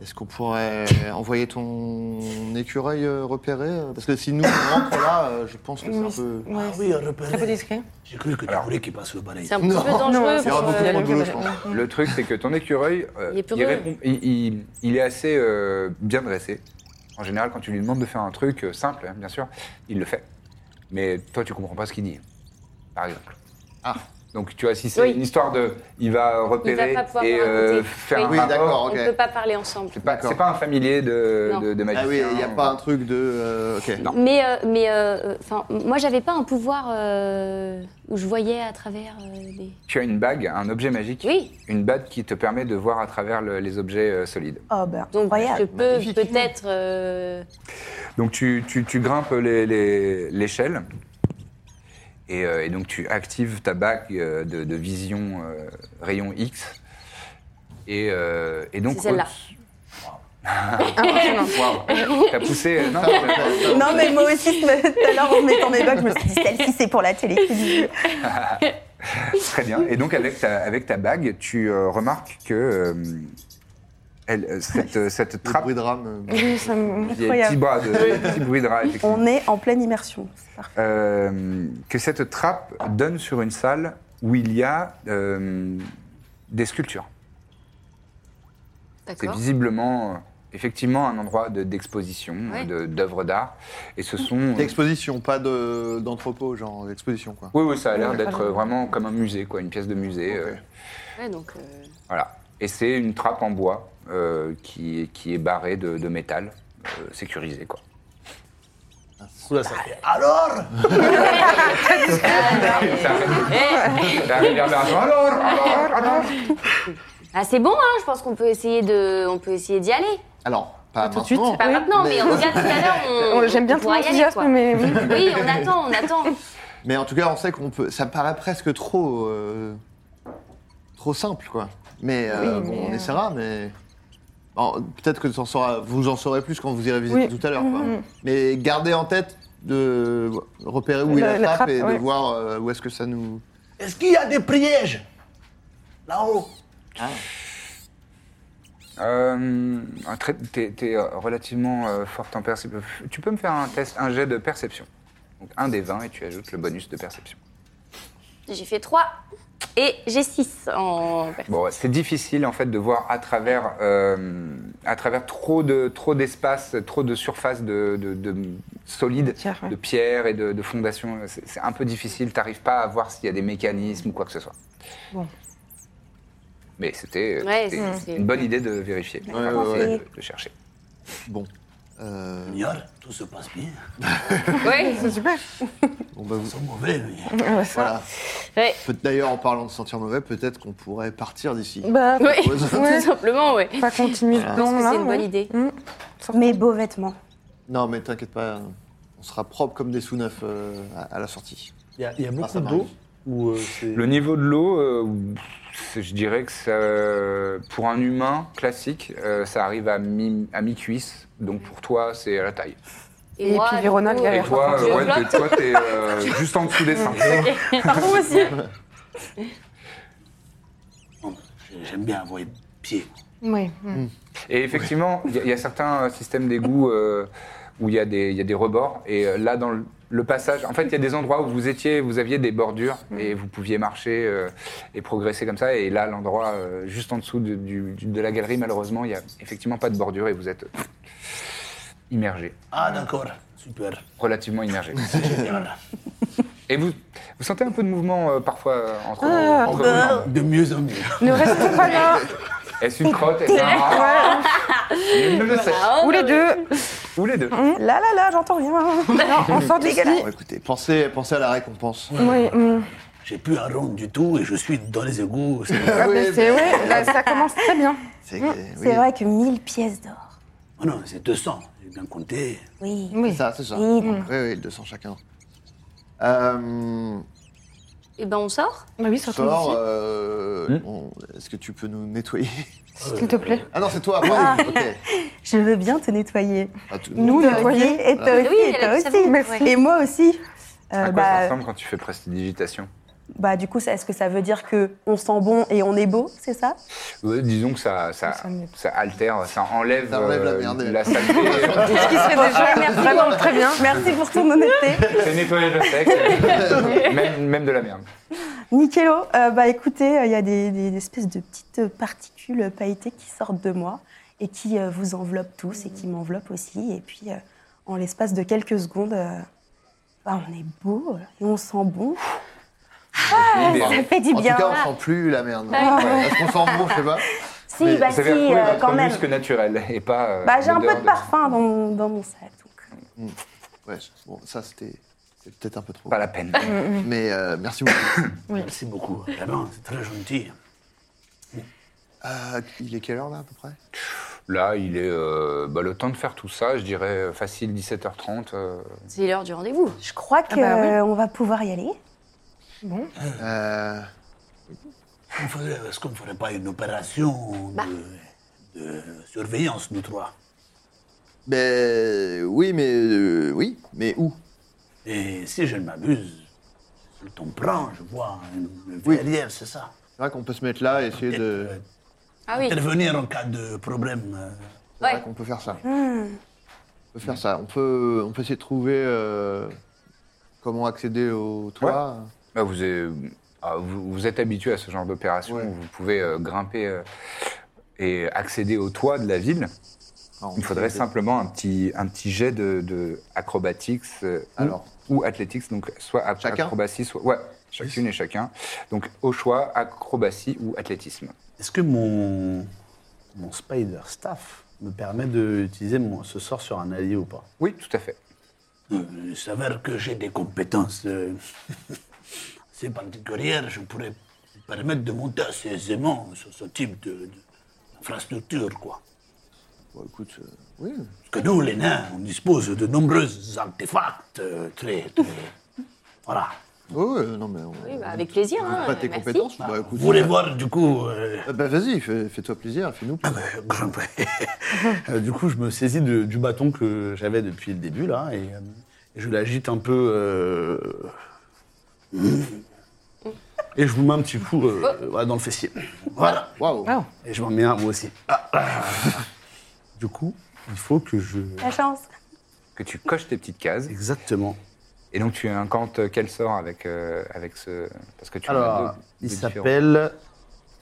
S2: Est-ce qu'on pourrait envoyer ton écureuil euh, repérer Parce que si nous on rentre là, euh, je pense que c'est un peu.
S8: Ah oui, un repéré.
S7: Très peu discret.
S8: J'ai cru que tu voulais qu'il passe le balai.
S6: C'est un petit
S2: Non,
S6: peu dangereux.
S7: non,
S2: Il y aura
S6: pour,
S2: beaucoup
S6: euh,
S2: trop
S7: le-
S2: de boulot,
S7: le-
S2: je pense.
S1: Le truc, c'est que ton écureuil, euh,
S6: Il est peureux.
S1: il, répond- il- il- il est assez euh, bien dressé. En général, quand tu lui demandes de faire un truc euh, simple, hein, bien sûr, il le fait. Mais toi, tu comprends pas ce qu'il dit, par exemple.
S2: Ah.
S1: Donc, tu vois, si c'est
S6: Oui.
S1: une histoire de, il va repérer
S6: Il va pas pouvoir
S1: et
S6: me raconter.
S1: euh, faire
S6: Oui.
S1: un
S2: Oui,
S1: rapport.
S2: d'accord,
S6: On
S2: ok.
S6: ne peut pas parler ensemble.
S1: C'est pas,
S2: D'accord.
S1: c'est pas un familier de,
S6: Non.
S1: de, de magicien.
S2: Ah oui, il n'y a pas un truc de. euh, ok.
S1: Non.
S6: Mais, euh, mais euh, enfin, moi, j'avais pas un pouvoir euh, où je voyais à travers euh, les.
S1: Tu as une bague, un objet magique,
S6: Oui,
S1: une bague qui te permet de voir à travers le- les objets euh, solides.
S10: Oh, ben,
S6: donc je
S10: incroyable.
S6: peux peut-être. euh,
S1: Donc tu, tu- tu grimpes les- les- l'échelle et, euh, et donc tu actives ta bague euh, de, de vision euh, rayon X. Et, euh, et donc. Ah,
S6: C'est celle-là. Ah,
S1: Waouh. T'as poussé. euh, non, t'as-
S10: Non, mais moi aussi, tout à l'heure, en mettant mes bagues, je me suis dit, celle-ci, c'est pour la télékinésie.
S1: Très bien. Et donc, avec ta, avec ta bague, tu euh, remarques que euh, elle, euh, cette, euh, cette
S2: Le
S1: trappe,
S2: bruit de rame. euh,
S7: Oui, ça
S1: il y a
S7: me-
S1: des petits,
S10: Incroyable.
S1: bras de, petits bruits de rats, effectivement.
S10: On est en pleine immersion. C'est parfait.
S1: Euh, que cette trappe donne sur une salle où il y a euh, des sculptures. C'est
S6: D'accord.
S1: visiblement, euh, effectivement, un endroit de- d'exposition,
S6: Ouais.
S1: euh, de- d'œuvres d'art. Et ce sont. euh,
S2: D'exposition, pas de- d'entrepôt, genre d'exposition quoi.
S1: Oui, oui, ça a l'air d'être euh, vraiment comme un musée, quoi, une pièce de musée. euh,
S6: Ouais, donc. euh,
S1: Voilà. Et c'est une trappe en bois euh, qui, qui est barrée de, de métal, euh, sécurisée, quoi.
S2: Ah,
S4: Oula, ça fait-
S8: Alors Eh.
S1: Ça arrive vers l'argent. Alors, alors, alors
S6: Ah, c'est bon, hein, je pense qu'on peut essayer de, on peut essayer d'y aller.
S2: Alors, pas
S7: tout de suite.
S2: maintenant.
S6: Pas
S7: Oui,
S6: maintenant, mais, on regarde tout à l'heure. on-
S7: Oh, J'aime bien
S6: on
S7: ton
S6: pourra y aller,
S7: enthousiasme,
S6: quoi.
S7: mais oui.
S6: Oui, on attend, on attend.
S2: Mais en tout cas, on sait qu'on peut. Ça paraît presque trop. euh, trop simple, quoi. Mais, euh,
S7: Oui,
S2: bon,
S7: mais,
S2: on
S7: euh,
S2: essaiera, mais. Bon, Peut-être que t'en sauras- vous en saurez plus quand vous irez visiter
S7: Oui.
S2: tout à l'heure, quoi.
S7: Mhm.
S2: Mais gardez en tête de repérer où est
S7: La-
S2: la,
S7: la
S2: trappe,
S7: trappe,
S2: et
S7: ouais.
S2: de voir euh, où est-ce que ça nous.
S8: Est-ce qu'il y a des prièges Là-haut
S1: Euh, un trait- T'es t'es, euh, relativement euh, forte en perception. Tu peux me faire un test, un jet de perception. Donc un des 20 et tu ajoutes le bonus de perception.
S6: J'ai fait 3 et j'ai 6 en perception.
S1: Bon, ouais, c'est difficile en fait de voir à travers, euh, à travers trop de trop d'espace, trop de surface de, de, de solide,
S7: Pierre, ouais.
S1: de pierre et de, de fondations. C'est c'est un peu difficile. T'arrives pas à voir s'il y a des mécanismes ou quoi que ce soit.
S7: Bon.
S1: Mais c'était euh,
S6: Ouais,
S1: c'était
S6: c'est-
S1: une bonne idée de vérifier,
S2: ouais,
S1: Enfin,
S2: ouais.
S1: de- de chercher.
S2: Bon. Euh,
S8: Ignore, tout se passe bien.
S6: Ouais,
S7: C'est super.
S2: bon, bah, vous-
S8: Ils sont mauvais, lui.
S7: Ouais, ça.
S2: voilà.
S6: ouais.
S2: Peut- D'ailleurs, en parlant de se sentir mauvais, peut-être qu'on pourrait partir d'ici.
S7: Bah,
S6: Ouais,
S7: Ouais.
S6: tout simplement, ouais.
S7: pas continuer le
S6: Je pense
S7: plan,
S6: que
S7: là.
S6: c'est une bonne
S10: hein.
S7: ouais.
S6: idée.
S10: Hum,
S7: Mm.
S10: Mes beaux vêtements.
S2: Non, mais t'inquiète pas, on sera propre comme des sous-neufs euh, à, à la sortie.
S4: Il y a- il y a
S2: Ah, ça
S4: beaucoup
S2: marche.
S4: d'eau. ou, euh, c'est-
S1: Le niveau de l'eau, euh, c'est- je dirais que ça, pour un humain classique, euh, ça arrive à mi- à mi-cuisse. donc pour toi, c'est à la taille.
S7: Et, puis Vérona
S1: Et
S7: galère.
S1: toi,
S7: Je
S1: euh, ouais,
S7: flotte.
S1: t'es- toi, t'es euh, juste en dessous des seins.
S8: Pardon, monsieur. J'aime bien avoir les pieds.
S7: Oui.
S1: Et effectivement, il y a- il y, a certains euh, systèmes d'égouts euh, où il y, a des- il y a des rebords. Et euh, là, dans le, le passage, en fait, il y a des endroits où vous étiez, vous aviez des bordures et
S8: Mm.
S1: vous pouviez marcher euh, et progresser comme ça. Et là, l'endroit euh, juste en dessous de, du- du- de la galerie, malheureusement, il n'y a effectivement pas de bordure et vous êtes euh, immergé,
S8: Ah, d'accord. Super.
S1: relativement immergé.
S8: C'est génial.
S1: Et vous, vous sentez un peu de mouvement euh, parfois euh, entre,
S7: Ah,
S1: entre
S7: bah.
S1: vos jambes.
S8: De mieux en mieux.
S7: Ne restons pas là.
S1: Est-ce une crotte Est-ce un rat Il ne le sait.
S7: Ou les deux. Euh,
S1: Ou les deux.
S7: Mmh,
S10: Hum, Là, là, là, j'entends rien.
S7: on sort d'ici.
S2: Bon, écoutez, pensez, pensez à la récompense.
S7: Oui, hum.
S8: J'ai plus un rond du tout et je suis dans les égouts. C'est
S7: Ah,
S8: vrai.
S7: bah, c'est- ouais, là, ça commence très bien.
S2: C'est
S10: Hum, C'est vrai que 1000 pièces d'or.
S8: Oh non, c'est 200. J'ai bien compté.
S10: Oui.
S2: C'est ça, c'est ça. Hum.
S10: Oui.
S2: Oui, oui, 200 chacun. Euh,
S6: Et ben on sort
S7: Bah oui, sortons
S2: Thor,
S7: d'ici.
S2: euh,
S1: Hmm
S2: bon, est-ce que tu peux nous nettoyer
S7: S'il te
S10: Euh,
S7: plaît.
S2: Ah non, c'est toi, moi.
S10: Ah,
S2: ok.
S10: Je veux bien te nettoyer.
S2: Ah, tu-
S7: Nous,
S10: Toi
S7: nettoyer.
S10: aussi, Et toi
S2: Oui,
S10: aussi,
S6: elle
S10: et toi
S6: a tout
S10: aussi.
S6: ça, Merci. ouais.
S10: Et moi aussi. Euh,
S1: À Ah, quoi ça
S10: bah,
S1: ressemble quand tu fais prestidigitation
S10: bah, du coup, ça- est-ce que ça veut dire que on sent bon et on est beau, c'est ça
S1: Ouais, Euh, disons que ça, ça,
S7: Ça me-
S1: ça altère, ça enlève, euh,
S2: Ça enlève la merde.
S1: saleté.
S7: Ce qui serait déjà Ah, vraiment très bien.
S10: Merci pour ton honnêteté.
S1: c'est nettoyer le sexe, même, même de la merde.
S10: Nickelo, Euh, bah écoutez, il y a des, des- des espèces de petites euh, particules pailletées qui sortent de moi et qui euh, vous enveloppent tous et qui m'enveloppent aussi. Et puis, euh, en l'espace de quelques secondes, euh, bah, on est beau et on sent bon. Ah,
S1: L'idée, hein.
S10: Ça fait du
S2: En tout
S10: bien. Bah
S2: cas, on sent plus la merde.
S1: Ouais.
S2: Est-ce qu'on sent bon, je sais pas
S10: si, bah
S1: Vous
S10: si,
S1: savez retrouver
S10: euh,
S1: votre
S10: quand même.
S1: muscle naturel et pas. euh,
S10: Bah, j'ai un peu
S1: l'odeur
S10: de parfum dans mon, dans mon sac. donc.
S2: Hmm. Ouais, bon, ça c'était c'est peut-être un peu trop.
S1: Pas la peine.
S10: Mm,
S2: Mais euh, merci beaucoup.
S8: Merci beaucoup. Vraiment, c'est très gentil.
S2: Euh, il est quelle heure là à peu près
S1: Là, il est euh, bah, le temps de faire tout ça, je dirais euh, facile 17h30. euh.
S6: C'est l'heure du rendez-vous.
S10: Je crois qu'on
S7: bah oui.
S10: va pouvoir y aller.
S2: Euh,
S8: On ferait- Est-ce qu'on ne ferait pas une opération
S6: Bah.
S8: de, de surveillance, nous trois
S2: Ben oui, mais euh, oui, mais où
S8: Et si je ne m'abuse, le temps prend, je vois une une
S2: Oui.
S8: verrière, c'est ça
S2: C'est vrai qu'on peut se mettre là et essayer
S8: Peut-être,
S2: de.
S8: euh,
S6: Ah oui.
S8: Intervenir en cas de problème. euh,
S2: C'est vrai
S6: Ouais.
S2: qu'on peut faire ça. On peut faire ça. On peut, on peut essayer de trouver euh, comment accéder au toit.
S1: Bah, vous, euh, ah, vous, vous êtes habitué à ce genre d'opération,
S2: Ouais.
S1: où vous pouvez euh, grimper euh, et accéder au toit de la ville.
S2: Alors,
S1: Il faudrait simplement un petit, un petit jet de, de acrobatics euh, ou-
S2: Alors.
S1: ou athletics, donc soit ac-
S2: Chacun
S1: acrobatie, soit. Ouais, chacune et chacun. Donc au choix, acrobatie ou athlétisme.
S4: Est-ce que mon, mon Spider Staff me permet d'utiliser mon- ce sort sur un allié ou pas
S1: Oui, tout à fait.
S8: euh, il s'avère que j'ai des compétences euh, assez particulières. Je pourrais me permettre de monter assez aisément sur ce type de- de- d'infrastructure, quoi.
S2: Bon, écoute, euh, oui.
S8: Parce que nous, les nains, on dispose de nombreux artefacts euh, très, très- voilà.
S2: Ouais, ouais, non, mais on
S6: Oui, bah, avec plaisir.
S2: on
S6: hein,
S2: n'a pas tes
S6: merci.
S2: compétences. Bah,
S8: Vous
S2: écoute,
S8: voulez voir, du coup... euh,
S2: euh, bah, vas-y, fais- fais-toi plaisir, fais-nous. plaisir.
S8: euh, grimper.
S4: Euh, Du coup, je me saisis de- du bâton que j'avais depuis le début, là, et, euh, et je l'agite un peu. euh, Et je vous mets un petit coup euh, voilà, dans le fessier.
S8: voilà.
S2: Waouh.
S7: Ah.
S4: Et je m'en mets un, moi aussi. Ah, ah. Du coup, il faut que je.
S10: La chance.
S1: Que tu coches tes petites cases.
S4: Exactement.
S1: Et donc tu incantes quel sort avec, euh, avec ce. Parce que tu en as
S4: Alors,
S1: deux-
S4: il
S1: deux différents.
S4: s'appelle.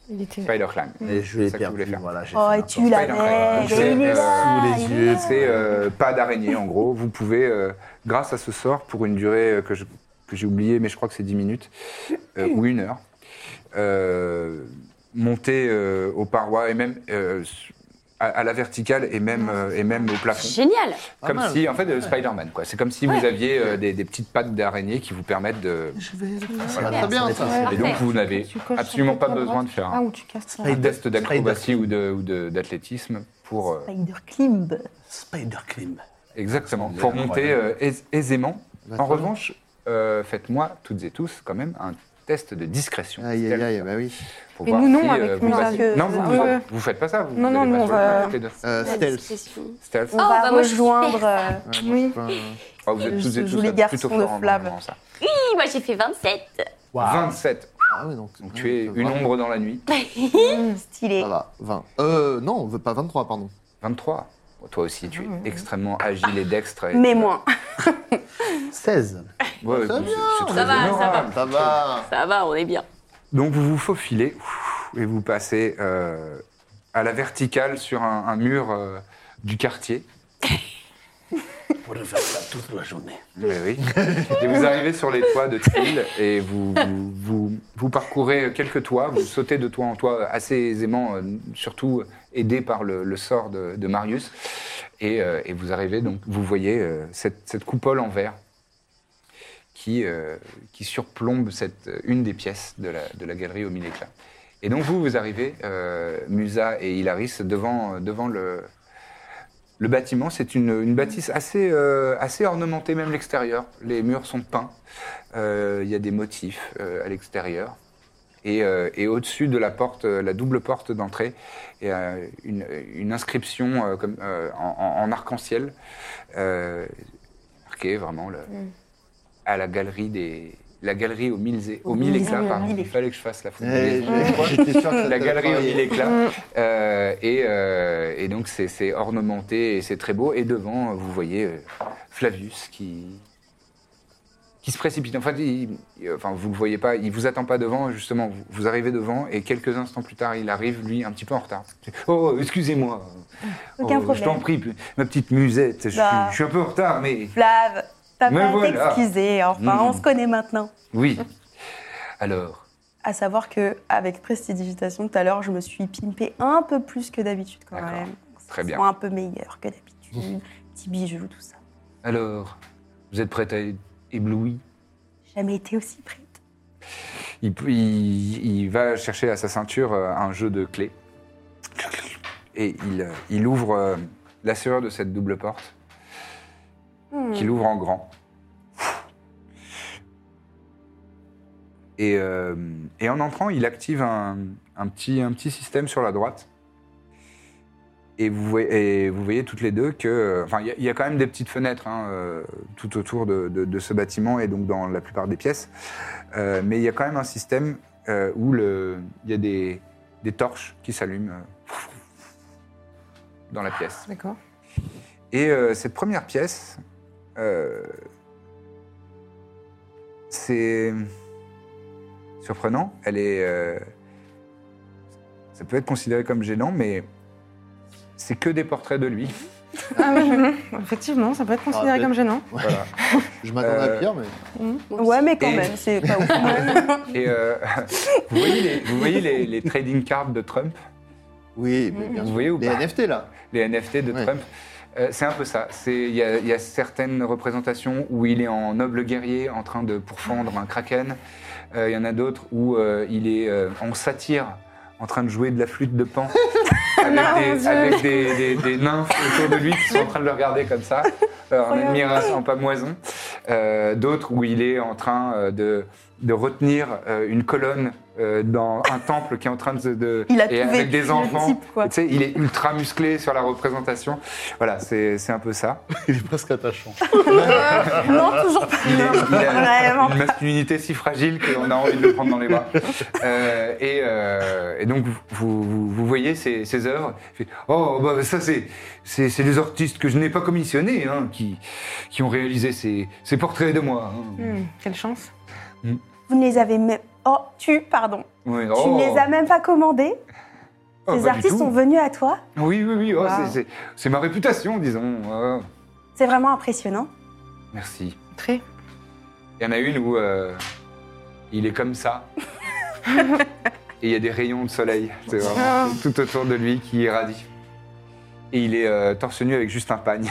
S7: Il était.
S1: Spider Climb.
S4: Et je l'ai
S1: C'est ça que vous voulez
S4: perdu.
S1: faire.
S4: Voilà, j'ai
S10: Oh,
S4: fait
S10: et
S4: n'importe
S10: tu
S1: Spider Climb.
S10: l'avais.
S4: quoi.
S1: C'est,
S10: Il est
S1: euh,
S10: là.
S4: sous les
S10: il est
S4: yeux.
S10: là.
S1: C'est euh, pas d'araignée en gros. Vous pouvez, euh, grâce à ce sort, pour une durée euh, que je- que j'ai oubliée, mais je crois que c'est 10 minutes euh, ou une heure, euh, monter euh, aux parois et même euh, à, à la verticale et même, euh, et même au plafond.
S6: Génial.
S2: Pas
S1: Comme
S2: mal.
S1: si, en fait, euh, Spider-Man, quoi. C'est comme si vous aviez euh, des, des petites pattes d'araignée qui vous permettent de.
S2: Ah,
S1: Voilà.
S2: très bien, ça.
S7: Ouais.
S1: Et donc, vous n'avez
S7: Tu coches
S1: absolument
S7: sur
S1: pas
S7: ta
S1: besoin
S7: droite.
S1: de faire hein.
S7: Ah,
S1: un
S7: ou tu casses
S4: Spider-
S1: test d'acrobatie ou de- ou de- d'athlétisme pour. euh,
S10: Spider Climb.
S8: Spider Climb.
S1: Exactement,
S4: Vous
S1: pour
S4: avez
S1: monter euh, ais- aisément.
S2: Bah,
S1: en
S2: très bien.
S1: revanche, euh, faites-moi toutes et tous quand même un test de discrétion.
S2: Aïe, aïe, aïe, bah oui.
S1: Pour
S7: Et
S1: voir
S7: nous, non,
S1: si,
S7: avec
S1: vous
S7: nous,
S1: passez-
S7: avec, euh,
S1: Non, vous,
S7: euh,
S1: vous- vous faites pas ça. Vous
S7: Non, non,
S1: allez
S7: nous,
S1: pas
S7: on
S1: sur le
S7: va- Ah,
S1: côté de-
S2: Euh, stealth.
S1: Stealth.
S10: On va
S6: bah moi, je suis
S10: rejoindre.
S6: super
S10: euh,
S7: Oui.
S1: Ah, vous êtes
S10: je-
S1: tous
S10: je
S1: et tous
S10: joue les
S1: là,
S10: garçons
S1: plutôt
S10: de
S1: forts en
S10: flamme.
S1: moment, ça.
S6: Oui, moi j'ai fait 27.
S4: Waouh.
S1: 27.
S2: Ah ouais, donc,
S1: Donc tu es une ombre dans la nuit.
S10: Mmh, stylé.
S2: Ça va, 20. Euh, non, on veut pas 23, pardon.
S1: 23. Bon, toi aussi, tu es extrêmement agile et dextre. et-
S10: Mmh. Mais moins.
S4: 16.
S1: Ouais, c'est- c'est très
S6: Ça va, ça
S1: honorable.
S2: Ça va.
S6: Ça va, on est bien.
S1: Donc vous vous faufilez ouf, et vous passez euh, à la verticale sur un, un mur euh, du quartier.
S8: On pourrait faire ça toute la journée.
S1: Mais oui. et vous arrivez sur les toits de tuiles et vous, vous, vous- vous parcourez quelques toits, vous sautez de toit en toit assez aisément, euh, surtout aidé par le, le sort de, de Marius. Et, euh, et vous arrivez donc, vous voyez euh, cette, cette coupole en verre qui, euh, qui surplombe cette, euh, une des pièces de la, de la galerie aux mille éclats. Et donc vous, vous arrivez, euh, Musa et Hilaris, devant, devant le, le bâtiment, c'est une, une bâtisse assez, euh, assez ornementée, même l'extérieur. Les murs sont peints. Euh, Il y a des motifs euh, à l'extérieur. Et, euh, et au-dessus de la porte, euh, la double porte d'entrée, il y a une, une inscription euh, comme, euh, en, en- en arc-en-ciel, euh, marquée vraiment le- à la galerie des. La galerie aux mille, é- aux mille éclats, pardon. Il fallait que je fasse la faute.
S2: Eh, j'ai- J'étais sûr que
S1: La galerie au mille
S2: il est
S1: éclats.
S10: Mm.
S1: Euh, et, euh, et donc, c'est- c'est ornementé et c'est très beau. Et devant, vous voyez euh, Flavius qui, qui se précipite. Enfin, il- il- euh, enfin, vous ne le voyez pas, il vous attend pas devant. Justement, vous, vous arrivez devant et quelques instants plus tard, il arrive, lui, un petit peu en retard. Oh, excusez-moi.
S10: Aucun
S1: Oh, Je t'en
S10: problème.
S1: prie, ma petite musette, je, suis-
S10: Bah.
S1: je suis un peu en retard, mais
S10: Flav, t'as
S1: Mais
S10: pas à
S1: voilà.
S10: t'excuser. Enfin,
S1: Mm.
S10: on se connaît maintenant.
S1: oui. Alors,
S10: À savoir que avec prestidigitation tout à l'heure, je me suis pimpée un peu plus que d'habitude quand
S1: D'accord.
S10: même.
S1: Très
S10: Je me
S1: bien.
S10: sens Un peu meilleure que d'habitude. Petit bijou, tout ça.
S1: alors, vous êtes prête à être éblouie
S10: Jamais été aussi prête.
S1: Il, il- il va chercher à sa ceinture euh, un jeu de clés. Et il, euh, il ouvre euh, la serrure de cette double porte,
S4: Hmm.
S1: qu'il ouvre en grand. Et, euh, et en entrant, il active un, un petit, un petit système sur la droite. Et vous, voyez, et vous voyez toutes les deux que... euh, Enfin, il y a- il y, a quand même des petites fenêtres hein, euh, tout autour de- de- de ce bâtiment et donc dans la plupart des pièces. Euh, mais il y a quand même un système euh, où le- il y a des, des torches qui s'allument euh, dans la pièce.
S7: D'accord.
S1: Et euh, cette première pièce, euh, c'est surprenant. Elle est, euh, ça peut être considéré comme gênant, mais c'est que des portraits de lui.
S7: Ah oui, mhm. effectivement, ça peut être considéré
S1: Ah,
S2: peut-être.
S7: comme gênant. Mm.
S1: Voilà.
S2: Je m'attendais
S1: Euh,
S2: à pire, mais.
S10: Ouais, mais quand
S1: Et-
S10: même, c'est pas ouf.
S1: Et euh, vous voyez, les, vous voyez les- les trading cards de Trump
S2: Oui, mais bien
S1: Vous
S2: sûr.
S1: voyez ou
S2: Les
S1: pas
S2: NFT, là.
S1: les NFT de
S2: Ouais.
S1: Trump. Euh, c'est un peu ça. C'est- Il y, a- il y a certaines représentations où il est en noble guerrier en train de pourfendre un kraken. Euh, Il y en a d'autres où euh, il est euh, en satire en train de jouer de la flûte de pan avec, des, avec des- des- des nymphes autour de lui qui sont en train de le regarder comme ça, euh, en admiration en pamoison. Euh, d'autres où il est en train euh, de, de retenir euh, une colonne euh, dans un temple qui est en train de... de-
S10: Il a
S1: et
S10: tout
S1: avec
S10: vécu,
S1: des
S10: le
S1: enfants.
S10: type, quoi.
S1: Tu sais, il est ultra musclé sur la représentation. Voilà, c'est c'est un peu ça.
S4: Il est presque attachant.
S10: Euh, non, toujours pas.
S1: Il, est- il
S10: Vraiment.
S1: a une masculinité si fragile qu'on a envie de le prendre dans les bras. Euh, et, euh, et donc, vous, vous, vous voyez ces, ces œuvres. Il fait, Oh, bah, ça, c'est c'est c'est des artistes que je n'ai pas commissionnés hein, qui, qui ont réalisé ces, ces portraits de moi. hein.
S7: Hmm, Quelle chance.
S1: Mm.
S10: Vous ne les avez même. Oh, tu, pardon.
S1: Ouais,
S10: Tu
S1: oh,
S10: ne les as même pas commandés. Ces
S1: oh, pas du
S10: artistes
S1: tout.
S10: sont venus à toi.
S1: Oui, oui, oui. oh,
S10: Wow.
S1: c'est- c'est- C'est ma réputation, disons. Oh,
S10: C'est vraiment impressionnant.
S1: merci.
S7: Très.
S1: Il y en a une où euh, il est comme ça. Et il y a des rayons de soleil c'est vraiment
S7: Ah.
S1: tout autour de lui qui irradient. Et il est euh, torse nu avec juste un pagne.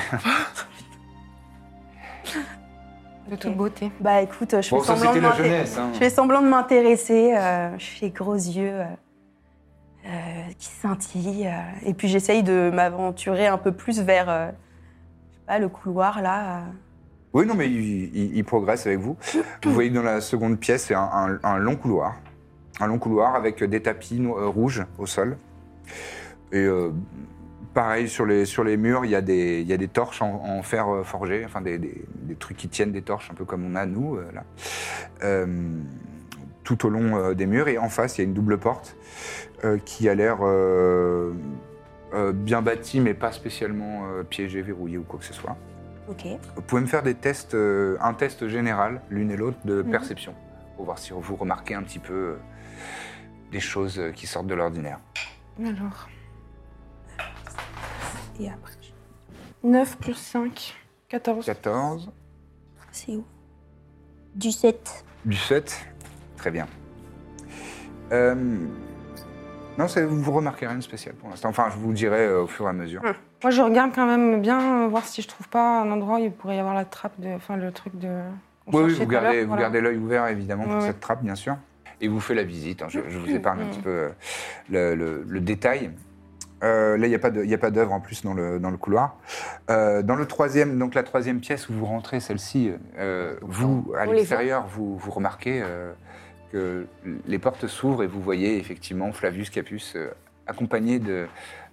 S7: De toute beauté.
S10: Bah écoute, je fais
S1: Bon, ça
S10: semblant
S1: c'était
S10: de
S1: la
S10: m'inté-
S1: jeunesse. hein.
S10: Je fais semblant de m'intéresser. euh, je fais gros yeux euh, euh, qui scintillent. euh, et puis j'essaye de m'aventurer un peu plus vers euh, je sais pas, le couloir là. euh,
S1: Oui, non, mais il, il- il progresse avec vous. Vous voyez que dans la seconde pièce, c'est un, un- un long couloir. Un long couloir avec des tapis no- euh, rouges au sol. Et euh, pareil, sur les, sur les murs, il y, a des, il y a des torches en, en fer euh, forgé, enfin des, des- des trucs qui tiennent des torches, un peu comme on a nous, euh, là. Euh, tout au long euh, des murs. Et en face, il y a une double porte euh, qui a l'air euh, euh, bien bâtie, mais pas spécialement euh, piégée, verrouillée ou quoi que ce soit.
S3: Ok.
S1: Vous pouvez me faire des tests, euh, un test général, l'une et l'autre, de
S3: Mhm.
S1: perception, pour voir si vous remarquez un petit peu euh, des choses euh, qui sortent de l'ordinaire.
S7: Alors,
S3: Et après,
S7: 9 plus 5, 14.
S1: 14,
S3: c'est où Du 7.
S1: du 7, très bien. Euh, non, ça- vous remarquez rien de spécial pour l'instant. Enfin, je vous le dirai euh, au fur et à mesure.
S7: Moi, je regarde quand même bien, euh, voir si je trouve pas un endroit où il pourrait y avoir la trappe, de, enfin le truc de. qu'on
S1: Oui, oui,
S7: cherchait
S1: vous
S7: tout à
S1: gardez,
S7: l'heure,
S1: vous
S7: voilà.
S1: gardez l'œil ouvert évidemment pour
S7: Ouais, ouais.
S1: cette trappe, bien sûr. Et vous faites la visite. hein. Je, je vous épargne un
S7: Mm.
S1: petit peu euh, le, le- le détail. Euh, là, il n'y a pas de- il y a pas d'œuvre en plus dans le, dans le couloir. Euh, dans le troisième, donc la troisième pièce où vous rentrez, celle-ci, euh, vous à
S6: On les
S1: l'extérieur, vous, vous remarquez euh, que les portes s'ouvrent et vous voyez effectivement Flavius Capus euh, accompagné de,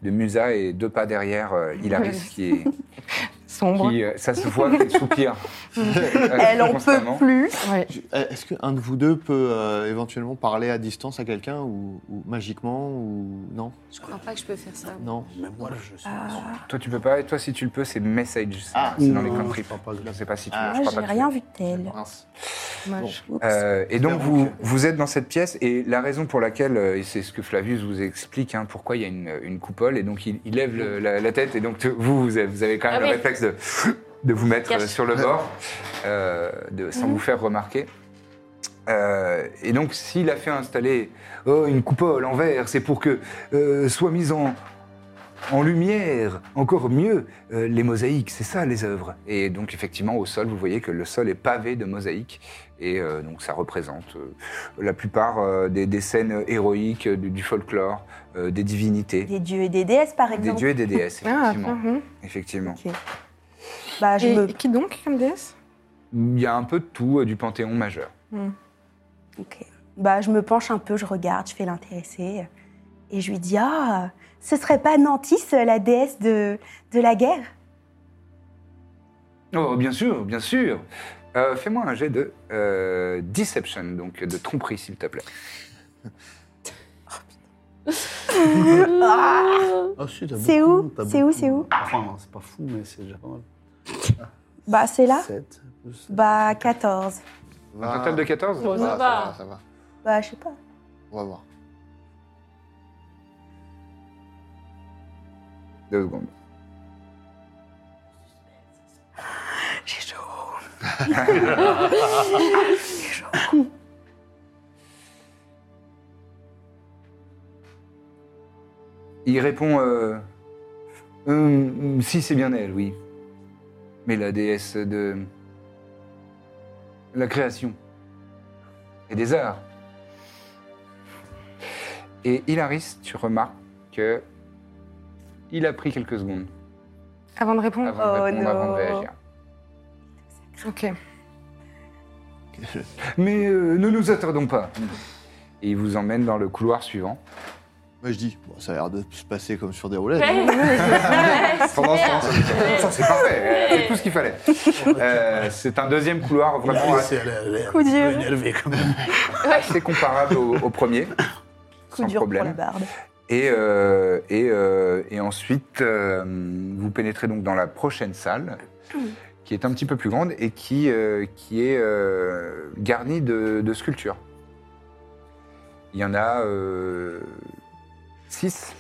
S1: de Musa et deux pas derrière euh, Hilaris qui est
S7: Sombre.
S1: qui, euh, ça se voit qu'elle soupire. euh,
S10: Elle en peut
S1: constamment.
S10: plus.
S7: Ouais.
S2: Je- eh, Est-ce qu'un de vous deux peut euh, éventuellement parler à distance à quelqu'un ou, ou magiquement ou non
S6: Je crois pas que je peux faire ça.
S2: Non.
S8: Mais moi, je suis.
S7: Euh.
S1: Toi, tu peux pas. Et toi, si tu le peux, c'est message. C'est-
S2: Ah,
S1: c'est dans les
S4: non,
S1: country.
S4: je crois pas que-
S1: Je sais pas si tu.
S2: Ah,
S1: je crois
S3: Moi, j'ai
S1: pas que tu-
S3: rien vu de tel.
S2: Mince.
S7: Dommage.
S1: Euh, et donc
S2: Donc,
S1: vous,
S2: euh,
S1: vous êtes dans cette pièce et la raison pour laquelle, euh, et c'est ce que Flavius vous explique, hein, pourquoi il y a une, une coupole et donc il, il lève le- la, la tête et donc tu- vous, vous avez, vous avez quand même
S6: Ah
S1: le
S6: oui.
S1: réflexe de, de vous mettre
S6: Cache.
S1: euh, sur le bord euh, de, sans
S4: Mhm.
S1: vous faire remarquer. Euh, et donc s'il a fait installer oh, une coupole en verre, c'est pour que euh, soit mise en, en lumière, encore mieux, euh, les mosaïques, c'est ça les œuvres. Et donc effectivement au sol, vous voyez que le sol est pavé de mosaïques. Et euh, donc ça représente euh, la plupart euh, des, des scènes héroïques, euh, du, du folklore, euh, des divinités,
S3: Des dieux et des déesses, par
S1: des
S3: exemple.
S1: dieux et des déesses,
S7: Ah,
S1: effectivement.
S7: tiens, hum.
S1: effectivement.
S3: Ok. Bah, je
S7: Et
S3: me.
S7: et qui donc comme déesse
S1: Il y a un peu de tout euh, du panthéon majeur.
S3: ok. Bah, je me penche un peu, je regarde, je fais l'intéressé. Et je lui dis Ah, ce serait pas Nantis, euh, la déesse de, de la guerre
S1: Oh, bien sûr, bien sûr. Euh, Fais-moi un jet de euh, deception, donc de tromperie, s'il te plaît.
S4: Ah, si, t'as
S3: C'est
S4: beaucoup,
S3: où
S4: t'as
S3: C'est où,
S4: beaucoup.
S3: c'est où
S4: Enfin, c'est pas fou, mais c'est déjà pas mal.
S3: Bah, c'est là
S4: 7 plus sept.
S3: Bah, 14.
S1: Un total de 14
S2: ça, va, ça va, ça va.
S3: Bah, je sais pas.
S2: On va voir.
S1: Deux secondes.
S3: J'ai chaud.
S1: Il répond euh, Hum, hum, Si, c'est bien elle, oui. Mais la déesse de. la création. et des arts. Et Hilaris, tu remarques que. il a pris quelques secondes
S7: Avant de répondre.
S1: avant de
S3: Oh
S1: répondre, avant de
S3: non.
S1: réagir.
S7: Ok.
S1: Mais euh, ne nous attardons pas. Et il vous emmène dans le couloir suivant.
S2: Moi Bah, je dis, bon, ça a l'air de se passer comme sur des roulettes. hein.
S6: Ouais.
S1: Pendant ce temps,
S6: Ouais.
S1: ça c'est parfait, c'est tout ce qu'il fallait. Euh, c'est un deuxième couloir vraiment assez-
S8: C'est le- le-
S3: Coup dur.
S8: énervé quand même.
S1: assez comparable au, au premier.
S3: Coup
S1: Sans
S3: dur
S1: problème.
S3: pour la barbe.
S1: Et, euh, et, euh, et ensuite, euh, vous pénétrez donc dans la prochaine salle, qui est un petit peu plus grande et qui, euh, qui est euh, garnie de, de sculptures. Il y en a euh, six.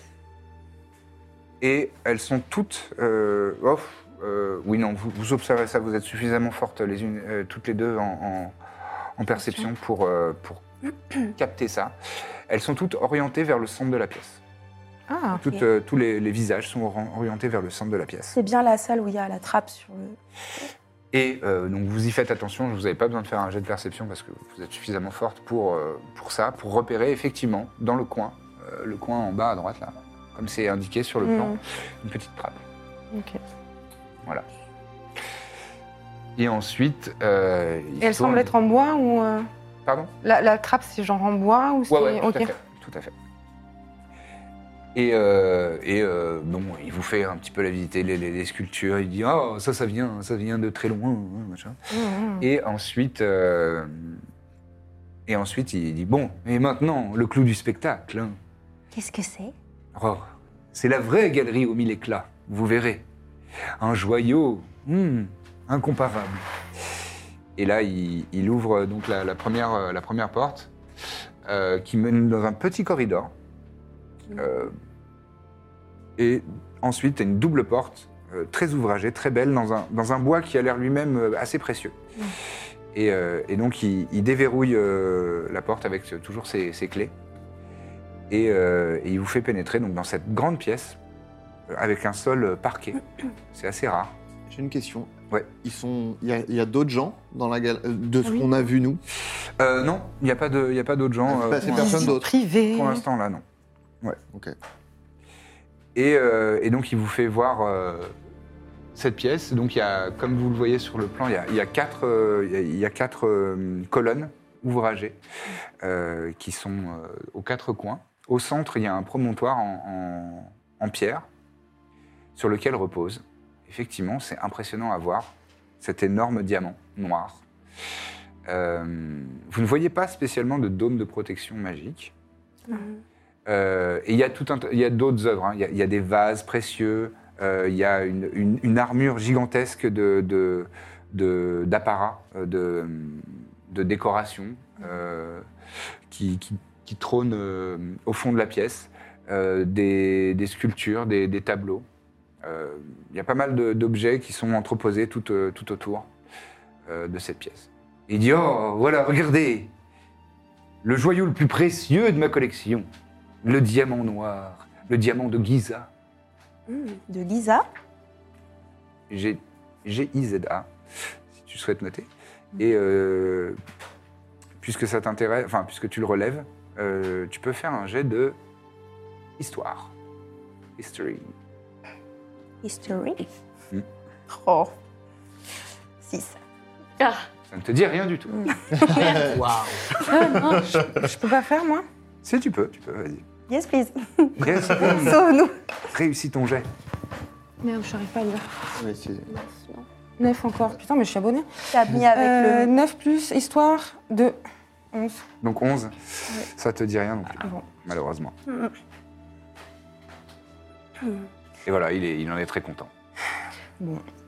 S1: Et elles sont toutes... euh, oh, euh, oui, non, vous, vous observez ça, vous êtes suffisamment fortes les unes, euh, toutes les deux en, en- en perception pour, euh, pour capter ça. Elles sont toutes orientées vers le centre de la pièce.
S7: Ah,
S1: Toutes, euh, tous les, les visages sont oran- orientés vers le centre de la pièce.
S3: C'est bien la salle où il y a la trappe sur le.
S1: Et euh, donc vous y faites attention, vous n'avez pas besoin de faire un jet de perception parce que vous êtes suffisamment forte pour, euh, pour ça, pour repérer effectivement dans le coin, euh, le coin en bas à droite là, comme c'est indiqué sur le
S7: Mm.
S1: plan, une petite trappe.
S7: ok.
S1: Et ensuite, euh, il
S7: Et elle
S1: tourne-
S7: semble être en bois ou. euh,
S1: Pardon
S7: la, la trappe, c'est genre en bois ou c'est.
S1: Ouais, ouais, tout,
S7: ok.
S1: à fait, tout à fait. Et, euh, et euh, bon, il vous fait un petit peu la visiter, les, les- les sculptures. Il dit Ah, ça, ça vient, ça vient de très loin. hein, machin.
S7: Mmh, mmh.
S1: Et ensuite, euh, et ensuite, il dit Bon, et maintenant, le clou du spectacle. hein.
S11: Qu'est-ce que c'est
S1: Aurore, Oh, c'est la vraie galerie aux mille éclats, vous verrez. Un joyau hum, incomparable. Et là, il, il ouvre donc la, la première, euh, la première porte euh, qui mène dans un petit corridor. Euh, et ensuite, t'as une double porte euh, très ouvragée, très belle, dans un, dans un bois qui a l'air lui-même euh, assez précieux. Et, euh, et donc, il, il déverrouille euh, la porte avec euh, toujours ses- ses clés et, euh, et il vous fait pénétrer donc, dans cette grande pièce euh, avec un sol euh, parquet. C'est assez rare.
S2: J'ai une question.
S1: Ouais.
S2: Ils sont, il y a, il y a d'autres gens dans la galerie de ce
S7: Oui.
S2: qu'on a vu nous.
S1: Euh, non, il n'y a pas de- il y a pas d'autres gens.
S2: Ah,
S1: euh,
S2: bah, c'est
S1: pour
S2: personne
S1: l'instant.
S2: d'autre.
S7: Privé.
S1: Pour l'instant, là, non.
S2: Ok.
S1: Et, euh, et donc, il vous fait voir euh, cette pièce. Donc, il y a, comme vous le voyez sur le plan, il y a, il y a quatre, euh, il y a- il y a quatre euh, colonnes ouvragées euh, qui sont euh, aux quatre coins. Au centre, il y a un promontoire en, en- en pierre sur lequel repose. Effectivement, c'est impressionnant à voir cet énorme diamant noir. Euh, vous ne voyez pas spécialement de dôme de protection magique.
S6: Mm-hmm.
S1: Euh, et il y a tout un t- il y a d'autres œuvres. hein. Il y a- il y, a des vases précieux. euh, Il y a une, une- une armure gigantesque de de- de- d'apparat, euh, de, de décoration euh, qui, qui- qui trône euh, au fond de la pièce. euh, des, des sculptures, des, des tableaux. Euh, Il y a pas mal de- d'objets qui sont entreposés tout, euh, tout autour euh, de cette pièce. Il dit Oh, voilà, regardez Le joyau le plus précieux de ma collection le diamant noir, le diamant de Giza,
S3: Hmm, De Giza.
S1: G- G-I-Z-A, si tu souhaites noter.
S7: Mm.
S1: Et euh, puisque ça t'intéresse, enfin, puisque tu le relèves, euh, tu peux faire un jet de histoire. History.
S3: History.
S4: Hmm.
S1: Mm.
S3: Oh. 6.
S11: Ah,
S1: Ça ne te dit rien du tout.
S7: Ah, non, je, je peux pas faire, moi
S1: Si tu peux, tu peux, vas-y.
S3: Yes, please.
S1: Yes, boom.
S3: Sauve-nous.
S1: Réussis ton jet.
S7: Merde, je n'arrive pas à lire.
S2: Ouais, c'est-
S7: 9 encore. Putain, mais je suis abonnée.
S3: T'as mis avec
S7: Euh,
S3: le.
S7: 9 plus histoire de 11.
S1: Donc 11, ça te dit rien non plus,
S7: Ah bon.
S1: malheureusement.
S3: Hmm.
S1: Et voilà, il, est- il en est très content.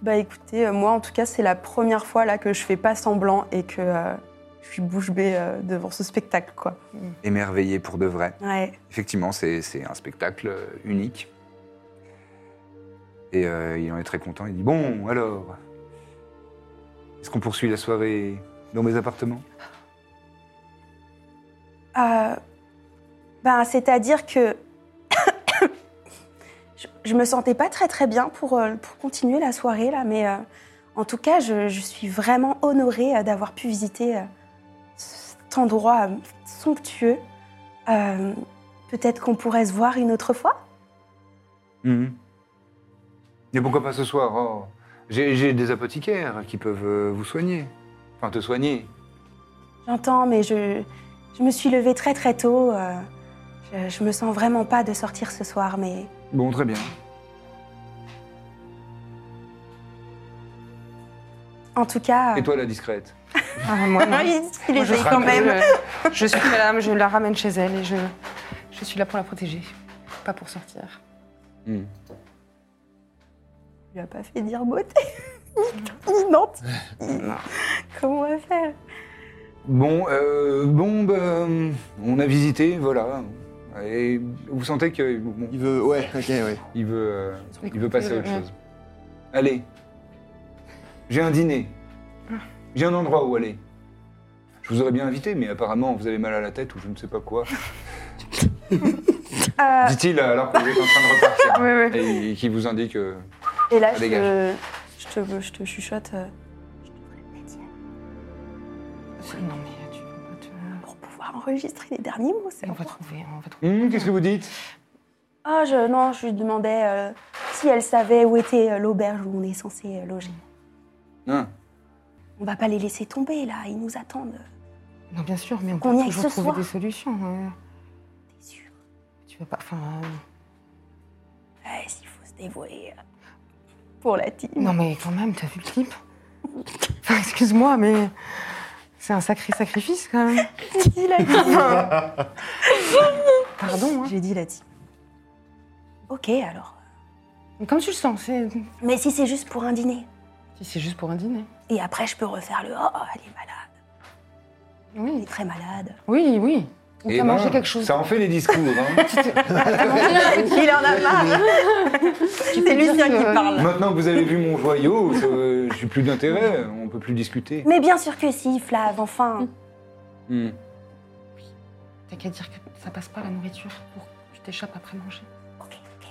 S3: Bah écoutez, euh, moi en tout cas, c'est la première fois là que je fais pas semblant et que euh, je suis bouche bée euh, devant ce spectacle quoi.
S1: Émerveillé pour de vrai.
S3: Ouais.
S1: Effectivement, c'est c'est un spectacle euh, unique. Et euh, il en est très content. Il dit Bon, alors, est-ce qu'on poursuit la soirée dans mes appartements
S3: Euh, ben c'est-à-dire que je, je me sentais pas très très bien pour, euh, pour continuer la soirée là, mais euh, en tout cas, je, je suis vraiment honorée euh, d'avoir pu visiter euh, cet endroit euh, somptueux. Euh, Peut-être qu'on pourrait se voir une autre fois
S1: Mhm. Mais pourquoi pas ce soir Oh, J'ai j'ai des apothicaires qui peuvent euh, vous soigner. Enfin, te soigner.
S3: J'entends, mais je, je me suis levée très très tôt. euh, je, je me sens vraiment pas de sortir ce soir, mais
S1: Bon, très bien.
S3: en tout cas.
S1: Et toi, la discrète
S7: Ah, moi, non.
S3: Oui, il
S7: Moi,
S3: est
S7: je
S3: quand
S7: ramène-
S3: même.
S7: Je, je suis madame, je la ramène chez elle et je, je suis là pour la protéger, pas pour sortir.
S1: Mhm.
S3: Tu lui as pas fait dire beauté. Il mente. Comment on va faire
S1: Bon, euh, bon, ben, on a visité, voilà. Et vous sentez que. bon,
S2: Il veut, ouais, ok, ouais.
S1: Il veut, euh,
S7: Mais
S1: il veut passer à autre
S7: euh,
S1: chose. Allez, j'ai un dîner.
S7: Ah.
S1: J'ai un endroit où aller. Je vous aurais bien invité, mais apparemment vous avez mal à la tête ou je ne sais pas quoi.
S3: Euh,
S1: Dit-il alors que vous êtes en train de repartir.
S7: Ouais, ouais.
S1: Et, qui vous indique. euh,
S3: Et là,
S1: Ça
S3: je te,
S1: dégage.
S3: je, te, je te chuchote. euh,
S7: Non mais tu peux pas te...
S3: euh, Pour pouvoir enregistrer les derniers mots, c'est
S7: On
S3: bon.
S7: va trouver, on va trouver.
S1: Hum, Qu'est-ce que vous dites
S3: Ah, je, non, je lui demandais euh, si elle savait où était euh, l'auberge où on est censé euh, loger.
S1: Hein
S3: On va pas les laisser tomber là, ils nous attendent.
S7: Non, bien sûr, mais on
S3: Qu'on y
S7: peut
S3: aille
S7: toujours
S3: ce
S7: trouver
S3: soir.
S7: des solutions. ouais.
S3: T'es sûr
S7: Tu vas pas. Enfin. euh,
S3: Ouais, s'il faut se dévouer euh, pour la team.
S7: Non, mais quand même, t'as vu le clip Enfin, excuse-moi, mais. C'est un sacré sacrifice, quand même.
S3: J'ai dit la team.
S7: Pardon, hein.
S3: J'ai dit la team. Ok alors.
S7: Comme tu le sens, c'est.
S3: Mais si c'est juste pour un dîner,
S7: Si c'est juste pour un dîner.
S3: et après je peux refaire le oh, elle est malade, elle
S7: Oui,
S3: est très malade.
S7: oui, oui. Ou
S1: Eh
S7: t'as
S1: ben,
S7: mangé quelque chose.
S1: Ça en fait les discours. hein.
S7: T'as mangé un petit-
S3: Il en a marre C'est Lucien
S7: dire
S3: qui
S7: que- euh,
S3: parle.
S1: Maintenant que vous avez vu mon joyau, je j'ai plus d'intérêt. On peut plus discuter.
S3: Mais bien sûr que si, Flav, enfin.
S1: Hmm.
S7: T'as qu'à dire que ça passe pas la nourriture pour que tu t'échappes après manger.
S3: Ok, ok.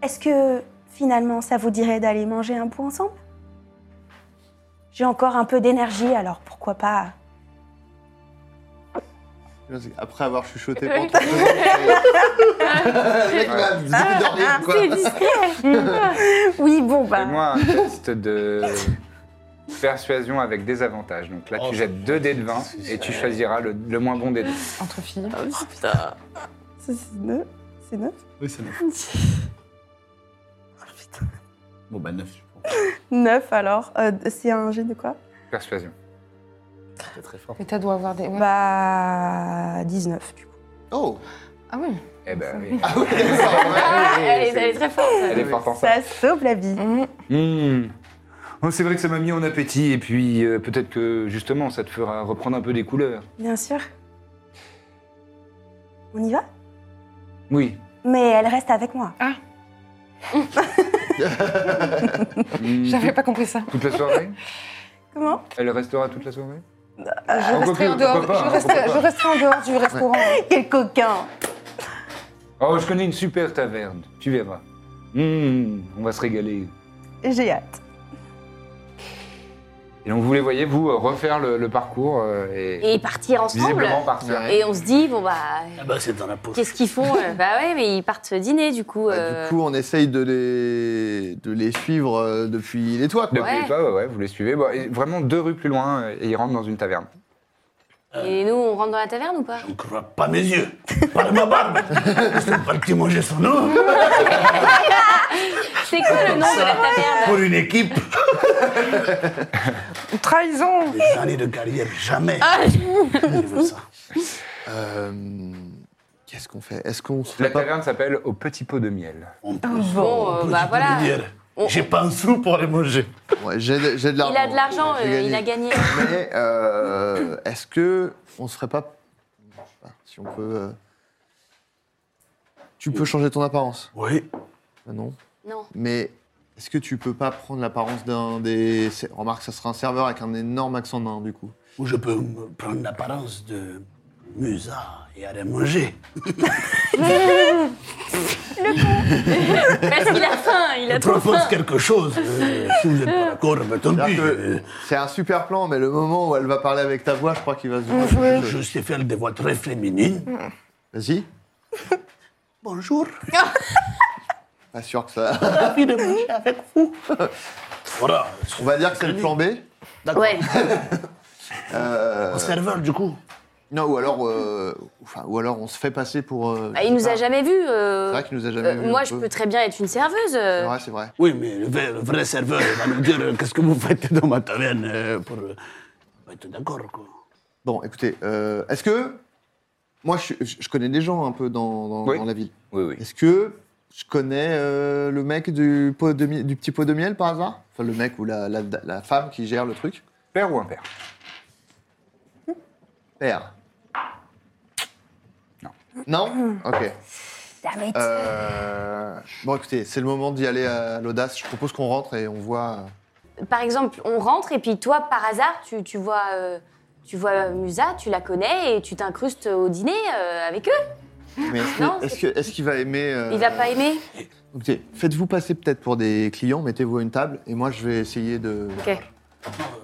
S3: Est-ce que finalement ça vous dirait d'aller manger un bout ensemble J'ai encore un peu d'énergie, alors pourquoi pas
S2: Après avoir chuchoté pendant trois heures, le mec m'a dit de rien, quoi.
S3: Oui, bon, bah.
S1: Fais-moi un test de persuasion avec des avantages. Donc là,
S4: Oh.
S1: tu jettes 2 dés de 20 et tu choisiras le, le moins bon des deux.
S7: Entre filles.
S10: Oh putain. Ça, c'est neuf. C'est neuf
S4: Oui, c'est neuf.
S10: Oh, putain.
S4: Bon, bah, neuf, je pense.
S10: Neuf alors. Euh, c'est un jet de quoi
S1: Persuasion.
S4: C'est très fort.
S7: Et t'as doit avoir des. ouais.
S10: Bah. 19 du coup.
S2: Oh
S7: Ah oui.
S1: Eh ben oui.
S2: Ah oui, d'accord, ouais.
S6: Ah, elle, est, elle est très forte.
S1: Elle est forte en ça.
S10: Ça sauve la vie.
S7: Mmh.
S1: Hmm. Oh, c'est vrai que ça m'a mis en appétit et puis euh, peut-être que justement ça te fera reprendre un peu des couleurs.
S10: Bien sûr.
S3: On y va
S1: Oui.
S3: Mais elle reste avec moi.
S7: Ah,
S1: Hmm.
S7: J'avais pas compris ça.
S1: Toute la soirée
S3: Comment
S1: Elle restera toute la soirée
S2: Euh,
S1: Ah,
S7: Je resterai en dehors.
S1: pourquoi pas,
S7: Je
S1: hein,
S7: resterai,
S1: pourquoi
S7: je resterai en dehors du restaurant.
S3: Quel coquin
S1: Oh, je connais une super taverne, tu verras. Hmm, on va se régaler.
S10: J'ai hâte.
S1: Et donc vous les voyez, vous, euh, refaire le, le parcours euh, et,
S6: Et partir ensemble.
S1: visiblement partir.
S6: Et on se dit, bon bah,
S8: Ah bah, c'est dans la peau.
S6: qu'est-ce qu'ils font euh, Bah ouais, mais ils partent dîner du coup.
S2: Bah,
S6: euh,
S2: Du coup, on essaye de les, de les suivre euh, depuis les toits, quoi.
S1: Depuis
S6: Ouais.
S1: les toits, ouais, ouais, vous les suivez. Bon, et vraiment deux rues plus loin, euh, et ils rentrent dans une taverne.
S2: euh,
S6: Et nous, on rentre dans la taverne ou pas
S8: Je ne crois pas mes yeux, pas ma barbe. Ils sont partis manger son eau
S6: C'est quoi le nom de la taverne
S8: pour une équipe.
S7: Trahison. Ah.
S8: Des années de carrière, jamais.
S6: Ah,
S8: Je veux ça.
S2: Euh, Qu'est-ce qu'on fait Est-ce qu'on se
S1: La
S2: fait pas-
S1: taverne s'appelle Au Petit Pot de Miel.
S8: On peut
S6: Bon, euh, bah voilà.
S8: J'ai pas un sou pour les manger.
S2: Ouais, J'ai de j'ai de l'argent.
S6: Il a de l'argent,
S2: J'ai
S6: euh, il a gagné.
S2: Mais euh, est-ce que on serait pas je sais pas, si on peut euh, tu peux changer ton apparence
S8: Oui.
S2: Ah Non.
S6: Non.
S2: Mais est-ce que tu peux pas prendre l'apparence d'un des c'est- remarque ça sera un serveur avec un énorme accent nain du coup.
S8: Ou je peux me prendre l'apparence de Musa et aller manger.
S6: Parce qu'il a faim, il
S8: Je
S6: a trop
S8: propose
S6: faim.
S8: quelque chose. euh, si vous êtes pas d'accord, ben tant pis.
S2: C'est-à-dire que
S8: euh,
S2: C'est un super plan, mais le moment où elle va parler avec ta voix, je crois qu'il va se dire.
S8: Je sais faire des voix très féminines.
S2: Vas-y.
S8: Bonjour.
S2: Pas sûr que ça.
S8: Ravi de manger avec vous. Voilà.
S2: On va dire que c'est le plan B. euh,
S8: D'accord.
S6: Ouais.
S8: Un serveur, du coup.
S2: Non, ou alors, euh, enfin, ou alors on se fait passer pour. euh,
S6: Bah,
S2: je
S6: il
S2: sais
S6: nous a
S2: pas.
S6: jamais vus. euh,
S2: C'est vrai qu'il nous a jamais
S6: euh,
S2: vus,
S6: Moi,
S2: on
S6: je
S2: peut.
S6: peux très bien être une serveuse.
S2: C'est
S6: euh.
S2: vrai, c'est vrai.
S8: Oui, mais le vrai, le vrai serveur, il va nous dire euh, qu'est-ce que vous faites dans ma taverne euh, pour. euh, On va être d'accord, quoi.
S2: Bon, écoutez, euh, est-ce que. Moi, je, je- je connais des gens un peu dans, dans-
S1: Oui.
S2: dans la ville.
S1: Oui, oui.
S2: Est-ce que je connais euh, le mec du, pot de mi- du petit pot de miel par hasard Enfin, le mec ou la, la- la femme qui gère le truc
S1: Père ou un père
S2: Père. Non. Non Ok.
S3: Damn it.
S2: Euh, Bon, écoutez, c'est le moment d'y aller à l'audace. Je propose qu'on rentre et on voit.
S6: Par exemple, on rentre et puis toi, par hasard, tu, tu vois. euh, Tu vois Musa, tu la connais et tu t'incrustes au dîner euh, avec eux.
S2: Mais est-ce
S6: Non,
S2: que- est-ce que- est-ce qu'il va aimer euh,
S6: Il va pas aimer.
S2: Ok, faites-vous passer peut-être pour des clients, mettez-vous à une table et moi je vais essayer de.
S6: Ok.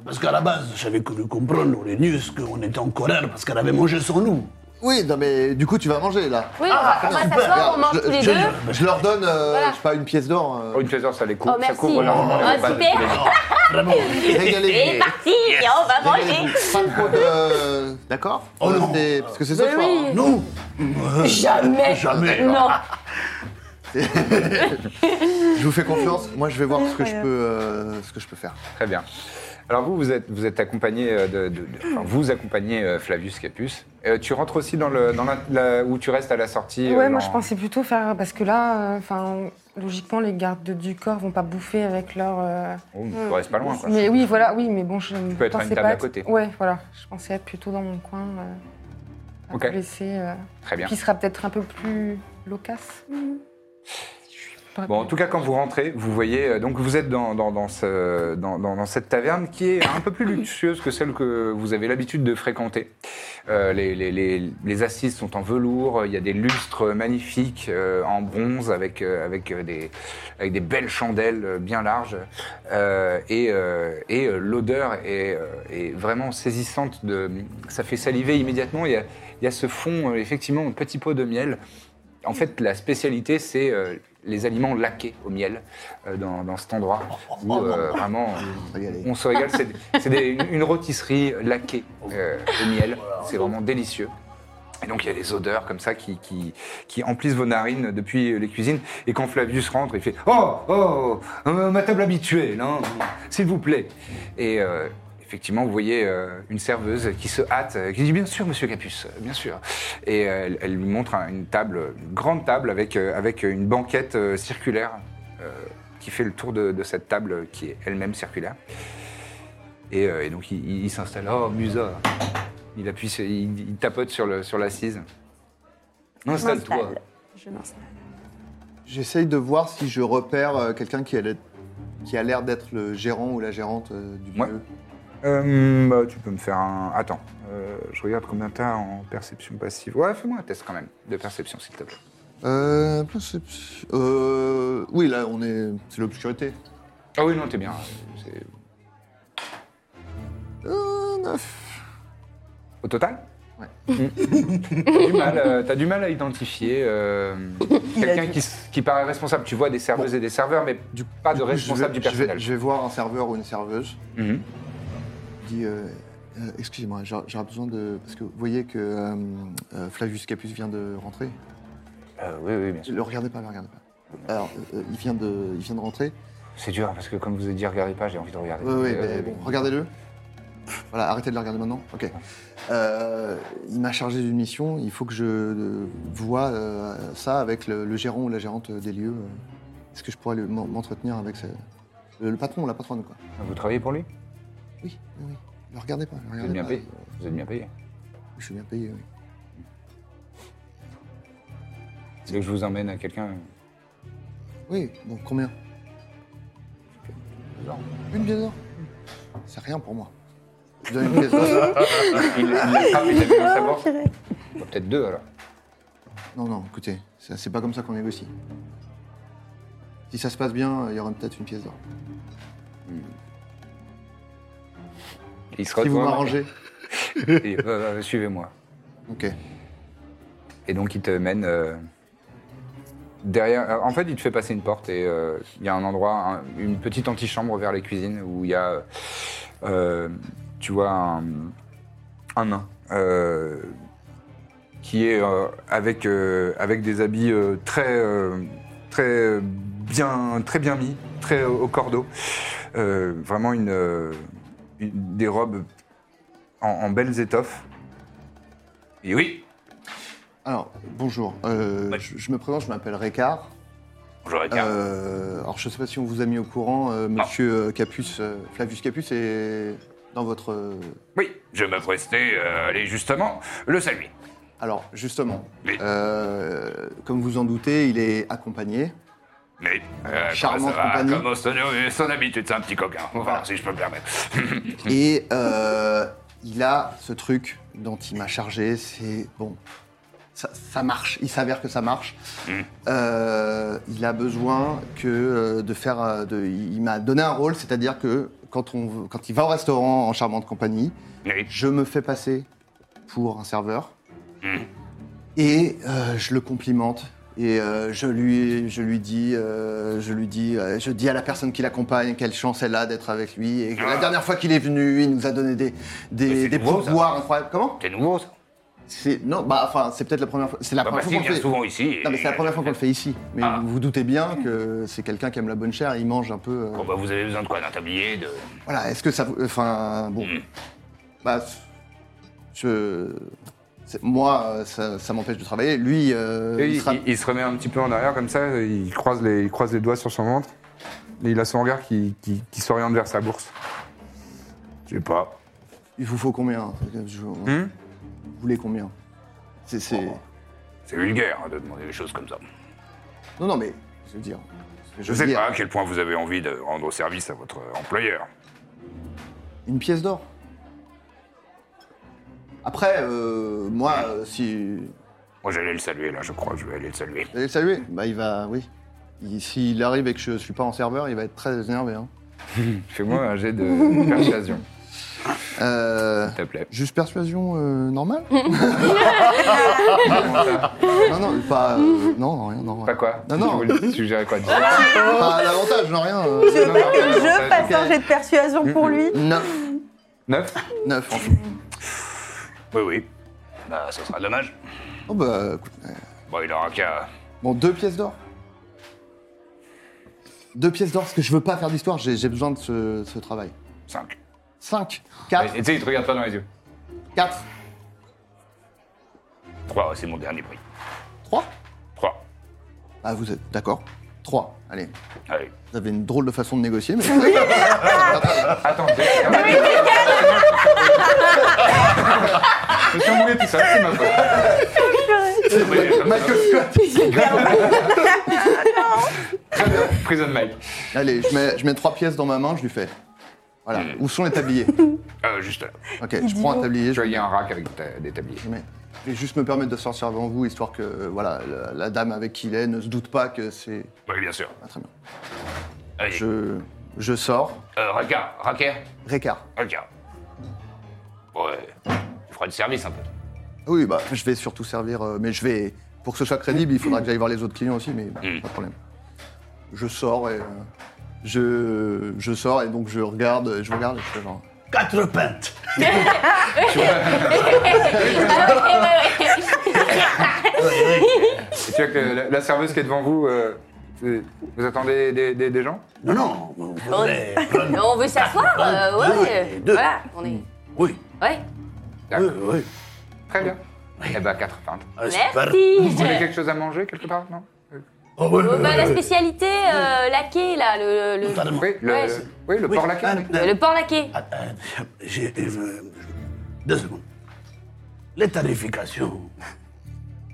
S8: Parce qu'à la base, j'avais cru comprendre, Aurélius, qu'on était en colère parce qu'elle avait mangé son loup.
S2: Oui, non, mais du coup, tu vas manger là.
S6: Oui, on
S12: Ah,
S6: va- on va s'asseoir, on mange tous les
S2: je,
S6: deux.
S2: je- je leur donne, euh,
S6: Voilà.
S2: je sais pas, une pièce d'or. euh.
S1: Oh, une pièce d'or, ça les coupe.
S6: Oh,
S1: ça
S6: merci.
S1: couvre largement
S6: Ah,
S1: les repas de
S6: super.
S1: tous les jours.
S8: Vraiment.
S6: C'est
S2: Régalez-vous.
S6: parti, et on va manger.
S2: Pas trop de- euh, D'accord
S8: Oh non.
S2: C'est- Parce que c'est ce
S6: Mais
S2: soir.
S6: oui.
S2: hein.
S8: Nous,
S6: Jamais.
S8: Jamais.
S6: Non.
S2: Je vous fais confiance. Moi, je vais voir ce que je
S10: Incroyable.
S2: peux, euh, ce que je peux faire.
S1: Très bien. Alors vous, vous êtes, vous êtes accompagné euh, de, de- de- enfin, vous accompagnez euh, Flavius Capus. Euh, tu rentres aussi dans le, dans la, la- où tu restes à la sortie. euh,
S7: Ouais, moi
S1: dans-
S7: je pensais plutôt faire. Parce que là, euh, enfin, logiquement, les gardes du corps vont pas bouffer avec leur. euh,
S1: Oh, tu restes pas loin. Quoi.
S7: Mais oui, voilà, oui, mais bon, je
S1: peux être à une
S7: pensais
S1: table
S7: pas
S1: à côté.
S7: être- Ouais, voilà, je pensais être plutôt dans mon coin. Euh, à
S1: Ok.
S7: vous laisser, euh,
S1: Très bien.
S7: qui sera peut-être un peu plus loquace.
S1: Bon, en tout cas, quand vous rentrez, vous voyez, euh, donc vous êtes dans, dans, dans ce- dans- dans- dans cette taverne qui est un peu plus luxueuse que celle que vous avez l'habitude de fréquenter. Euh, les, les- les- les assises sont en velours, il y a des lustres magnifiques euh, en bronze avec, euh, avec, euh, des, avec des belles chandelles euh, bien larges. Euh, et euh, et, euh, l'odeur est, euh, est vraiment saisissante, de, ça fait saliver immédiatement. Il y a, il y a ce fond, euh, effectivement, un petit pot de miel. En fait, la spécialité, c'est euh, les aliments laqués au miel euh, dans, dans cet endroit où euh, vraiment
S2: Régalez.
S1: on se régale. C'est- C'est des- une, une rôtisserie laquée euh, au miel. C'est vraiment délicieux. Et donc il y a des odeurs comme ça qui, qui, qui emplissent vos narines depuis les cuisines. Et quand Flavius rentre, il fait Oh, oh, euh, ma table habituelle, hein, s'il vous plaît. Et euh, effectivement, vous voyez euh, une serveuse qui se hâte, euh, qui dit Bien sûr, monsieur Capus, euh, bien sûr. Et euh, elle, elle lui montre un- une table, une grande table avec, euh, avec une banquette euh, circulaire euh, qui fait le tour de, de cette table qui est elle-même circulaire. Et, euh, et donc il, il- il s'installe. Oh, Musa Il appuie, sur- il, il tapote sur le- sur l'assise. Installe-toi.
S3: m'installe. Je m'installe.
S2: J'essaye de voir si je repère euh, quelqu'un qui a l'air- qui a l'air d'être le gérant ou la gérante euh, du
S1: Ouais.
S2: lieu.
S1: Euh, bah, tu peux me faire un. Attends, euh, je regarde combien t'as en perception passive. Ouais, fais-moi un test quand même de perception, s'il te plaît.
S2: Euh, perception- euh, oui, là, on est, c'est l'obscurité.
S1: Ah oui, non, t'es bien. C'est-
S2: Euh, neuf.
S1: Au total
S2: Ouais.
S1: Mm. T'as du mal, euh, T'as du mal à identifier euh, quelqu'un qui, s- qui paraît responsable. Tu vois des serveuses et des serveurs, mais du, pas de
S2: coup,
S1: responsable
S2: je
S1: du
S2: vais- je vais-
S1: personnel.
S2: Je vais voir un serveur ou une serveuse.
S1: Mhm.
S2: Il dit, euh, euh, excusez-moi, j'a- j'aurais besoin de, parce que vous voyez que euh, euh, Flavius Capus vient de rentrer.
S1: Euh, oui, oui, bien sûr.
S2: Le regardez pas, le regardez pas. Alors, euh, euh, il vient de, il vient de rentrer.
S1: C'est dur, parce que comme vous avez dit, regardez pas, j'ai envie de regarder.
S2: Oui, oui,
S1: Euh,
S2: mais ben, bon, regardez-le. Voilà, arrêtez de le regarder maintenant. Ok. Euh, il m'a chargé d'une mission. Il faut que je euh, vois euh, ça avec le, le gérant ou la gérante des lieux. euh. Est-ce que je pourrais le- m'en- m'entretenir avec ce- le, le patron ou la patronne, quoi
S1: Vous travaillez pour lui
S2: Oui, oui, oui. Le regardez pas. le
S1: Vous
S2: regardez
S1: êtes bien
S2: pas.
S1: payé. Vous êtes bien payé.
S2: Je suis bien payé, oui.
S1: Vous voulez que je vous emmène à quelqu'un
S2: Oui, bon, combien
S1: Non.
S2: Une pièce d'or C'est rien pour moi. Je donne une pièce d'or.
S1: Il il l'attrape et t'as vu dans sa bourse Bah, Peut-être deux, alors.
S2: Non, non, écoutez, c'est c'est pas comme ça qu'on négocie. Si ça se passe bien, il y aura peut-être une pièce d'or.
S1: Et Il se
S2: Si vous
S1: retourne.
S2: m'arrangez.
S1: Et, euh, Suivez-moi.
S2: Ok.
S1: Et donc il te mène euh, derrière. euh, En fait, il te fait passer une porte et euh, il y a un endroit, un- une petite antichambre vers les cuisines où il y a, euh, tu vois, un, un nain euh, qui est euh, avec euh, avec des habits euh, très euh, très euh, bien très bien mis, très au au cordeau, Euh, vraiment une, euh, une- des robes en, en belles étoffes. Et oui,
S2: Alors, bonjour. Euh,
S1: Ouais.
S2: je, je me présente, je m'appelle Récard.
S1: bonjour Ah. Edgar.
S2: Euh, alors, je sais pas si on vous a mis au courant, euh, monsieur euh, Capus, euh, Flavius Capus est dans votre. euh,
S1: Oui, je m'apprêtais à aller justement le saluer.
S2: Alors, justement,
S1: Oui.
S2: euh, comme vous en doutez, il est accompagné.
S1: Mais euh,
S2: Charmante
S1: ça va,
S2: compagnie.
S1: Comme son, son habitude, c'est un petit coquin. Voilà, si je peux me permettre. Mhm.
S2: Et euh, il a ce truc dont il m'a chargé, c'est bon. Ça, ça marche, il s'avère que ça marche.
S1: Mmh,
S2: Euh, il a besoin que euh, de faire. euh, de- il m'a donné un rôle, c'est-à-dire que quand, on, quand il va au restaurant en charmante compagnie,
S1: Oui. mmh.
S2: je me fais passer pour un serveur. Et euh, je le complimente. Et euh, je, lui, je lui dis, euh, je lui dis, euh, je dis à la personne qui l'accompagne quelle chance elle a d'être avec lui. Et que la dernière fois qu'il est venu, il nous a donné des,
S1: Ah. Mais
S2: des,
S1: c'est
S2: des
S1: nouveau,
S2: pouvoirs
S1: ça.
S2: incroyables. Comment
S1: C'est nouveau ça
S2: C'est non, bah enfin, c'est peut-être la première fois. C'est la
S1: Bah,
S2: première
S1: parce
S2: fois
S1: qu'il
S2: qu'on
S1: vient
S2: le fait.
S1: souvent ici.
S2: Non, mais c'est la
S1: Et-
S2: première fois qu'on le fait ici. Mais
S1: Ah.
S2: vous vous doutez bien que c'est quelqu'un qui aime la bonne chair. Il mange un peu. euh,
S1: Bon, bah, vous avez besoin de quoi D'un tablier de...
S2: Voilà. Est-ce que ça, vous- enfin bon, bah je, c'est- moi euh, ça, ça m'empêche de travailler. Lui, euh,
S1: Et
S2: il
S1: il,
S2: sera-
S1: il- il se remet un petit peu en arrière comme ça, il croise les, il croise les doigts sur son ventre. Et il a son regard qui, qui- qui s'oriente vers sa bourse. Je sais pas.
S2: il vous faut combien Je-
S1: Hmm
S2: Vous voulez combien C'est, c'est-
S1: C'est vulgaire hein, de demander des choses comme ça.
S2: Non, non, mais je veux dire.
S1: Je sais pas à quel point vous avez envie de rendre service à votre employeur.
S2: Une pièce d'or. Après, euh, moi, euh, si.
S1: Moi, j'allais le saluer là, je crois, je vais aller le saluer.
S2: Vous allez le saluer Bah, il va. Oui. Il- S'il arrive et que je suis pas en serveur, il va être très énervé. hein.
S1: Fais-moi un jet de persuasion,
S2: Euh,
S1: s'il te plaît.
S2: juste persuasion euh, normale Non, non, pas. euh, non, rien, non.
S1: Pas
S2: rien.
S1: quoi
S2: Non, non.
S1: Tu voulais- Tu gérais quoi dis-moi.
S2: Pas d'avantage, Ah, non, rien. euh,
S10: Je veux
S1: non,
S10: pas
S1: non,
S10: que
S1: non,
S10: le
S1: non,
S10: jeu fasse
S2: non.
S10: un jet de persuasion pour lui.
S2: Neuf.
S1: Neuf
S2: Neuf, en fait.
S1: Oui, oui. Bah, ça sera dommage.
S2: Oh, bah, écoute, euh,
S1: Bon, il aura qu'à.
S2: Bon, deux pièces d'or. Deux pièces d'or, parce que je veux pas faire d'histoire, j'ai j'ai besoin de ce, ce travail.
S1: 5.
S2: Cinq,
S1: Et
S2: quatre,
S1: tu sais, il te regarde pas dans les yeux.
S2: quatre,
S1: 3, c'est mon dernier prix.
S2: trois.
S1: 3.
S2: Ah, vous êtes d'accord. Trois, allez.
S1: Allez.
S2: Vous avez une drôle de façon de négocier, mais... Ah,
S1: Attends, j'ai. Je suis embrouillé tout ça, c'est ma faute.
S2: Michael Scott
S1: Très bien, Prison Mike.
S2: Allez, je mets, je mets trois pièces dans ma main, je lui fais. Voilà, où sont les tabliers
S1: Hmm. Euh, juste là.
S2: Ok, je prends un tablier,
S1: Tu
S2: je
S1: vois, il y a un rack avec ta- des tabliers.
S2: je mets- je vais juste me permettre de sortir devant vous, histoire que euh, voilà, la, la dame avec qui il est ne se doute pas que c'est...
S1: Oui, bien sûr.
S2: Ah, très bien.
S1: Allez.
S2: Je, je sors.
S1: Euh, Raka, Raka,
S2: Récart.
S1: Raka. Ouais. Tu feras du service un peu.
S2: Oui, bah, je vais surtout servir, euh, mais je vais. Pour que ce soit crédible, il faudra que j'aille voir les autres clients aussi, mais bon,
S1: Mm.
S2: pas de problème. Je sors et. euh, je, je sors et donc je regarde, je regarde et je fais genre.
S8: Quatre pintes.
S1: Et tu vois que la, la serveuse qui est devant vous, euh, c'est- vous attendez des, des- des gens
S8: Non, non, vous voulez
S6: Mais
S8: prendre.
S6: On veut s'asseoir, euh, ouais,
S8: Deux, deux.
S6: Voilà, on est.
S8: Oui,
S6: Ouais.
S8: oui,
S1: D'accord.
S8: oui.
S1: Très bien. Eh ben, quatre pintes.
S8: Ah, super.
S1: Vous avez
S6: Merci.
S1: quelque chose à manger quelque part Non
S8: Oh, oui,
S6: Oh,
S8: oui,
S6: bah, la
S8: oui.
S6: spécialité euh, laquée, là, le, le,
S8: Pardon.
S1: Oui, le,
S6: Ouais.
S1: oui, le
S8: Oui,
S1: porc laqué.
S8: ah,
S1: oui.
S8: euh,
S6: le porc laqué.
S8: Ah, euh, j'ai- euh, deux secondes. Les tarifications,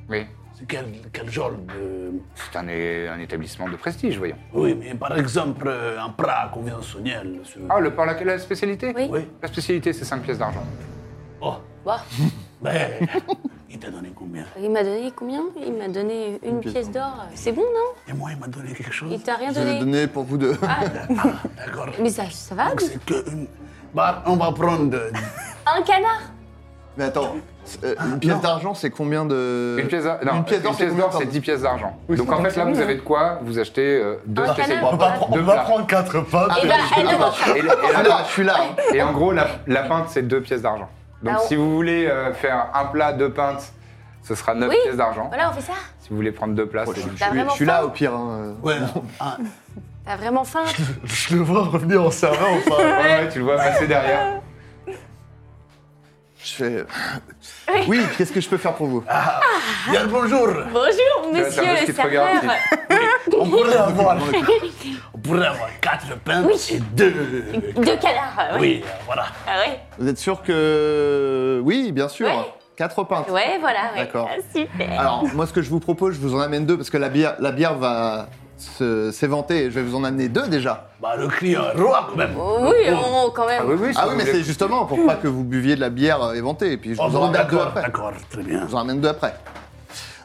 S1: Oui.
S8: c'est quel, quel genre de.
S1: C'est un, é- un établissement de prestige, voyons.
S8: Oui, mais par exemple, euh, un plat conventionnel. ce-
S1: Ah, le porc laqué, la spécialité
S6: Oui.
S8: Oui.
S1: La spécialité, c'est 5 pièces d'argent.
S8: Oh,
S6: Bon,
S8: ben, il t'a donné combien
S6: il m'a donné combien Il m'a donné une pièce d'or. C'est bon, non
S8: Et moi, il m'a donné quelque chose.
S6: Il t'a rien
S2: Je vais
S6: donné Ah.
S2: donner pour vous deux.
S8: D'accord.
S6: Mais ça, ça va
S8: Donc, c'est que une- Bah, on va prendre. euh,
S6: Un canard
S2: Mais attends, c'est- euh, une pièce
S8: non.
S2: d'argent, c'est combien de.
S1: Une pièce d'ar- non,
S2: Une pièce d'or, c'est combien de
S1: c'est
S2: temps
S1: 10 pièces d'argent. Donc
S4: c'est
S1: en fait,
S4: pas
S1: là, vous
S4: mieux,
S1: avez de quoi Vous achetez euh, deux
S6: hein. Un
S1: spécialités.
S6: canard.
S4: On va,
S1: Deux
S4: on va
S1: plats.
S4: prendre quatre pintes.
S6: Eh ben, elle
S2: Ah, bah,
S6: demande.
S1: Et, la- et
S2: Je suis
S1: la-
S2: là, je suis là. hein.
S1: et en gros, la, la pinte, c'est deux pièces d'argent. Donc
S6: Ah, on-
S1: si vous voulez euh, faire un plat, deux pintes, ce sera 9
S6: Oui.
S1: pièces d'argent.
S6: Voilà, on fait ça.
S1: Si vous voulez prendre deux plats, c'est
S2: Oh, Je
S6: T'as
S2: suis,
S6: vraiment
S2: je suis là
S6: faim
S2: au pire. hein, euh.
S8: Ouais, un-
S6: T'as vraiment faim
S4: Je le vois revenir en serveur ou pas
S1: Ouais, ouais, tu le vois passer bah, derrière.
S2: Je fais. Oui, qu'est-ce que je peux faire pour vous
S8: Ah, Bien le bonjour.
S6: Bonjour,
S1: Tu vois,
S6: monsieur
S1: serveuse
S6: le
S1: qui te regarde,
S6: serveur.
S8: On pourrait avoir. on pourrait avoir quatre pains
S6: Oui.
S8: et deux.
S6: Deux canards, ouais.
S8: Oui, euh, voilà.
S6: Ah ouais.
S2: Vous êtes sûr que. Oui, bien sûr.
S6: Ouais.
S2: Quatre pintes.
S6: Ouais, voilà, ouais.
S2: D'accord.
S6: Ah, super.
S2: Alors, moi, ce que je vous propose, je vous en amène deux parce que la bière, la bière va se- s'éventer et je vais vous en amener deux déjà.
S8: Bah, le client est roi quand même.
S6: Oh, oui, on, quand même.
S1: Ah oui, oui, si
S2: Ah
S1: vous
S2: oui, mais
S1: voulez-
S2: c'est justement pour pas que vous buviez de la bière euh, éventée et puis je
S8: Oh,
S2: vous en
S8: bon,
S2: amène deux
S8: d'accord,
S2: après.
S8: d'accord, très bien.
S2: Je vous en amène deux après.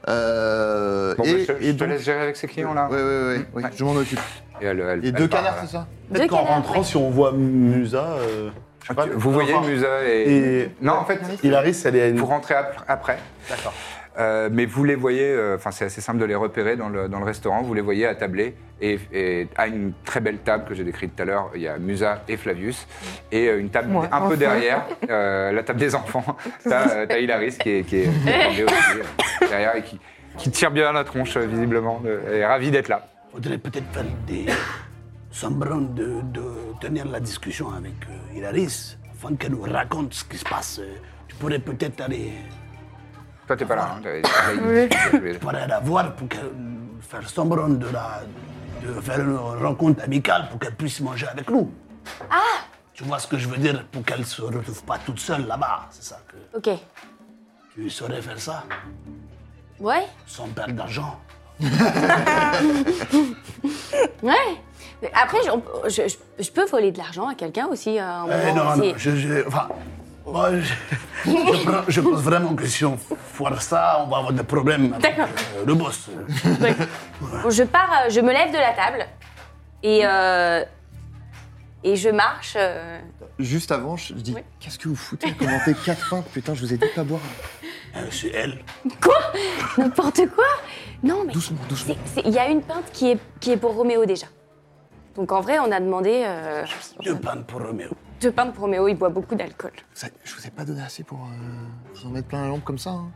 S2: Euh,
S1: Bon, bah, je,
S2: et,
S1: je
S2: et
S1: te
S2: donc-
S1: laisse gérer avec ces clients-là.
S2: Ouais, ouais, ouais, ouais, je m'en occupe.
S1: Et, elle- elle-
S2: Et
S1: elle
S2: deux
S1: part,
S2: canards,
S1: euh.
S2: c'est ça
S6: Deux
S4: Peut-être qu'en
S6: canards,
S4: rentrant,
S6: ouais.
S4: si on voit Musa. euh, je sais pas,
S1: Ah, Vous voyez
S4: enfin,
S1: Musa et...
S4: Et-
S1: Non, en fait,
S4: Hilaris, elle est à une.
S1: vous rentrez ap- après. D'accord. Euh, mais vous les voyez, euh, enfin c'est assez simple de les repérer dans le, dans le restaurant, vous les voyez attablés et, et à une très belle table que j'ai décrite tout à l'heure, il y a Musa et Flavius, et euh, une table
S7: Moi,
S1: un peu
S7: enfin.
S1: derrière, euh, la table des enfants, t'as euh, t'as Hilaris qui est, qui est- qui est tombée aussi, euh, derrière et qui, qui tire bien la tronche euh, visiblement, Euh, elle est ravie d'être là.
S8: Faudrait peut-être faire des semblants de, de tenir la discussion avec euh, Hilaris afin qu'elle nous raconte ce qui se passe. Euh, Tu pourrais peut-être aller
S1: Toi t'es pas là, hein, t'as- t'as-
S8: Oui.
S1: t'as- t'as-
S8: pourrais la voir pour qu'elle faire semblant de la de faire une rencontre amicale pour qu'elle puisse manger avec nous.
S6: Ah
S8: Tu vois ce que je veux dire pour qu'elle se retrouve pas toute seule là-bas, c'est ça que
S6: Ok.
S8: tu saurais faire ça
S6: Ouais.
S8: sans perdre d'argent.
S6: Ouais. Mais après, je, on- je- je- je peux voler de l'argent à quelqu'un aussi. euh, à un
S8: Eh,
S6: moment,
S8: non, non,
S6: Ah, c'est-
S8: je, je- enfin, moi, je, je prends- je pense vraiment que si on foire ça, on va avoir des problèmes avec
S6: D'accord.
S8: euh, le boss.
S6: Bon, je pars, euh, je me lève de la table et, euh, et je marche. euh,
S13: Juste avant, je dis Qu'est-ce que vous foutez Commentez 4 pintes, putain, je vous ai dit de pas boire.
S8: Euh, C'est elle.
S6: Quoi N'importe quoi Non, mais.
S13: Doucement, doucement.
S6: c'est- Il y a une pinte qui est, qui est pour Roméo déjà. Donc en vrai, on a demandé. euh,
S8: Deux pintes pour Roméo.
S6: deux pintes pour Roméo, il boit beaucoup d'alcool.
S13: Ça- je vous ai pas donné assez pour euh, vous en mettre plein la lampe comme ça. hein.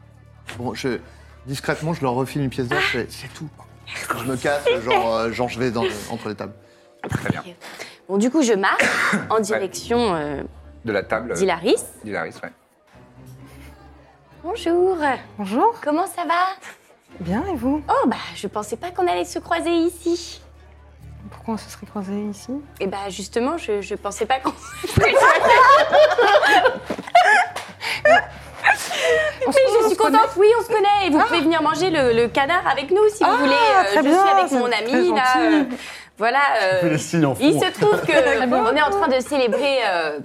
S13: Bon, je, discrètement, je leur refile une pièce d'or, je fais, c'est tout.
S2: Je me casse, genre, euh, genre je vais dans, entre les tables.
S1: Très bien.
S6: Bon, du coup, je marche en direction euh,
S1: De la table. euh,
S6: d'Hilaris.
S1: d'Hilaris, ouais.
S6: Bonjour.
S7: Bonjour.
S6: Comment ça va
S7: Bien, et vous
S6: Oh, bah, je pensais pas qu'on allait se croiser ici.
S7: Pourquoi on se serait croisés ici
S6: Et bah, justement, je, je pensais pas qu'on.
S7: On se connaît,
S6: Mais je
S7: on se
S6: suis
S7: connaît.
S6: contente, oui, on se connaît. Et vous pouvez venir manger le, le canard avec nous si vous
S7: Ah,
S6: voulez. Euh,
S7: très
S6: je
S7: bien,
S6: suis avec
S7: c'est
S6: mon
S7: très
S6: ami là. euh,
S7: gentil.
S6: voilà. euh,
S4: Je fais les signes en
S6: il
S4: fond.
S6: se trouve que
S7: Très bien.
S6: on est en train de célébrer euh,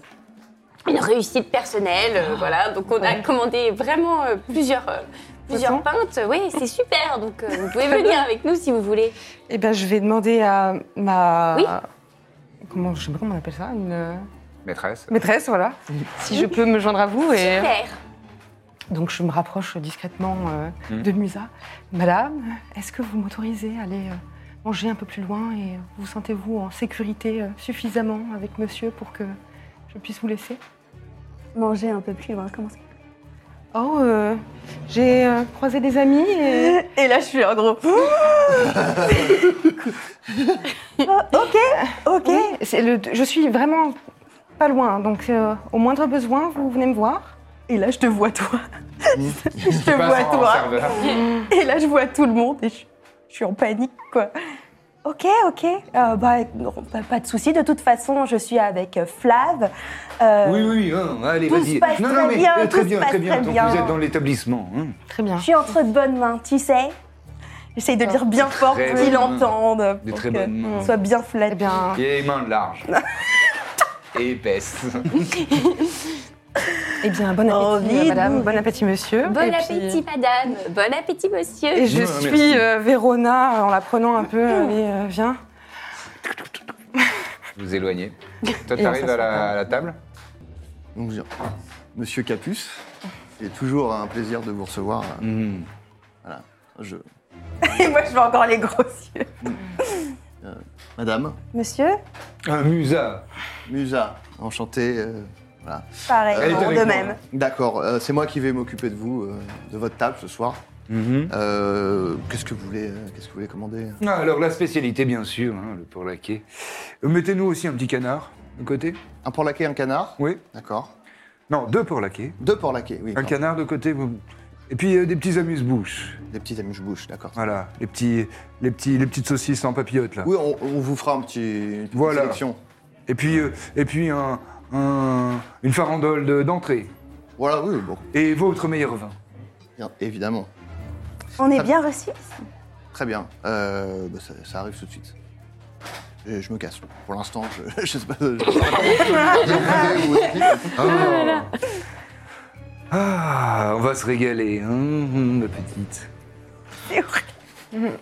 S6: une réussite personnelle. euh, voilà, donc on a commandé vraiment euh, plusieurs. euh, Plusieurs pintes, oui, c'est super. Donc, euh, vous pouvez venir avec nous si vous voulez.
S7: Eh ben, je vais demander à ma.
S6: Oui.
S7: Comment, je sais pas comment on appelle ça, une euh,
S1: Maîtresse.
S7: maîtresse, voilà. Si je peux me joindre à vous et.
S6: Super.
S7: Donc je me rapproche discrètement euh,
S1: Mhm.
S7: de Musa. Madame, est-ce que vous m'autorisez à aller euh, manger un peu plus loin et euh, vous sentez-vous en sécurité euh, suffisamment avec monsieur pour que je puisse vous laisser
S10: Manger un peu plus loin, comment ça
S7: Oh, euh, j'ai euh, croisé des amis et...
S10: Et là, je suis en gros. Ah, ok, ok.
S7: Oui, c'est le- je suis vraiment pas loin, donc euh, au moindre besoin, vous venez me voir.
S10: Et là, je te vois toi. je te vois
S1: Passe en
S10: toi.
S1: serveur.
S10: Et là, je vois tout le monde et je, je suis en panique, quoi. Ok, ok. Euh, bah, non, pas, pas de souci. De toute façon, je suis avec euh, Flav. Euh,
S1: Oui, oui, hein, allez,
S10: tout
S1: vas-y.
S10: se passe
S1: Non,
S10: très
S1: non, mais
S10: bien,
S1: euh,
S10: tout
S1: très
S10: se
S1: bien,
S10: passe
S1: très bien.
S10: très
S1: Donc
S10: bien.
S1: vous êtes dans l'établissement. hein.
S7: Très bien.
S10: Je suis entre de bonnes mains, tu sais. J'essaye de le dire bien fort pour
S1: Très
S10: qu'ils
S1: bonnes mains.
S10: l'entendent,
S1: Des
S10: pour
S1: très
S10: que
S1: bonnes mains.
S10: soit bien
S7: Eh
S10: flatté.
S7: bien,
S1: Il y a les mains larges. Et épaisses.
S7: eh bien bon appétit,
S10: Envie de
S7: madame,
S10: vous-
S7: bon appétit, monsieur.
S6: Bon
S7: Et puis- euh,
S6: appétit, madame. Bon appétit, monsieur.
S7: Et je
S1: Ouais,
S7: suis
S1: merci.
S7: euh, Vérona en la prenant un peu.
S6: Mm.
S7: Allez, euh, viens.
S1: Vous éloignez. Toi,
S7: Et on
S1: t'arrives à, la-
S7: s'assoit.
S1: à la table
S2: Donc, je dis, Monsieur Capus, c'est toujours un plaisir de vous recevoir.
S8: Mm.
S2: Voilà, je...
S10: Et moi, je vois encore les gros yeux.
S13: euh,
S2: Madame,
S10: Monsieur,
S1: Un musa.
S2: Musa, enchanté. euh, voilà. Euh,
S10: pareil,
S1: Elle est
S10: bon,
S1: avec
S10: de
S1: moi.
S10: même.
S2: D'accord, euh, c'est moi qui vais m'occuper de vous, euh, de votre table ce soir.
S1: Mhm.
S2: Euh, qu'est-ce que vous voulez, euh, qu'est-ce que vous voulez commander
S1: Ah, Alors, la spécialité, bien sûr, hein, le porc laqué. Euh, Mettez-nous aussi un petit canard de côté.
S2: Un porc laqué, un canard
S1: Oui.
S2: D'accord.
S1: Non, deux porcs laqués.
S2: Deux porcs laqués, oui.
S1: Un
S2: pardon.
S1: canard de côté. vous- Et puis euh, des petits amuse-bouches.
S2: Des petits amuse-bouches, d'accord.
S1: Voilà, les, petits, les, petits, les petites saucisses en papillote, là.
S2: Oui, on, on vous fera un petit, une petite
S1: Voilà.
S2: sélection.
S1: Et puis, euh, et puis un, un- une farandole de- d'entrée.
S2: Voilà, oui, bon,
S1: Et votre meilleur vin.
S2: bien, évidemment.
S10: On
S1: Ah.
S10: est
S2: Ça-
S10: bien reçus.
S2: Très bien. Euh, bah, ça, ça arrive tout de suite. Et je me casse. Pour l'instant, je, je sais pas. je-
S1: Ah, Ah, on va se régaler, hein, ma petite.
S10: C'est horrible.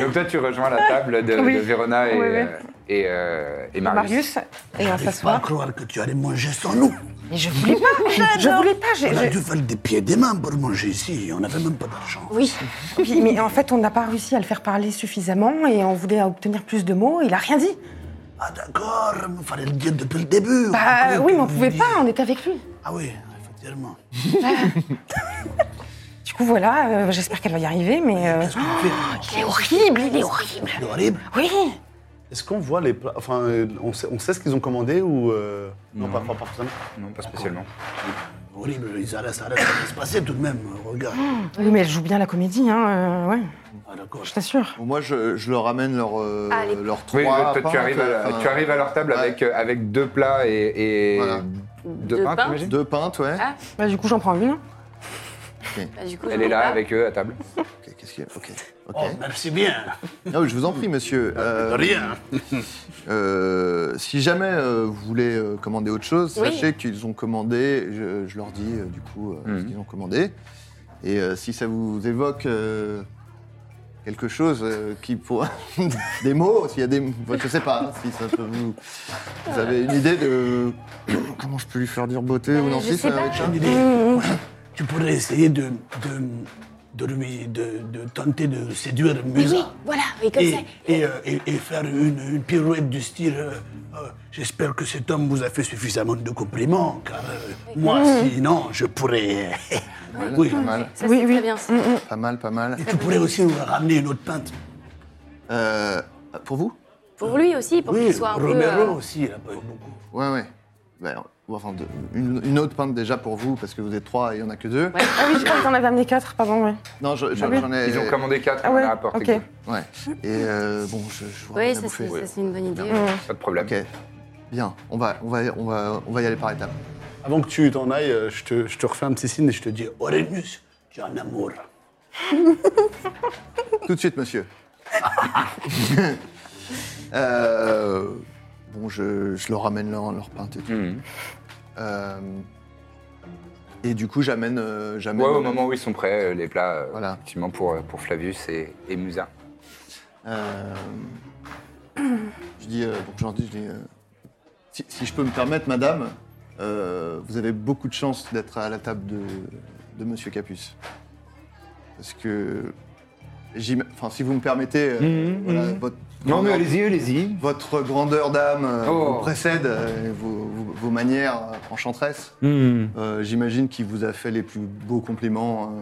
S1: Donc toi, tu rejoins la table de,
S7: Oui.
S1: de Vérona et,
S7: Oui, oui.
S1: euh, et, euh, et Marius.
S7: Marius, et on
S8: J'arrive
S7: s'assoit.
S8: pas à croire que tu allais manger sans nous.
S7: Mais je voulais pas, je voulais pas. j'ai-
S8: On a
S7: j'ai-
S8: dû faire des pieds et des mains pour manger ici. On n'avait même pas d'argent.
S7: Oui, Puis, mais en fait, on n'a pas réussi à le faire parler suffisamment et on voulait obtenir plus de mots. Il a rien dit.
S8: Ah d'accord, il fallait le dire depuis le début.
S7: Bah
S8: Vous
S7: oui, mais on
S8: vous
S7: pouvait
S8: dites-
S7: pas. On était avec lui.
S8: Ah oui, effectivement.
S7: Du coup, voilà. euh, J'espère qu'elle va y arriver, mais euh, il est horrible, il est horrible.
S8: C'est horrible.
S7: Oui.
S4: Est-ce qu'on voit les plats Enfin, euh, on sait, on sait ce qu'ils ont commandé ou. euh, Non,
S1: Non.
S4: pas, pas, pas forcément.
S1: Non, pas spécialement.
S8: Horrible, ça reste, ça reste, ça se passer tout de même. Regarde.
S7: Oui, mais elle joue bien la comédie, hein. euh, ouais.
S8: Ah d'accord.
S7: Je t'assure.
S2: Bon, moi, je, je leur ramène leur, euh,
S6: Allez.
S2: leur trois.
S1: Oui, toi,
S2: pains,
S1: tu, arrives à, la-
S2: enfin,
S1: tu arrives à leur table avec, euh, avec deux plats et, et
S2: Voilà.
S1: deux,
S6: Deux
S1: pains,
S6: pains.
S1: t'imagines
S2: Deux pintes, ouais.
S8: hein
S6: Ah.
S7: Bah, du coup, j'en prends une.
S6: Bah, du coup,
S1: Elle
S6: je
S1: est là
S6: vais pas.
S1: avec eux à table. bah.
S2: Ok, qu'est-ce qu'il y a Ok. ok.
S8: Oh, merci bien.
S2: Non, euh, ah je vous en prie, monsieur.
S8: De
S2: Euh,
S8: rien.
S2: euh, si jamais euh, vous voulez euh, commander autre chose,
S6: Oui.
S2: sachez qu'ils ont commandé. Je, je leur dis euh, du coup euh, ce
S1: Mhm.
S2: qu'ils ont commandé. Et euh, si ça vous évoque euh, quelque chose euh, qui pour des mots, s'il y a des, enfin, je sais pas, hein, si ça peut vous, vous avez une idée de comment je peux lui faire dire beauté ou
S6: Euh,
S2: non
S6: je
S2: si,
S6: sais
S2: ça,
S6: pas.
S2: avec ça
S8: J'ai une
S7: Mm,
S8: idée. Tu pourrais essayer de, de, de, lui- de- de tenter de séduire
S6: Mais oui,
S8: Musa.
S6: voilà, oui, comme
S8: Et,
S6: ça.
S8: et, euh, et- et faire une, une pirouette du style euh, euh, J'espère que cet homme vous a fait suffisamment de compliments, car euh, moi, sinon, je pourrais. oui.
S2: Pas mal,
S6: Mmh. Ça,
S7: Oui, oui.
S6: c'est
S7: Mmh,
S6: très bien. ça.
S2: pas mal, pas mal.
S8: Et tu pourrais aussi nous ramener une autre pinte.
S2: Euh, pour vous
S6: Pour lui aussi, pour qu'il soit un peu.
S8: Romero
S6: euh,
S8: aussi, il a pas eu beaucoup.
S2: Ouais, ouais. Ben, ou enfin, de- une, une autre pinte déjà pour vous, parce que vous êtes trois et il n'y en a que deux.
S7: Ah oui, je crois que t'en avais amené quatre, pardon, ouais.
S2: Non, je- je- j'en
S1: Non,
S2: ai.
S1: Ah Ils ont commandé quatre,
S7: Ah
S1: on
S7: ouais,
S1: en a apporté
S7: ok.
S1: deux.
S2: Ouais. Et euh, bon, je, je vois
S6: Oui,
S2: rien à
S6: ça, c'est
S2: bouffer. euh,
S6: ça, c'est une bonne idée.
S1: Pas de problème.
S2: Ok. Bien. On va, on va, on va, on va y aller par étapes.
S4: Avant que tu t'en ailles, euh, je te, je te refais un petit signe et je te dis.
S8: Orenus, tu as un amour.
S2: Tout de suite, monsieur. Euh, bon, je, je leur ramène leur, leur pinte et tout.
S1: Mhm.
S2: Euh, et du coup, j'amène, euh, j'amène.
S1: Ouais, au moment où ils sont prêts, euh, les plats, euh,
S2: Voilà.
S1: effectivement, pour, euh, pour Flavius et, et Musa.
S2: Euh, je dis, euh, donc je leur dis, je dis, euh, si, si je peux me permettre, madame, euh, vous avez beaucoup de chance d'être à la table de, de monsieur Capus. Parce que, j'im- enfin, si vous me permettez, euh,
S1: Mhm,
S2: voilà,
S1: mhm.
S2: votre,
S1: Non, mais
S2: grandeur-
S1: allez-y, allez-y.
S2: votre grandeur d'âme euh,
S1: Oh.
S2: vous précède, euh, et vos, vos- vos manières euh, enchantresses.
S1: Mhm.
S2: Euh, J'imagine qu'il vous a fait les plus beaux compliments.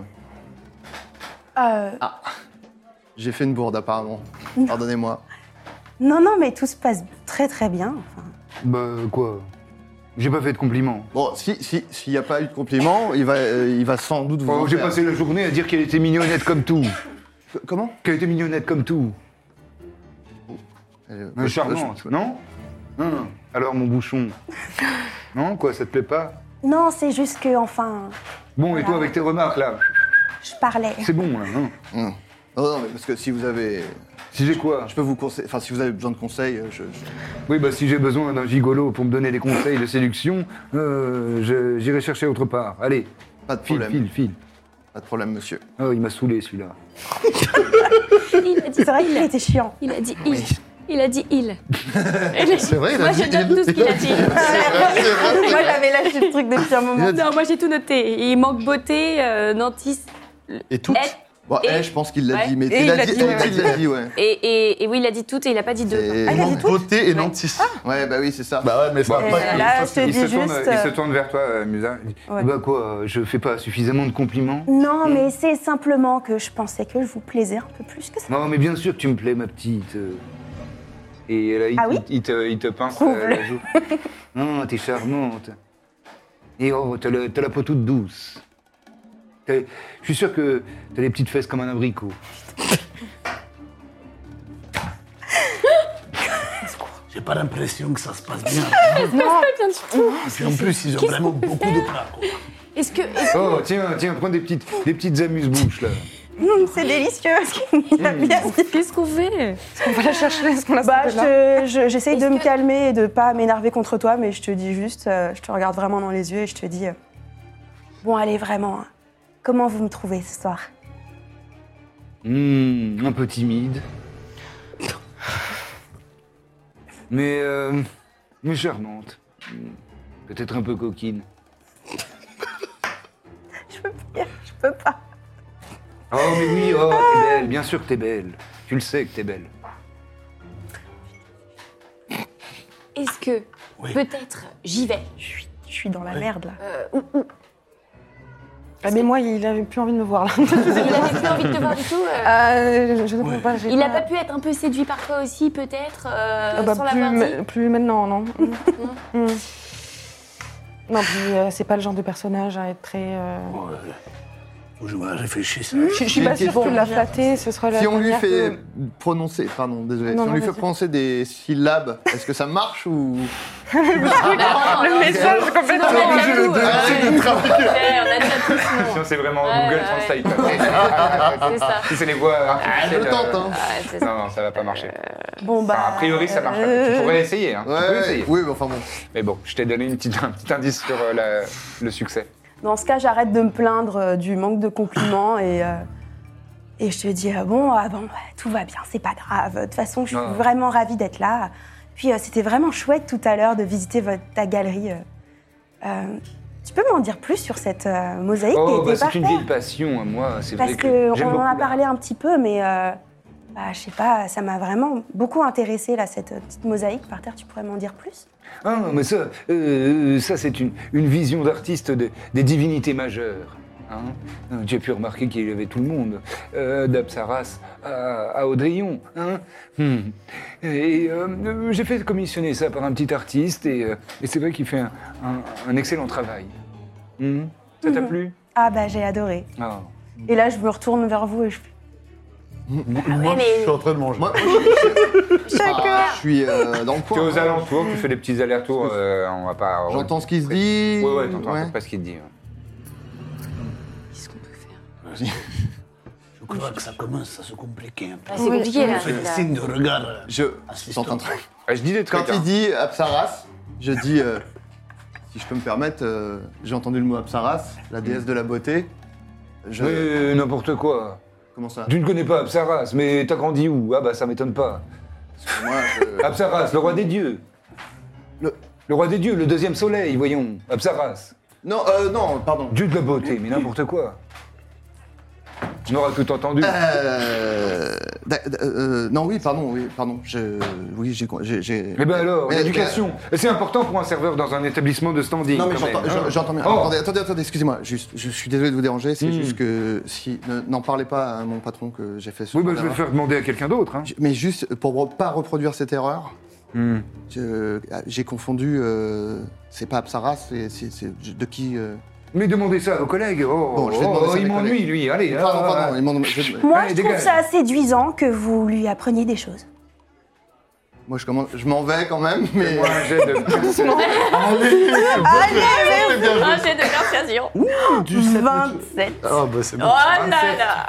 S2: euh.
S3: Euh,
S1: Ah.
S2: J'ai fait une bourde, apparemment. Pardonnez-moi.
S3: non, non, mais tout se passe très très bien. Enfin,
S1: Bah, quoi J'ai pas fait de compliments.
S2: Bon, si s'il n'y a pas eu de compliment, il va, euh, il va sans doute vous. en faire.
S1: la journée à dire qu'elle était mignonnette comme tout.
S2: Qu- Comment
S1: Qu'elle était mignonnette comme tout.
S2: Euh,
S1: Mais
S2: je-
S1: charmante,
S2: je-
S1: non Hein Alors, mon bouchon. non, quoi, ça te plaît pas
S3: non, c'est juste que, enfin,
S1: Bon, et toi,
S3: Voilà.
S1: avec tes remarques, là,
S3: je parlais.
S1: c'est bon, là. hein
S2: Hum. Non, non, mais parce que si vous avez,
S1: si j'ai quoi
S2: je peux vous conseiller. Enfin, si vous avez besoin de conseils, euh, je. je-
S1: Oui, bah, si j'ai besoin d'un gigolo pour me donner des conseils de séduction, euh, je- j'irai chercher autre part. Allez,
S2: Pas de
S1: file,
S2: problème.
S1: file, file.
S2: Pas de problème, monsieur.
S1: Oh, il m'a saoulé, celui-là.
S6: Il a dit
S3: C'est vrai qu'il était chiant.
S6: Il a dit il. Il a dit il. C'est
S2: vrai, Ah, il a
S6: Moi,
S2: dit
S6: je donne
S2: il.
S6: tout ce qu'il a dit.
S3: Moi, j'avais lâché le truc depuis un moment.
S6: non, moi, j'ai tout noté. Il manque beauté, euh, Nantis.
S2: Et toutes.
S6: Elle-
S2: Bon,
S6: et-
S2: eh, je pense qu'il l'a
S6: ouais.
S2: dit, mais
S7: Et
S2: il
S7: il
S2: l'a
S7: l'a
S2: dit,
S7: dit,
S2: il
S7: ouais.
S2: l'a dit, il l'a dit, ouais.
S6: Et, et, et oui, il a dit tout et il a pas dit deux.
S2: Et-
S7: Ah, il a dit tout
S4: Beauté et
S6: Ouais.
S4: nantis.
S2: Bah, Ouais, bah oui, c'est ça.
S4: Bah ouais, mais ça va
S1: Bon,
S4: pas.
S1: euh,
S3: là, je te
S1: il,
S3: dis
S1: se tourne,
S3: juste,
S1: il se
S3: euh,
S1: tourne vers toi, euh, Musa. Il dit,
S3: Ouais.
S1: Bah quoi, euh, je fais pas suffisamment de compliments
S3: Non,
S7: Mm.
S3: mais c'est simplement que je pensais que je vous plaisais un peu plus que ça.
S1: Non, mais bien sûr que tu me plais, ma petite. euh. Et euh, là, il,
S3: Ah oui
S1: il- il te, il te pince
S3: Prouve-le.
S1: euh, la joue. Non, t'es charmante. Et oh, t'as le- t'as la peau toute douce. T'as- Je suis sûr que t'as les petites fesses comme un abricot.
S8: J'ai pas l'impression que ça se passe bien.
S6: Non.
S8: Et puis en plus, ils ont vraiment beaucoup de plats. quoi.
S6: Est-ce que.
S1: Oh, tiens, tiens, prends des petites, des petites amuse-bouches, là.
S7: Mm.
S3: Hum, c'est délicieux parce qu'il a bien dit.
S6: Qu'est-ce qu'on fait
S7: On va la chercher, Mm. est-ce qu'on la
S3: Bah,
S7: sort de là
S3: je te- je- j'essaye de
S6: Est-ce
S3: me
S6: que-
S3: calmer et de pas m'énerver contre toi, mais je te dis juste, euh, je te regarde vraiment dans les yeux et je te dis, euh, bon allez vraiment, hein, comment vous me trouvez ce soir
S1: Hmm, un peu timide. Mais, euh, mais charmante. Hmm, Peut-être un peu coquine.
S3: Je peux pas.
S1: Oh, mais oui, oh, t'es belle, bien sûr que t'es belle. Tu le sais que t'es belle.
S6: Est-ce que
S1: Oui.
S6: peut-être j'y vais
S3: Je suis dans la merde là.
S6: Euh, ou- ou-
S7: Ah, mais moi, il avait plus envie de me voir là. il
S6: avait plus envie de te voir du tout, euh.
S7: je, je ne comprends pas. j'ai
S6: Il n'a
S7: pas-
S6: pas pu être un peu séduit par toi aussi, peut-être, euh,
S7: Ah bah,
S6: sans
S7: plus,
S6: l'avoir dit
S7: ma- plus maintenant, non. Mm. Mm. Non, puis euh, c'est pas le genre de personnage à être très. euh,
S8: Faut que Je vais réfléchir ça.
S7: Je, je suis pas sûre que de la flatter, ce sera Oh, la
S2: Si on lui
S7: première
S2: fait
S7: que-
S2: prononcer, pardon, désolé, si
S7: Non,
S2: on
S7: non,
S2: lui fait
S7: vas-y.
S2: prononcer des syllabes, est-ce que ça marche ou
S7: le message complètement. Ah,
S2: T'es obligé de-
S1: ouais.
S2: de traduire.
S1: Sinon, c'est vraiment
S6: Ouais,
S1: Google
S6: ouais,
S1: Translate.
S6: C'est ça.
S1: Si c'est les voix euh, artificielles.
S2: je Ah, tente, hein.
S6: Ouais, c'est ça. Euh,
S1: Non, non, ça va pas marcher.
S3: Bon bah.
S1: Enfin, a priori, ça marche pas. Tu pourrais essayer. Hein. Tu peux
S2: Ouais,
S1: essayer.
S2: oui, mais enfin bon.
S1: Mais bon, je t'ai donné une petite, un petit indice sur euh, la- le succès.
S3: Dans ce cas, j'arrête de me plaindre euh, du manque de compliments et, euh, et je te dis ah bon, ah bon, bah, tout va bien, c'est pas grave. De toute façon, je suis
S1: Non.
S3: vraiment ravie d'être là. Puis euh, c'était vraiment chouette tout à l'heure de visiter votre, ta galerie. euh. Euh, tu peux m'en dire plus sur cette euh, mosaïque
S1: Oh,
S3: qui
S1: bah,
S3: était
S1: c'est une
S3: parfaite
S1: vieille passion, hein, moi. C'est
S3: Parce
S1: vrai que
S3: qu'on
S1: j'aime
S3: en
S1: beaucoup.
S3: a
S1: l'art.
S3: parlé un petit peu, mais euh, bah, je sais pas, ça m'a vraiment beaucoup intéressée là cette euh, petite mosaïque par terre. Tu pourrais m'en dire plus
S1: Ah, mais ça, euh, ça c'est une, une vision d'artiste de- des divinités majeures. hein. Euh, J'ai pu remarquer qu'il y avait tout le monde, euh, d'Apsaras à, à Audrillon. hein. Hmm. Et euh, euh, j'ai fait commissionner ça par un petit artiste, et, euh, et c'est vrai qu'il fait un, un- un excellent travail. Hmm. Ça t'a plu
S3: Ah bah j'ai adoré.
S1: Ah.
S3: Et là, je me retourne vers vous et je
S14: Moi,
S6: mais-
S14: je suis en train de manger.
S2: Moi, moi, je suis euh, dans le
S1: T'es
S2: coin.
S1: aux alentours, tu fais des petits allers-retours, euh, on va pas...
S2: J'entends ce qui se dit.
S1: Ouais, ouais, t'entends
S2: Ouais.
S1: t'entends pas ce qu'il te dit. ouais.
S6: Qu'est-ce qu'on peut faire
S8: Je crois que ça commence à se compliquer un peu.
S6: Ah, C'est compliqué, là.
S8: C'est le signe de regard. euh,
S2: Je
S8: assistant.
S2: t'entends un truc.
S1: Ouais, je dis des trucs,
S2: Quand il
S1: hein.
S2: dit Apsaras, je dis euh, si je peux me permettre, euh, j'ai entendu le mot Apsaras, la déesse de la beauté. Je Ah.
S1: Mais n'importe quoi.
S2: comment ça
S1: Tu ne connais pas Absaras, mais t'as grandi où Ah bah ça m'étonne pas.
S2: Moi, je-
S1: Absaras, le roi des dieux.
S2: Euh. Le-
S1: Le roi des dieux, le deuxième soleil, voyons. Absaras,
S2: Non, euh, non, pardon.
S1: dieu de la beauté, mais n'importe quoi. On aura tout entendu.
S2: Euh, d'a- d'a- euh, non, oui, pardon, oui, pardon. Je, oui, j'ai, con- j'ai, j'ai- Euh,
S1: Eh ben alors,
S2: Mais-
S1: l'éducation, c'est important pour un serveur dans un établissement de standing.
S2: euh, Non mais
S1: quand même,
S2: j'entends,
S1: hein.
S2: j'en- j'entends bien.
S1: Oh.
S2: Attendez, attendez, attendez, excusez-moi. Juste, je suis désolé de vous déranger. C'est
S1: Hmm.
S2: juste que si ne- n'en parlez pas à mon patron que j'ai fait ce.
S1: Oui, bah,
S2: genre
S1: je vais le
S2: d'erreur.
S1: faire demander à quelqu'un d'autre. hein.
S2: Je- Mais juste pour re- pas reproduire cette erreur,
S1: Hmm.
S2: je- ah, j'ai confondu. euh, c'est pas Apsara, c'est, c'est- c'est- je- de qui euh,
S1: Mais demandez ça à vos collègues. Oh,
S2: Bon, je
S1: oh,
S2: vais demander ça à
S1: il
S2: mes
S1: m'ennuie,
S2: collègues.
S1: lui. Allez,
S2: Pardon,
S1: ah,
S2: pardon.
S1: ah.
S2: ils m'ont- je-
S3: Moi,
S1: Allez,
S3: je trouve
S1: dégage.
S3: ça séduisant que vous lui appreniez des choses.
S2: moi, je commence, je m'en vais quand même. Mais
S1: Moi, j'ai de...
S6: Un jet Ah, de persuasion.
S3: 27.
S14: Ah, bah, c'est
S6: Oh
S14: bon.
S6: là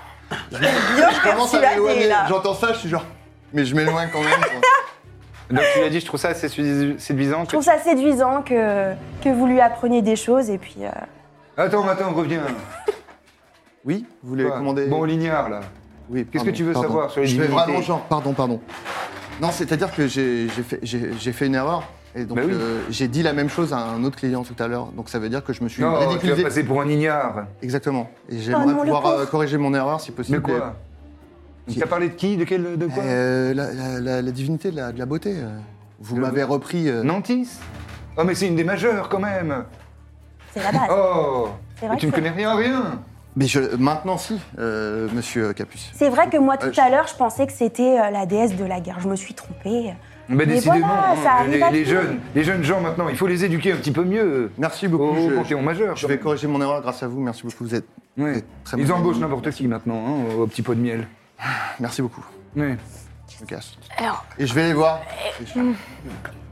S6: là
S2: je commence à m'éloigner.
S3: là.
S2: J'entends ça, je suis genre, mais je m'éloigne quand même. quoi.
S1: Donc tu l'as dit, je trouve ça assez séduis- séduisant. que
S3: Je trouve ça séduisant que, que vous lui appreniez des choses et puis. euh,
S1: Attends, attends, reviens.
S2: Oui, vous voulez
S1: Quoi
S2: commander
S1: Bon, lignard, là.
S2: Oui,
S1: Qu'est-ce
S2: pardon,
S1: que tu veux
S2: pardon.
S1: savoir sur les
S2: Je fais
S1: divinités
S2: vraiment genre, pardon, pardon. Non, c'est-à-dire que j'ai j'ai fait, j'ai- j'ai fait une erreur. Et donc,
S1: Bah oui.
S2: euh, j'ai dit la même chose à un autre client tout à l'heure. Donc, ça veut dire que je me suis
S1: Non, tu vas
S2: ridiculisé.
S1: passer pour un ignare.
S2: Exactement. Et j'aimerais
S3: Ah, non, le
S2: pouvoir
S3: pauvre.
S2: euh, corriger mon erreur si possible.
S1: De quoi
S2: Qui-
S1: T'as parlé de qui De quel de quoi
S2: Euh, la, la- la- la divinité de la, de la beauté. euh. Vous
S1: Le-
S2: m'avez repris. euh,
S1: Nantis Oh, mais c'est une des majeures, quand même
S3: c'est la base.
S1: Oh
S3: C'est vrai
S1: Mais Tu ne
S3: que-
S1: connais rien à rien
S2: Mais je, maintenant, si, euh, monsieur Capus.
S3: C'est vrai que moi,
S2: Euh,
S3: tout
S2: je-
S3: à l'heure, je pensais que c'était euh, la déesse de la guerre. Je me suis trompée.
S1: Bah, décidément,
S3: voilà,
S1: hein,
S3: ça arrive
S1: les,
S3: à
S1: les
S3: tout.
S1: jeunes, les jeunes gens, maintenant, il faut les éduquer un petit peu mieux.
S2: Merci beaucoup.
S1: Au
S2: je,
S1: Panthéon
S2: je-
S1: majeur,
S2: Je
S1: quand
S2: vais
S1: même.
S2: corriger mon erreur grâce à vous. Merci beaucoup. Vous êtes
S1: Ouais.
S2: vous êtes très
S1: Ils
S2: bon.
S1: embauchent n'importe qui, maintenant, hein, au petit pot de miel.
S2: Merci beaucoup.
S1: Ouais.
S2: Je me casse.
S6: Alors,
S2: Et je vais les voir. Mmh.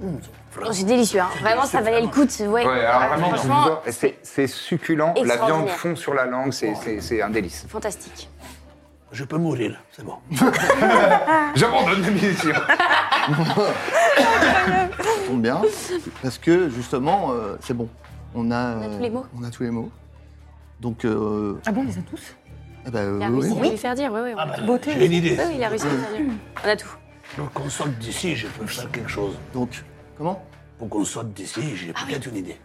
S6: oh, c'est délicieux, hein. vraiment, ça valait le coup de se... Ouais,
S1: Ouais, alors vraiment,
S6: franchement,
S1: je vous en- c'est c'est succulent. La
S6: Extraordinaire.
S1: viande fond sur la langue, c'est- c'est c'est un délice.
S6: fantastique.
S8: Je peux mourir, c'est bon.
S1: J'abandonne la mission.
S2: Ça tombe bien, parce que justement, euh, c'est bon. On a,
S6: a tous
S2: euh,
S6: les mots.
S2: On a tous les mots. Donc, euh,
S7: Ah bon, on les a tous
S2: euh, Ah bah,
S6: Il a
S2: oui.
S6: réussi à lui faire dire, oui, oui.
S8: Ah bah, j'ai une idée.
S6: Oui, oui, il a réussi à lui faire dire.
S7: Mmh.
S6: On a tout.
S8: Pour qu'on sorte d'ici, je peux faire quelque chose.
S2: Donc, comment
S8: Pour qu'on sorte d'ici, j'ai peut-être une idée.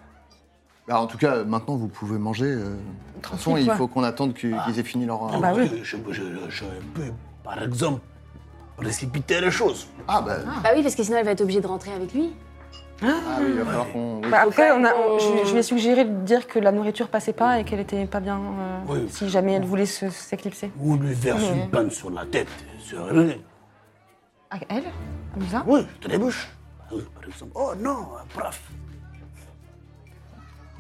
S2: Bah, en tout cas, euh, maintenant, vous pouvez manger. euh, de toute façon, il
S8: quoi.
S2: faut qu'on attende qu'ils qu'ils aient fini leur.
S8: Donc, Ah. je, je- je peux, par exemple, précipiter les choses.
S2: Ah bah.
S6: Bah oui, parce que sinon elle va être obligée de rentrer avec lui.
S2: Ah oui, il va falloir qu'on. oui.
S7: Bah, après, on a- on-
S6: qu'on-
S7: je, je lui ai suggéré de dire que la nourriture passait pas et qu'elle était pas bien euh,
S8: Oui.
S7: si jamais elle voulait se- s'éclipser.
S8: Ou lui verse
S7: Mhm.
S8: une panne sur la tête, sur elle.
S7: Ah, elle Amusa
S8: Oui, je te débouche. Bah oui, Par exemple, oh non, bref.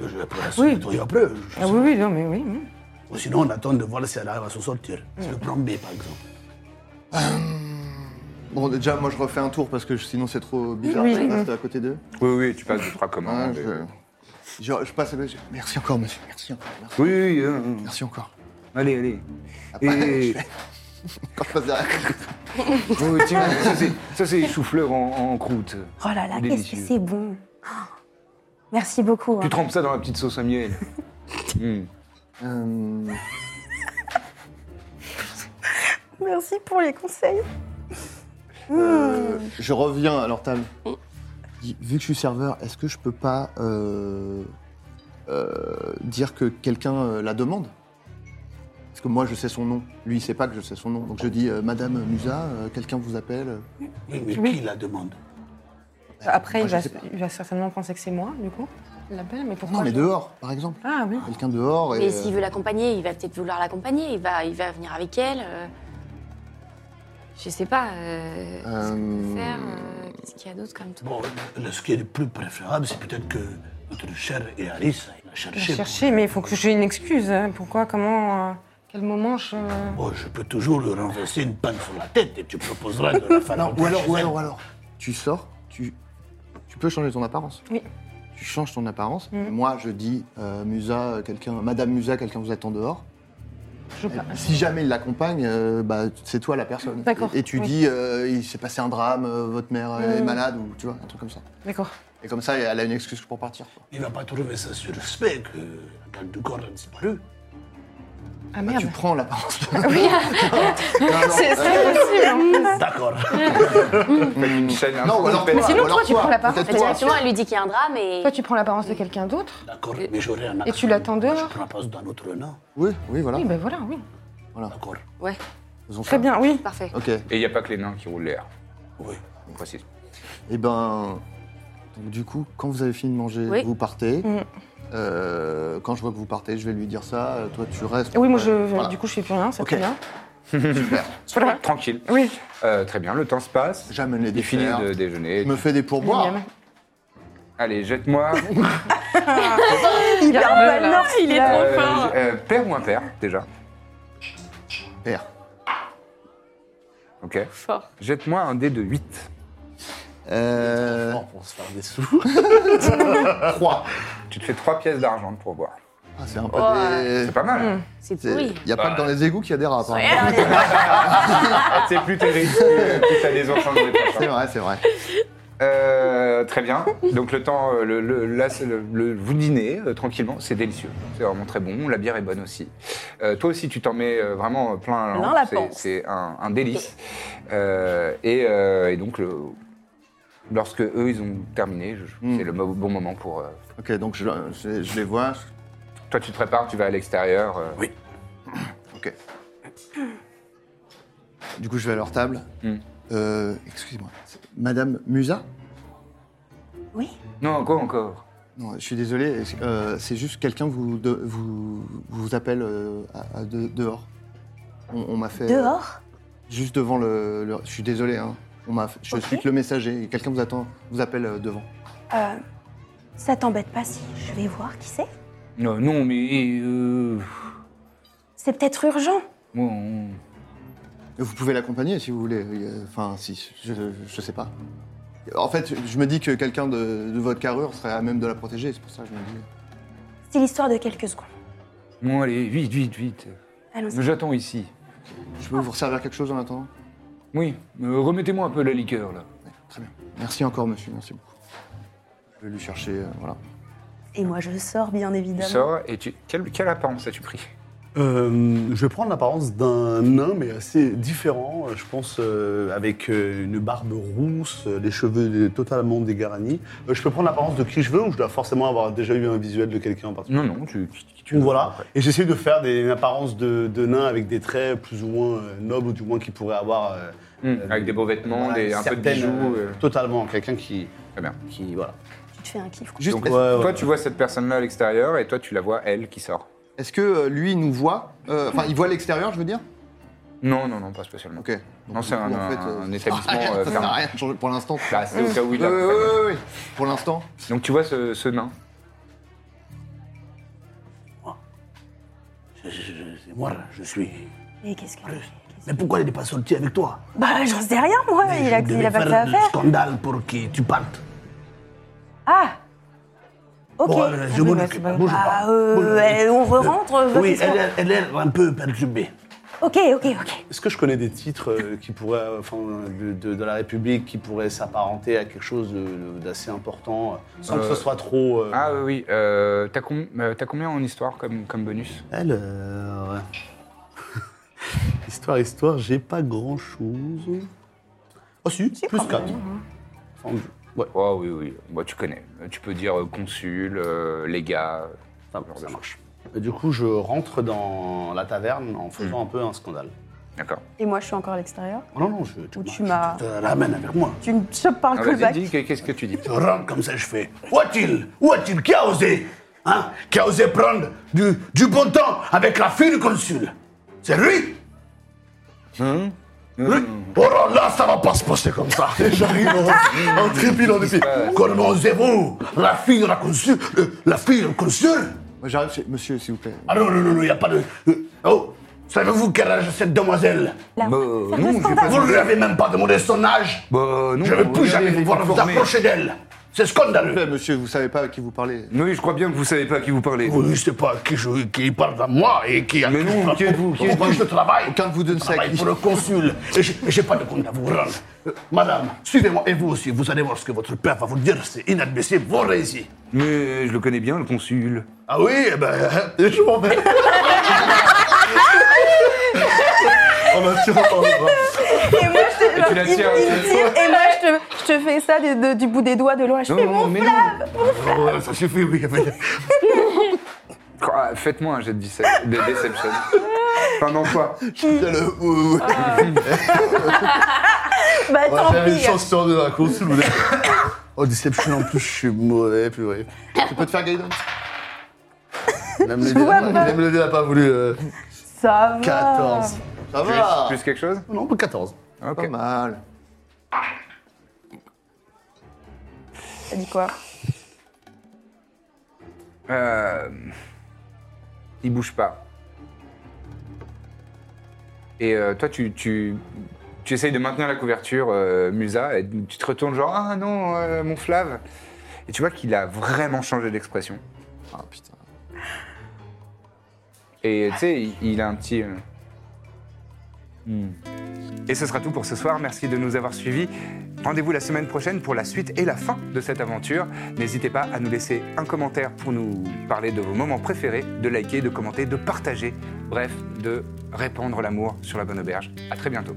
S8: Je vais après la
S7: Oui.
S8: nettoyer après. je-
S7: Ah oui, oui, non, mais oui. oui.
S8: Ou sinon, on attend de voir si elle arrive à se sortir. C'est le plan B, par exemple.
S2: Euh, Bon, déjà, moi, je refais un tour parce que je- sinon, c'est trop bizarre.
S7: Oui.
S2: Je reste à côté d'eux.
S1: Oui, oui, tu passes deux, trois
S2: Ah,
S1: commandes.
S2: je... je- je passe à côté. Merci encore, monsieur. Merci encore. Merci,
S1: Oui, oui, oui, euh,
S2: merci encore.
S1: allez, allez.
S2: Après,
S1: Et...
S2: je fais- Quand je passe derrière.
S1: Oh, tiens, ça, c'est- ça, c'est les chou-fleurs en, en croûte.
S3: Oh là là, qu'est-ce que
S1: Délicieux.
S3: c'est bon. Oh, Merci beaucoup.
S1: Tu
S3: hein.
S1: trempes ça dans la petite sauce à miel. Mm.
S2: Euh,
S3: Merci pour les conseils. Mmh.
S2: euh, je reviens, alors, Tal. Dis, Vu que je suis serveur, est-ce que je peux pas euh, euh, dire que quelqu'un euh, la demande Parce que moi, je sais son nom. Lui, il sait pas que je sais son nom. Donc, je dis, euh, Madame Musa, euh, quelqu'un vous appelle
S8: Oui, mais qui la demande
S7: Après,
S2: Bah, Moi,
S7: il
S2: je
S7: va,
S2: sais pas.
S7: il va certainement penser que c'est moi, du coup. Il l'appelle, mais pourquoi
S2: Non, mais
S7: je-
S2: dehors, par exemple.
S7: Ah oui.
S2: Quelqu'un dehors. Et, euh,
S6: Mais s'il veut l'accompagner, il va peut-être vouloir l'accompagner. Il va, il va venir avec elle. euh, Je sais pas. euh, qu'est-ce qu'on peut
S2: Euh,
S6: faire euh, Qu'est-ce qu'il y a d'autre comme tout
S8: Bon, le- ce qui est le plus préférable, c'est peut-être que notre cher et Alice aille la
S7: Je
S8: chercher.
S7: vais chercher, mais il faut que j'ai une excuse. hein. Pourquoi Comment euh, Quel moment je.
S8: Bon, oh, je peux toujours lui renverser une panne sur la tête et tu proposeras de la faire.
S2: Non, ou
S8: rentrer
S2: alors,
S8: chez
S2: ou
S8: elle.
S2: alors, ou alors. Tu sors, tu, tu peux changer ton apparence.
S7: Oui.
S2: Tu changes ton apparence.
S7: Mhm.
S2: Moi, je dis, euh, Musa, quelqu'un, Madame Musa, quelqu'un vous attend dehors. Euh,
S7: je-
S2: Si jamais il l'accompagne, euh, bah, c'est toi la personne.
S7: D'accord,
S2: Et, et tu
S7: oui.
S2: dis, euh, il s'est passé un drame, euh, votre mère est
S7: Mhm.
S2: malade, ou tu vois, un truc comme ça.
S7: D'accord.
S2: Et comme ça, elle a une excuse pour partir. quoi.
S8: Il va pas trouver ça suspect que la garde du corps a disparu.
S7: Ah
S2: Bah,
S7: merde.
S2: tu prends l'apparence. de-
S7: C'est c'est possible. hein.
S8: D'accord.
S1: Une chaîne un
S2: non, ou
S1: peu
S2: alors
S1: pète.
S2: toi,
S7: sinon,
S2: ou alors
S7: toi, tu prends l'apparence.
S2: peut-être
S6: Bah,
S2: toi.
S6: directement, elle lui dit qu'il y a un drame et.
S7: Toi, tu prends l'apparence de quelqu'un d'autre.
S8: D'accord, mais j'aurai un
S7: Et tu l'attends dehors
S8: Je prends pas d'un autre nom.
S2: Oui, oui, voilà.
S7: Oui, ben voilà, oui.
S8: D'accord.
S6: Ouais,
S2: Faisons
S7: Très
S2: ça.
S7: bien, oui.
S6: parfait.
S2: Ok.
S1: Et il n'y a pas que les nains qui roulent l'air.
S8: Oui.
S1: On précise.
S2: Eh ben, donc du coup, quand vous avez fini de manger,
S6: Oui.
S2: vous partez.
S7: Mhm.
S2: Euh, quand je vois que vous partez, je vais lui dire ça. Euh, Toi, tu restes.
S7: Oui, moi, je,
S2: Voilà.
S7: du coup, je fais plus rien, c'est
S2: Ok.
S7: très bien.
S2: Super.
S7: Voilà.
S1: Tranquille.
S7: Oui.
S1: Euh, très bien, le temps se passe.
S2: J'amène les
S1: Il finit
S2: desserts.
S1: de déjeuner.
S2: Je me fais des pourboires.
S7: Miam.
S1: Allez, jette-moi.
S7: Il a
S3: il est
S1: Euh, euh, père ou impair, déjà
S2: Père.
S1: Ok.
S6: Fort.
S1: Jette-moi un dé de 8.
S2: Euh,
S8: pour se faire des sous.
S2: 3.
S1: Tu te fais 3 pièces d'argent de pourboire.
S2: Ah, c'est un peu
S1: C'est pas mal.
S6: Oh. Hmm, C'est
S2: des...
S6: pourri.
S2: Il n'y a pas que dans les égouts qu'il y a des rats. hein.
S1: Ah, c'est plus t'es réussi, euh, plus t'as des enfants dans les poches, hein.
S2: C'est vrai, c'est vrai.
S1: Euh, très bien. Donc le temps, euh, le, le- là, c'est le, le- vous dînez euh, tranquillement, c'est délicieux. C'est vraiment très bon. La bière est bonne aussi. Euh, toi aussi, tu t'en mets euh, vraiment plein la
S3: Plein
S1: lampe.
S3: la
S1: C'est-
S3: panse.
S1: C'est un, un délice. Euh, et, euh, et donc, le- lorsque eux, ils ont terminé, je- je-
S2: Mm.
S1: c'est le mo- bon moment pour. euh,
S2: Ok, donc je, je- je les vois.
S1: toi, tu te prépares, tu vas à l'extérieur. euh,
S8: Oui.
S2: Ok. Du coup, je vais à leur table.
S1: Mm.
S2: Euh, Excusez-moi. c'est Madame Musa
S3: Oui,
S1: Non, quoi encore
S2: Non, je suis désolé, est-ce- euh, c'est juste quelqu'un vous, de- vous, vous appelle euh, à- à de- dehors. On, on m'a fait. euh,
S3: dehors.
S2: Juste devant le. le- je suis désolé, hein. On m'a, fait- je
S3: Ok.
S2: suis que le messager. et Quelqu'un vous attend, vous appelle euh, devant.
S3: Euh, ça t'embête pas si je vais voir qui c'est
S1: non, non, mais. euh,
S3: C'est peut-être urgent.
S1: bon,
S2: Vous pouvez l'accompagner si vous voulez. euh, Enfin, si. Je, je sais pas. En fait, je me dis que quelqu'un de, de votre carrure serait à même de la protéger, c'est pour ça que je me dis.
S3: C'est l'histoire de quelques secondes.
S1: bon, allez, vite, vite, vite.
S3: Allons-y.
S1: J'attends ici.
S2: Je peux vous servir quelque chose en attendant
S1: Oui, euh, remettez-moi un peu la liqueur, là.
S2: Très bien. Merci encore, monsieur, merci beaucoup. Je vais lui chercher, euh, voilà.
S3: Et moi, je sors, bien
S1: Tu
S3: évidemment.
S1: sors et tu. Quelle, quelle apparence as-tu pris
S4: Euh, je vais prendre l'apparence d'un nain, mais assez différent, euh, je pense, euh, avec euh, une barbe rousse, euh, les cheveux euh, totalement dégarnis. Euh, je peux prendre l'apparence de qui je veux ou je dois forcément avoir déjà eu un visuel de quelqu'un en particulier
S1: Non, non, tu. tu- tu-
S4: Donc voilà, et j'essaie de faire des, une apparence de, de nain avec des traits plus ou moins euh, nobles, ou du moins qui pourraient avoir... euh,
S1: Hum, avec des beaux vêtements,
S4: voilà,
S1: des, un peu de
S4: certaines,
S1: bijoux.
S4: euh,
S1: euh,
S4: Totalement, quelqu'un qui...
S1: Très bien.
S4: qui voilà.
S3: Tu te fais un kiff. quoi.
S2: Juste,
S1: Donc,
S2: est-ce
S4: ouais,
S1: toi,
S4: ouais.
S1: tu vois cette personne-là à l'extérieur et toi, tu la vois, elle, qui sort.
S2: est-ce que euh, lui, il nous voit Euh, Enfin, il voit l'extérieur, je veux dire
S1: Non, non, non, pas spécialement.
S2: Ok.
S1: Non, c'est
S2: du
S1: un,
S2: coup, en
S1: un-
S2: fait, euh,
S1: un établissement euh,
S2: Ça n'a
S1: fermé.
S2: rien changé pour l'instant.
S1: Bah, c'est au cas où il
S2: Ouais,
S1: a-
S2: ouais, ouais, ouais. Pour l'instant.
S1: Donc tu vois ce, ce nain.
S8: Je- je- je- C'est moi, je suis.
S3: Et qu'est-ce que.
S8: Mais pourquoi il n'est pas sorti avec toi
S3: Bah, j'en sais rien, moi.
S8: Mais
S3: Il
S8: je
S3: a, il
S8: devais
S3: a pas que
S8: faire
S3: ça à
S8: le
S3: faire.
S8: scandale pour que tu partes.
S3: Ah Ok.
S8: Bon, euh, je m'en occupe. Bouge
S3: Ah,
S8: pas.
S4: Oh,
S3: euh,
S8: Bouge pas.
S3: euh, on re-rentre euh,
S8: Oui,
S3: qu'est-ce qu'on-
S8: elle, est- elle est un peu perturbée.
S3: Ok, ok, ok.
S4: Est-ce que je connais des titres euh, qui pourraient, euh, enfin, de, de- de la République qui pourraient s'apparenter à quelque chose de- de- d'assez important, euh, sans que
S1: Euh,
S4: ce soit trop... euh,
S1: Ah oui, oui. euh, T'as com- euh, t'as combien en histoire comme, comme bonus
S8: euh,
S4: Alors. histoire, histoire, j'ai pas grand chose. Oh, si, plus 4.
S3: hein.
S4: Ouais,
S1: Oh oui, oui. Moi, tu connais. Tu peux dire euh, consul, euh, les gars.
S4: ça,
S1: genre
S4: ça
S1: de
S4: marche. Et du coup, je rentre dans la taverne en faisant un peu un scandale.
S1: Hmm. D'accord.
S10: Et moi, je suis encore à l'extérieur
S4: Oh non, non, je. tu
S10: Ou
S4: m'as-
S10: tu m'as.
S8: Je te ramène avec moi.
S10: Tu me chopes par le bah,
S1: Ah,
S10: callback.
S1: vas-y, dis, qu'est- qu'est-ce que tu dis
S8: Je rentre comme ça, je fais. Où est-il Où est-il Qui a osé hein Qui a osé prendre du, du bon temps avec la fille du consul C'est lui
S1: Hmm.
S8: Lui Oh là là, ça va pas se passer comme ça J'arrive
S1: Hmm.
S8: en, en trépilant de pied. Comment osez-vous La fille du consul euh, La fille du consul
S2: Moi, J'arrive chez monsieur, s'il vous plaît.
S8: Ah non, non, non, il n'y a pas de. euh, Oh Savez-vous quel âge a cette demoiselle
S3: Là,
S1: Bah,
S3: on va
S1: non,
S3: faire le
S1: je vais
S3: scandale.
S8: Vous ne lui avez même Euh, pas demandé son âge
S1: Bah, non,
S8: Je ne veux
S1: vous
S8: plus
S1: regardez,
S8: jamais
S1: il est
S8: vous voir vous
S1: formé.
S8: approcher d'elle C'est
S2: S'il vous
S8: scandaleux
S2: plaît, monsieur, vous savez pas à qui vous parlez.
S1: Oui, je crois bien que vous savez pas à qui vous parlez.
S8: Vous ne savez pas qui, je- qui parle à moi et qui a
S1: Mais non, qui êtes-vous Qui
S8: Pour qui je travaille
S2: Aucun de vous deux ne
S8: Je
S2: sait à
S8: travaille
S2: qui.
S8: pour le consul et j'ai- et j'ai pas de compte à vous rendre. Euh, Madame, suivez-moi et vous aussi, vous allez voir ce que votre père va vous dire, c'est inadmissible, vous réussissez.
S1: Mais je le connais bien, le consul.
S8: Ah oui, eh ben, Ah euh, je m'en vais.
S4: Oh, bah, tiens, oh, bah.
S10: Et moi, je te,
S1: Et tu la
S10: il-
S1: tiens,
S10: il
S1: euh,
S10: me tire, et moi, je te, je te fais ça de- de- du bout des doigts de loin. Je fais mon
S1: mais
S10: flamme.
S8: Oh, Ça suffit, oui. mais-
S1: Ah, Faites-moi un jet de, déce- de déception. Enfin, non, quoi
S2: Le- Ouh, ouh, ouh.
S10: Bah,
S4: On va
S10: tant
S4: faire une
S10: pis.
S4: chance sur deux, un consul. vous êtes- Oh, Deception en plus, je suis mauvais, puis ouais.
S2: Tu peux te faire guidance
S4: Même le dé- même le dé n'a pas voulu. euh,
S10: Ça va.
S4: 14.
S2: Ça
S1: plus,
S2: va
S1: plus quelque chose
S4: Non, pas 14.
S1: Ok.
S2: Pas mal.
S10: T'as dit quoi
S1: Euh, il bouge pas. Et euh, toi, tu, tu, tu essayes de maintenir la couverture, euh, Musa, et tu te retournes genre Ah non, euh, mon flave Et tu vois qu'il a vraiment changé d'expression.
S2: Ah putain.
S1: Et tu sais, il, il a un petit. euh, hmm. Et ce sera tout pour ce soir. Merci de nous avoir suivis. Rendez-vous la semaine prochaine pour la suite et la fin de cette aventure. N'hésitez pas à nous laisser un commentaire pour nous parler de vos moments préférés, de liker, de commenter, de partager. Bref, de répandre l'amour sur la bonne auberge. À très bientôt.